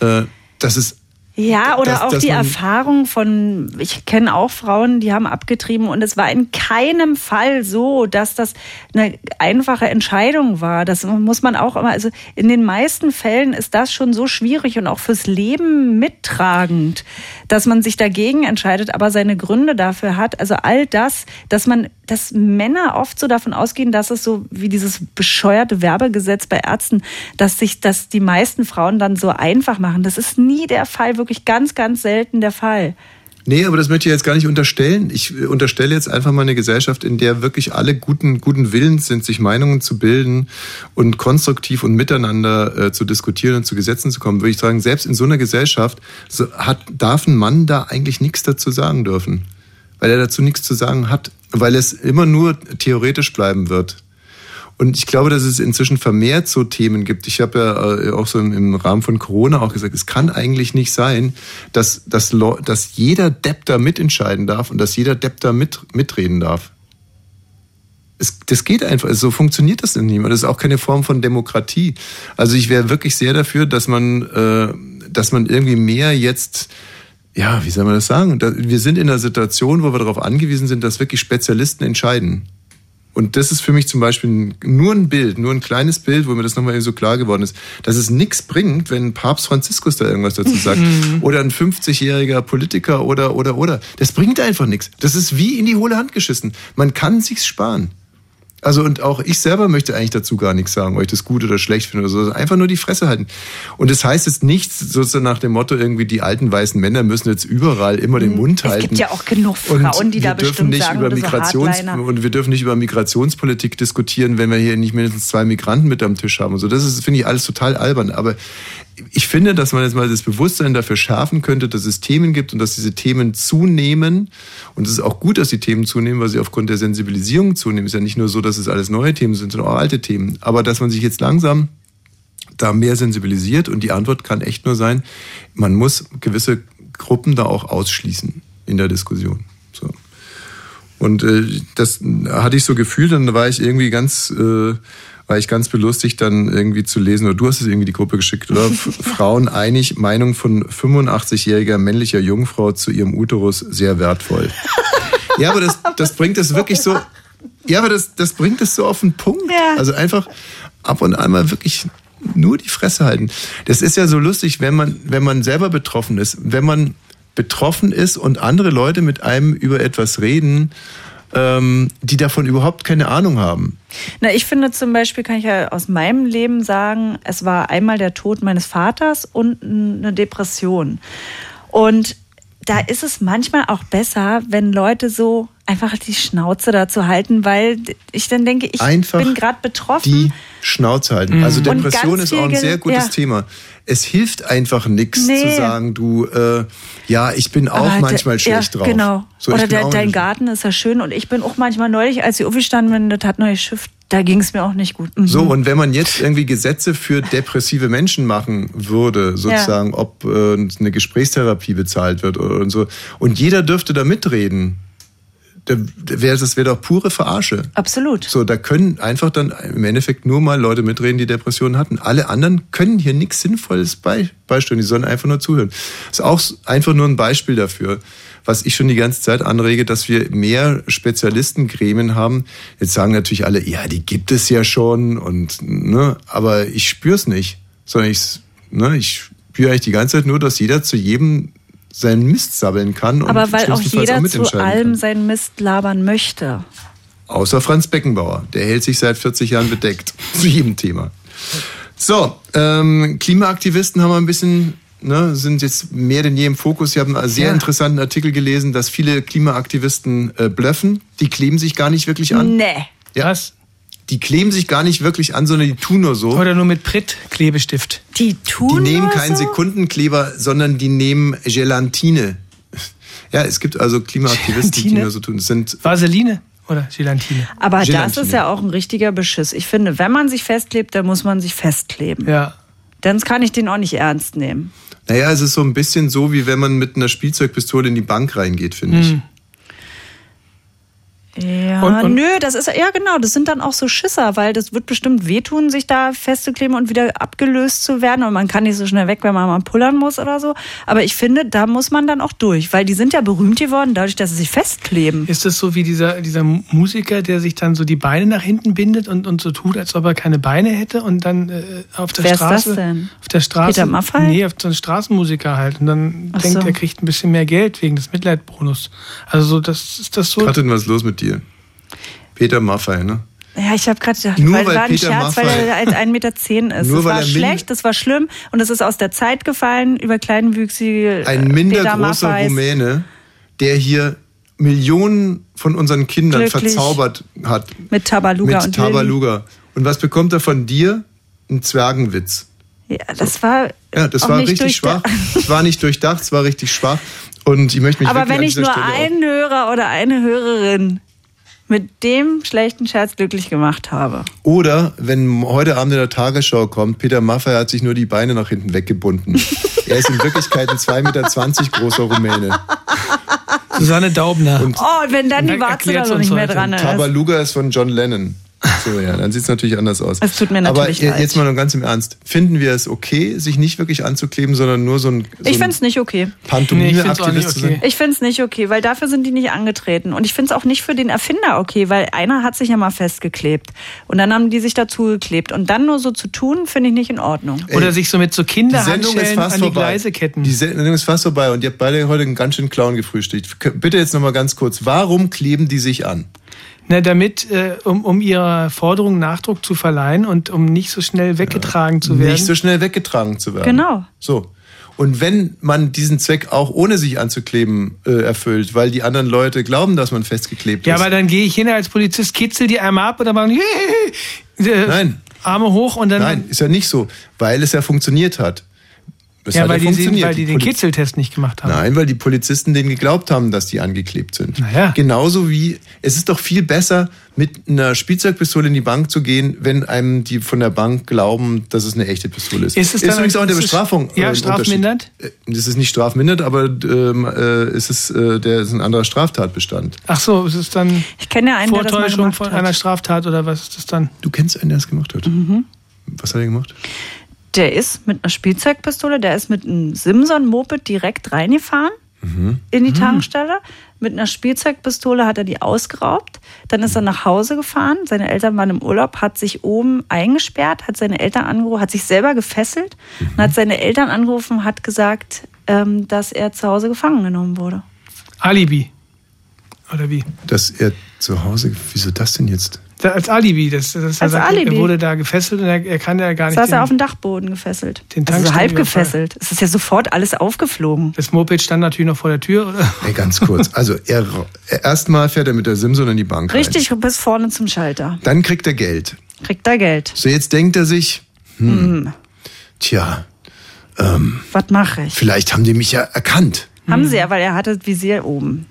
S6: äh, das ist
S7: Ja, oder
S6: Dass-
S7: auch
S6: dass
S7: die
S6: man-
S7: Erfahrung von, ich kenne auch Frauen, die haben abgetrieben und es war in keinem Fall so, dass das eine einfache Entscheidung war. Das muss man auch immer, also in den meisten Fällen ist das schon so schwierig und auch fürs Leben mittragend, dass man sich dagegen entscheidet, aber seine Gründe dafür hat. Also all das, dass man, dass Männer oft so davon ausgehen, dass es so wie dieses bescheuerte Werbegesetz bei Ärzten, dass sich das die meisten Frauen dann so einfach machen. Das ist nie der Fall, wirklich ganz, ganz selten der Fall.
S6: Nee, aber das möchte ich jetzt gar nicht unterstellen. Ich äh, unterstelle jetzt einfach mal eine Gesellschaft, in der wirklich alle guten, guten Willens sind, sich Meinungen zu bilden und konstruktiv und miteinander äh, zu diskutieren und zu Gesetzen zu kommen. Würde ich sagen, selbst in so einer Gesellschaft so hat, darf ein Mann da eigentlich nichts dazu sagen dürfen. Weil er dazu nichts zu sagen hat. Weil es immer nur theoretisch bleiben wird. Und ich glaube, dass es inzwischen vermehrt so Themen gibt. Ich habe ja äh, auch so im, im Rahmen von Corona auch gesagt, es kann eigentlich nicht sein, dass, dass, Leu- dass jeder Depp da mitentscheiden darf und dass jeder Depp da mit, mitreden darf. Es, das geht einfach, Also so funktioniert das nicht mehr. Das ist auch keine Form von Demokratie. Also ich wäre wirklich sehr dafür, dass man, äh, dass man irgendwie mehr jetzt ja, wie soll man das sagen? Da- Wir sind in einer Situation, wo wir darauf angewiesen sind, dass wirklich Spezialisten entscheiden. Und das ist für mich zum Beispiel ein- nur ein Bild, nur ein kleines Bild, wo mir das nochmal eben so klar geworden ist, dass es nichts bringt, wenn Papst Franziskus da irgendwas dazu sagt.
S18: Mhm.
S6: oder ein 50-jähriger Politiker oder, oder, oder. Das bringt einfach nichts. Das ist wie in die hohle Hand geschissen. Man kann sich's sparen. Also und auch ich selber möchte eigentlich dazu gar nichts sagen, ob ich das gut oder schlecht finde oder so. Einfach nur die Fresse halten. Und das heißt jetzt nichts sozusagen nach dem Motto irgendwie die alten weißen Männer müssen jetzt überall immer den Mund halten.
S7: Hm, Es gibt ja auch genug Frauen, die da
S6: wir dürfen
S7: bestimmt
S6: nicht
S7: sagen,
S6: über
S7: oder so
S6: Migrations
S7: Hardliner.
S6: und wir dürfen nicht über Migrationspolitik diskutieren, wenn wir hier nicht mindestens zwei Migranten mit am Tisch haben. Und so, das ist finde ich alles total albern. Aber ich finde, dass man jetzt mal das Bewusstsein dafür schärfen könnte, dass es Themen gibt und dass diese Themen zunehmen. Und es ist auch gut, dass die Themen zunehmen, weil sie aufgrund der Sensibilisierung zunehmen. Es ist ja nicht nur so, dass es alles neue Themen sind, sondern auch alte Themen. Aber dass man sich jetzt langsam da mehr sensibilisiert und die Antwort kann echt nur sein, man muss gewisse Gruppen da auch ausschließen in der Diskussion. So. Und äh, das hatte ich so gefühlt, dann war ich irgendwie ganz, äh, war ich ganz belustigt, dann irgendwie zu lesen, oder du hast es irgendwie die Gruppe geschickt, oder? F- Frauen einig, Meinung von 85-jähriger männlicher Jungfrau zu ihrem Uterus sehr wertvoll. ja, aber das, das bringt es wirklich so, ja, aber das, das bringt es so auf den Punkt. Also einfach ab und an mal wirklich nur die Fresse halten. Das ist ja so lustig, wenn man, wenn man selber betroffen ist. Wenn man betroffen ist und andere Leute mit einem über etwas reden, ähm, die davon überhaupt keine Ahnung haben.
S7: Na, ich finde zum Beispiel, kann ich ja aus meinem Leben sagen, es war einmal der Tod meines Vaters und eine Depression. Und da ist es manchmal auch besser, wenn Leute so einfach die Schnauze dazu halten, weil ich dann denke, ich
S6: Einfach
S7: bin gerade betroffen.
S6: Die Schnauze halten.
S7: Mhm.
S6: Also
S7: Und ganz
S6: Depression ist auch ein
S7: viel
S6: sehr
S7: Gel-
S6: gutes
S7: ja.
S6: Thema. Es hilft einfach nichts zu
S7: Nee.
S6: sagen, du, äh, ja, ich bin auch
S7: Aber halt der-
S6: manchmal
S7: ja,
S6: schlecht drauf.
S7: Genau.
S6: So, ich
S7: Oder
S6: bin
S7: der,
S6: auch
S7: dein
S6: nicht-
S7: Garten ist ja schön und ich bin auch manchmal neulich, als ich aufgestanden bin, das hat neues Schiff, da ging es mir auch nicht gut. Mhm.
S6: So, und wenn man jetzt irgendwie Gesetze für depressive Menschen machen würde, sozusagen, ob äh, eine Gesprächstherapie bezahlt wird oder und so, und jeder dürfte da mitreden, da wär, das wäre doch pure Verarsche.
S7: Absolut.
S6: So, da können einfach dann im Endeffekt nur mal Leute mitreden, die Depressionen hatten. Alle anderen können hier nichts Sinnvolles bei, beisteuern, die sollen einfach nur zuhören. Ist auch s- einfach nur ein Beispiel dafür, was ich schon die ganze Zeit anrege, dass wir mehr Spezialistengremien haben. Jetzt sagen natürlich alle, ja, die gibt es ja schon und ne, aber ich spür's nicht, sondern ich, ne, ich spüre eigentlich die ganze Zeit nur, dass jeder zu jedem seinen Mist sabbeln kann und
S7: Aber weil auch
S6: schlimmstenfalls
S7: jeder zu
S6: mitentscheiden kann.
S7: allem seinen Mist labern möchte.
S6: Außer Franz Beckenbauer. Der hält sich seit 40 Jahren bedeckt. [laughs] Zu jedem Thema. So, ähm, Klimaaktivisten haben wir ein bisschen, ne, sind jetzt mehr denn je im Fokus. Ich habe einen sehr
S7: Ja.
S6: interessanten Artikel gelesen, dass
S7: Hm.
S6: viele Klimaaktivisten äh, blöffen. Die kleben sich gar nicht wirklich an.
S7: Nee.
S6: Ja. Was? die kleben sich gar nicht wirklich an, sondern die tun nur so.
S8: Oder nur mit Pritt-Klebestift.
S7: Die
S6: Die
S7: tun
S6: nehmen
S7: nur
S6: keinen
S7: so?
S6: Sekundenkleber, sondern die nehmen Gelatine. Ja, es gibt also Klimaaktivisten, die
S8: Gelatine?
S6: nur so tun. Es sind
S8: Vaseline oder Gelatine.
S7: Aber das
S6: Gelatine.
S7: ist ja auch ein richtiger Beschiss. Ich finde, wenn man sich festklebt, dann muss man sich festkleben.
S8: Ja.
S7: Dann kann ich den auch nicht ernst nehmen.
S6: Naja, es ist so ein bisschen so, wie wenn man mit einer Spielzeugpistole in die Bank reingeht, finde
S7: Hm.
S6: ich.
S7: Ja,
S6: Und- und-
S7: nö, das ist ja genau, das sind dann auch so Schisser, weil das wird bestimmt wehtun, sich da festzukleben und wieder abgelöst zu werden und man kann nicht so schnell weg, wenn man mal pullern muss oder so. Aber ich finde, da muss man dann auch durch, weil die sind ja berühmt geworden dadurch, dass sie sich festkleben.
S8: Ist das so wie dieser, dieser Musiker, der sich dann so die Beine nach hinten bindet und, und so tut, als ob er keine Beine hätte und dann äh, auf der
S7: Wer ist das
S8: Straße.
S7: denn?
S8: Auf der Straße.
S7: Peter Maffay?
S8: Nee, auf so einen Straßenmusiker halt. Und dann
S7: Ach
S8: denkt,
S7: so.
S8: er kriegt ein bisschen mehr Geld wegen des Mitleidbonus. Also so, das ist das so.
S6: Katrin, was ist los mit dir? Peter Maffay, ne?
S7: Ja, ich habe gerade gedacht,
S6: Nur
S7: weil,
S6: weil
S7: war ein
S6: Peter
S7: Scherz, weil
S6: Maffay-
S7: er als 1,10
S6: [laughs]
S7: Meter zehn ist.
S6: Nur
S7: das
S6: weil
S7: war
S6: er min-
S7: schlecht, das war schlimm und es ist aus der Zeit gefallen über kleinwüchsige äh,
S6: Ein
S7: Peter
S6: mindergroßer
S7: Maffeis.
S6: Rumäne, der hier Millionen von unseren Kindern
S7: Glücklich.
S6: verzaubert hat.
S7: mit Tabaluga
S6: mit
S7: und Wilden.
S6: Tabaluga. Und was bekommt er von dir? Ein Zwergenwitz.
S7: Ja, das war
S6: Ja, das
S7: auch
S6: war
S7: nicht
S6: richtig schwach.
S7: [laughs] durchdacht.
S6: Es war nicht durchdacht, es war richtig schwach. Und ich möchte mich
S7: Aber
S6: wirklich
S7: wenn
S6: an
S7: ich
S6: dieser
S7: nur
S6: Stelle auch-
S7: einen Hörer oder eine Hörerin mit dem schlechten Scherz glücklich gemacht habe.
S6: Oder wenn heute Abend in der Tagesschau kommt, Peter Maffay hat sich nur die Beine nach hinten
S7: [laughs]
S6: weggebunden. er ist in Wirklichkeit ein 2,20 Meter großer Rumäne.
S8: Susanne Daubner.
S6: Und
S7: Oh, und wenn dann die Warze da
S6: erklärt's
S7: noch
S6: uns
S7: nicht mehr
S6: heute.
S7: dran ist.
S6: Tabaluga ist von John Lennon. So, ja, dann sieht es natürlich anders aus.
S7: Es tut mir natürlich
S6: Aber je-
S7: leid.
S6: jetzt mal nur ganz im Ernst. Finden wir es okay, sich nicht wirklich anzukleben, sondern nur so ein, so
S7: Ich
S6: ein
S7: finde es nicht okay.
S6: Pantomime-Aktivist zu sein?
S7: Ich finde es nicht okay, weil dafür sind die nicht angetreten. Und ich finde es auch nicht für den Erfinder okay, weil einer hat sich ja mal festgeklebt. Und dann haben die sich dazugeklebt. Und dann nur so zu tun, finde ich nicht in Ordnung.
S8: Oder sich so mit so Kinderhandschellen an die Gleise ketten.
S6: Die Sendung ist fast vorbei und ihr habt beide heute einen ganz schönen Clown gefrühstückt. K- Bitte jetzt nochmal ganz kurz. Warum kleben die sich an?
S8: Na, damit, äh, um, um ihrer Forderung Nachdruck zu verleihen und um nicht so schnell weggetragen zu werden.
S6: Nicht so schnell weggetragen zu werden.
S8: Genau.
S6: So. Und wenn man diesen Zweck auch ohne sich anzukleben äh, erfüllt, weil die anderen Leute glauben, dass man festgeklebt
S8: Ja,
S6: ist.
S8: aber dann gehe ich hin als Polizist, kitzel die einmal ab und dann machen die, [laughs] äh,
S6: Nein.
S8: Arme hoch und dann.
S6: Nein, ist ja nicht so, weil es ja funktioniert hat. Es
S8: ja,
S6: hat
S8: weil, die, sehen,
S6: funktioniert.
S8: weil die, den
S6: Poliz-
S8: Kitzeltest nicht gemacht haben.
S6: Nein, weil die Polizisten denen geglaubt haben, dass die angeklebt sind.
S8: Naja.
S6: Genauso wie es ist doch viel besser, mit einer Spielzeugpistole in die Bank zu gehen, wenn einem die von der Bank glauben, dass es eine echte Pistole ist.
S8: Ist es dann-
S6: übrigens auch in der
S8: ist es-
S6: Bestrafung.
S8: ja,
S6: ein
S8: strafmindert?
S6: Unterschied. Äh, Das ist nicht strafmindert, aber ähm, äh, es ist, äh, der ist ein anderer Straftatbestand.
S8: Ach so, es ist dann
S7: Ich kenne ja einen, der das mal
S8: Vortäuschung
S7: gemacht
S8: von
S7: hat.
S8: einer Straftat oder was ist das dann?
S6: Du kennst einen, der es gemacht hat. Mhm. Was hat er gemacht?
S7: Der ist mit einer Spielzeugpistole, der ist mit einem Simson-Moped direkt reingefahren in die Tankstelle. Mit einer Spielzeugpistole hat er die ausgeraubt. Dann ist er nach Hause gefahren. Seine Eltern waren im Urlaub, hat sich oben eingesperrt, hat seine Eltern angerufen, hat sich selber gefesselt und hat seine Eltern angerufen, hat gesagt, ähm, dass er zu Hause gefangen genommen wurde.
S8: Alibi. Oder wie?
S6: Dass er zu Hause. Wieso das denn jetzt?
S8: Da, als Alibi. Das, das er
S7: Als
S8: sagt,
S7: Alibi.
S8: Er wurde da gefesselt und er, er kann ja gar nicht.
S7: Saß
S8: den-
S7: er auf dem Dachboden gefesselt.
S8: den
S7: also so halb
S8: Tankstellenüberfall.
S7: gefesselt. Es ist ja sofort alles aufgeflogen.
S8: Das Moped stand natürlich noch vor der Tür, oder?
S6: Ey, ganz
S7: [laughs]
S6: kurz. Also er erstmal fährt er mit der Simson in die Bank.
S7: Richtig bis vorne zum Schalter.
S6: Rein. Dann kriegt er Geld.
S7: Kriegt er Geld.
S6: So, jetzt denkt er sich, hm,
S7: Hm.
S6: tja, ähm,
S7: Was mache ich?
S6: vielleicht haben die mich ja erkannt.
S7: Haben
S8: Hm.
S7: sie ja, weil er hatte Visier oben.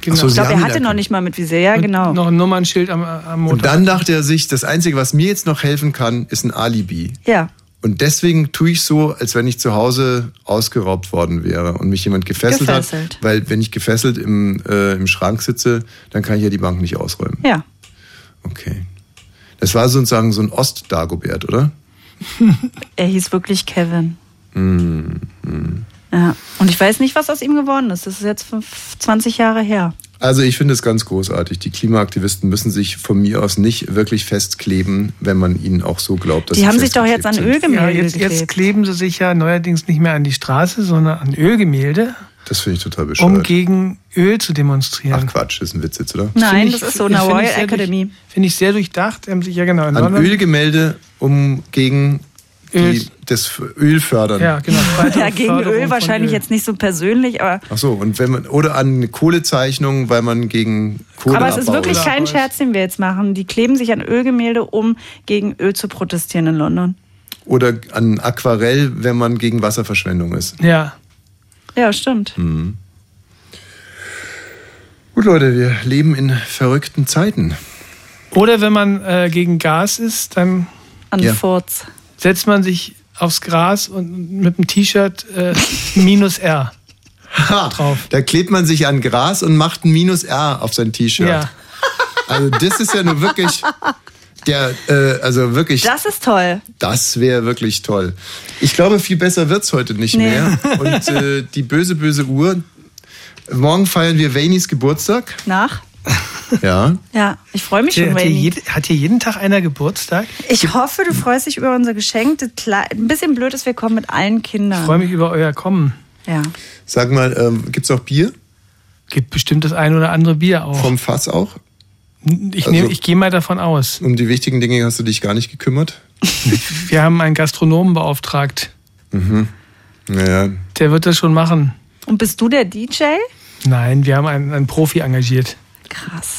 S6: Genau. Ach so,
S7: ich
S6: sie
S7: glaube,
S6: haben
S7: er
S6: ihn
S7: hatte
S6: erkannt.
S7: noch nicht mal mit Visier. Ja, genau.
S8: Noch ein Nummernschild am, am Motor.
S6: Und dann dachte er sich, das Einzige, was mir jetzt noch helfen kann, ist ein Alibi.
S7: Ja.
S6: Und deswegen tue ich so, als wenn ich zu Hause ausgeraubt worden wäre und mich jemand gefesselt,
S7: Gefesselt.
S6: hat. Weil wenn ich gefesselt im, äh, im Schrank sitze, dann kann ich ja die Bank nicht ausräumen.
S7: Ja.
S6: Okay. Das war sozusagen so ein Ost-Dagobert, oder?
S7: Er hieß wirklich Kevin.
S6: Hm, hm.
S7: Ja. Und ich weiß nicht, was aus ihm geworden ist. Das ist jetzt fünf- 20 Jahre her.
S6: Also ich finde es ganz großartig. Die Klimaaktivisten müssen sich von mir aus nicht wirklich festkleben, wenn man ihnen auch so glaubt, dass
S7: Die
S6: sie
S7: haben sich doch
S6: festgeklebt
S7: jetzt an
S6: sind.
S7: Öl
S8: ja,
S7: Ölgemälde
S8: jetzt, jetzt
S7: geklebt.
S8: kleben sie sich ja neuerdings nicht mehr an die Straße, sondern an Ölgemälde,
S6: Das finde ich total bescheuert.
S8: um gegen Öl zu demonstrieren.
S6: Ach Quatsch, das ist ein Witz jetzt, oder?
S7: Nein,
S8: Finde ich-
S7: das ist so eine
S8: finde ich
S7: Royal
S8: sehr durch-
S7: Academy.
S8: Finde ich sehr durchdacht. Ähm, ja, genau. In
S6: An
S8: London.
S6: Ölgemälde, um gegen
S8: Öl-
S6: die, das Öl fördern.
S8: Ja,
S7: [laughs]
S8: genau.
S7: [laughs] Ja, gegen Öl wahrscheinlich jetzt nicht so persönlich, aber,
S6: Ach so, und wenn man, oder an Kohlezeichnungen, weil man gegen Kohle
S7: aber es ist wirklich kein Scherz, den wir jetzt machen. Die kleben sich an Ölgemälde, um gegen Öl zu protestieren in London.
S6: Oder an Aquarell, wenn man gegen Wasserverschwendung ist.
S8: Ja.
S7: Ja, stimmt.
S8: Hm.
S6: Mhm. Gut, Leute, wir leben in verrückten Zeiten.
S8: Oder wenn man äh, gegen Gas ist, dann
S7: An Ja. Furz.
S8: setzt man sich aufs Gras und mit dem T-Shirt äh, minus R.
S6: [laughs] Ha, Da klebt man sich an Gras und macht ein Minus R auf sein T-Shirt.
S8: Ja.
S6: Also das ist ja nur wirklich der, äh, also wirklich. Das
S7: ist toll.
S6: Das wäre wirklich toll. Ich glaube, viel besser wird's heute nicht
S7: Nee.
S6: mehr. Und äh, die böse, böse Uhr. Morgen feiern wir Vaneys Geburtstag.
S7: Nach?
S6: Ja.
S7: Ja, ich freue mich schon,
S8: hat, hier
S7: Wayne.
S8: jede, hat hier jeden Tag einer Geburtstag?
S7: Ich hoffe, du freust dich über unser Geschenk. Das Kle- Ein bisschen blöd ist, wir kommen mit allen Kindern.
S8: Ich freue mich über euer Kommen.
S7: Ja.
S6: Sag mal, ähm, gibt's auch Bier?
S8: Gibt bestimmt das ein oder andere Bier auch.
S6: Vom also Fass auch?
S8: Ich, nehm- ich gehe mal davon aus.
S6: Um die wichtigen Dinge hast du dich gar nicht gekümmert?
S8: Wir haben einen Gastronomen beauftragt.
S6: Mhm. Naja.
S8: Der wird das schon machen.
S7: Und bist du der DJ?
S8: Nein, wir haben einen, einen Profi engagiert.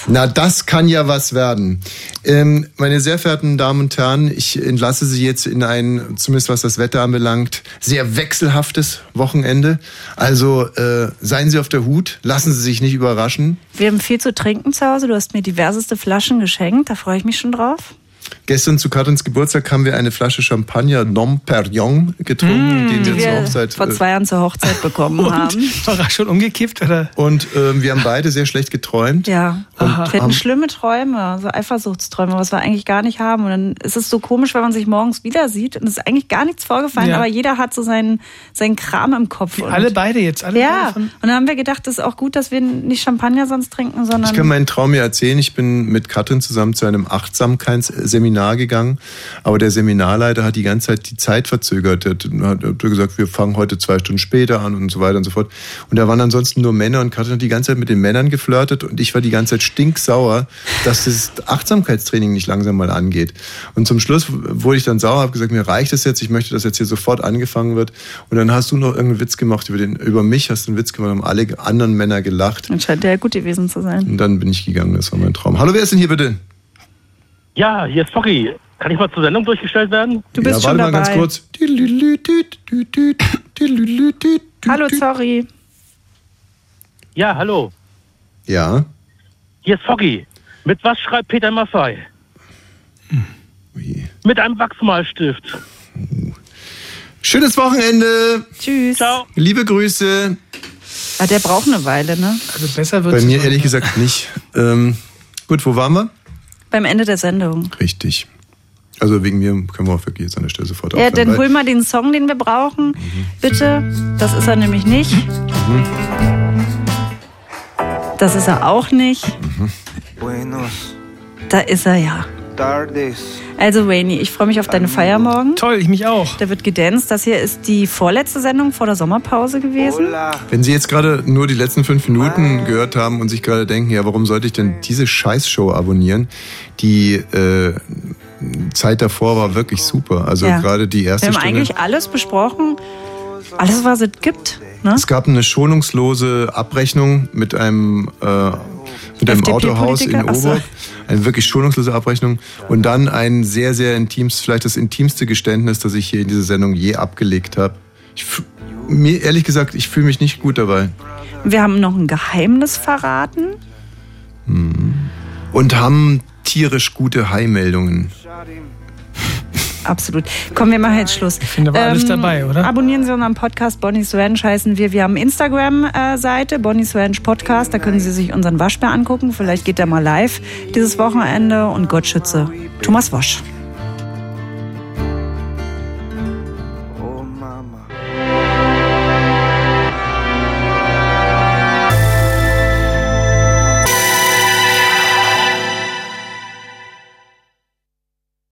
S6: Na, das kann ja was werden. Ähm, meine sehr verehrten Damen und Herren, ich entlasse Sie jetzt in ein, zumindest was das Wetter anbelangt, sehr wechselhaftes Wochenende. Also äh, seien Sie auf der Hut, lassen Sie sich nicht überraschen.
S7: Wir haben viel zu trinken zu Hause. Du hast mir diverseste Flaschen geschenkt. Da freue ich mich schon drauf.
S6: Gestern zu Katrins Geburtstag haben wir eine Flasche Champagner Nom Perignon getrunken, den wir
S7: Mm, die
S6: zur
S7: wir
S6: Hochzeit
S7: vor
S6: äh,
S7: zwei Jahren
S6: [laughs]
S7: zur Hochzeit bekommen haben.
S8: [laughs] War er schon umgekippt oder?
S6: Und ähm, wir haben beide sehr schlecht geträumt.
S7: Ja,
S6: Aha.
S7: wir hatten
S6: Am-
S7: schlimme Träume, so Eifersuchtsträume, was wir eigentlich gar nicht haben. Und dann ist es so komisch, wenn man sich morgens wieder sieht und es ist eigentlich gar nichts vorgefallen,
S8: Ja.
S7: aber jeder hat so seinen, seinen Kram im Kopf. Und
S8: Alle beide jetzt, alle
S7: ja,
S8: beide von-
S7: und dann haben wir gedacht, es ist auch gut, dass wir nicht Champagner sonst trinken, sondern.
S6: Ich kann meinen Traum ja erzählen. Ich bin mit Katrin zusammen zu einem Achtsamkeitsseminar gegangen, aber der Seminarleiter hat die ganze Zeit die Zeit verzögert. Er hat, hat hat gesagt, wir fangen heute zwei Stunden später an und so weiter und so fort. Und da waren ansonsten nur Männer und Katrin hat die ganze Zeit mit den Männern geflirtet und ich war die ganze Zeit stinksauer, dass das Achtsamkeitstraining nicht langsam mal angeht. Und zum Schluss wurde ich dann sauer, habe gesagt, mir reicht das jetzt, ich möchte, dass jetzt hier sofort angefangen wird. Und dann hast du noch irgendeinen Witz gemacht über den, über mich hast du einen Witz gemacht, haben alle anderen Männer gelacht.
S7: dann scheint der ja gut gewesen zu sein.
S6: Und dann bin ich gegangen, das war mein Traum. Hallo, wer ist denn hier bitte?
S18: Ja, hier ist Foggy. Kann ich mal zur Sendung durchgestellt werden?
S7: Du bist
S6: ja,
S7: schon
S6: warte mal
S7: dabei.
S6: ganz kurz.
S7: Hallo, sorry.
S18: Ja, hallo.
S6: Ja,
S18: Hier ist Foggy. Mit was schreibt Peter Maffei? Mit einem Wachsmalstift.
S6: schönes Wochenende.
S7: Tschüss. Ciao.
S6: Liebe Grüße.
S7: Ja, der braucht eine Weile, ne?
S8: Also besser
S6: Bei mir ehrlich gesagt nicht. Ähm, gut, wo waren wir?
S7: Beim Ende der Sendung.
S6: Richtig. Also wegen mir können wir auch wirklich jetzt an der Stelle sofort
S7: Ja,
S6: aufhören.
S7: dann
S6: weil-
S7: hol mal den Song, den wir brauchen. Bitte. Das ist er nämlich nicht. Das ist er auch nicht.
S19: Buenos
S7: Da ist er ja.
S19: tardes.
S7: Also, Wayne, ich freue mich auf deine Feier morgen.
S8: Toll, ich mich auch.
S7: Da wird gedanced. Das hier ist die vorletzte Sendung vor der Sommerpause gewesen.
S6: Wenn Sie jetzt gerade nur die letzten fünf
S7: Ah.
S6: Minuten gehört haben und sich gerade denken, ja, warum sollte ich denn diese Scheißshow abonnieren? Die äh, Zeit davor war wirklich super. Also
S7: Ja.
S6: gerade die erste
S7: Wir haben
S6: Stunde.
S7: eigentlich alles besprochen. Alles, was es gibt. Ne?
S6: Es gab eine schonungslose Abrechnung mit einem, äh, mit einem Autohaus in
S7: FDP-Politiker? Ach so.
S6: Oberg. Eine wirklich schonungslose Abrechnung. Und dann ein sehr, sehr intimes, vielleicht das intimste Geständnis, das ich hier in dieser Sendung je abgelegt habe. Ich f- Mir ehrlich gesagt, ich fühle mich nicht gut dabei.
S7: Wir haben noch ein Geheimnis verraten.
S6: Und haben tierisch gute Heilmeldungen.
S7: Absolut. Komm, wir machen jetzt Schluss. Ich
S6: finde, da war alles dabei, oder?
S7: Abonnieren Sie unseren Podcast Bonnie's Ranch heißen wir. Wir haben Instagram-Seite, Bonnie's Ranch Podcast. Da können Sie sich unseren Waschbär angucken. Vielleicht geht er mal live dieses Wochenende. Und Gott schütze Thomas Wasch.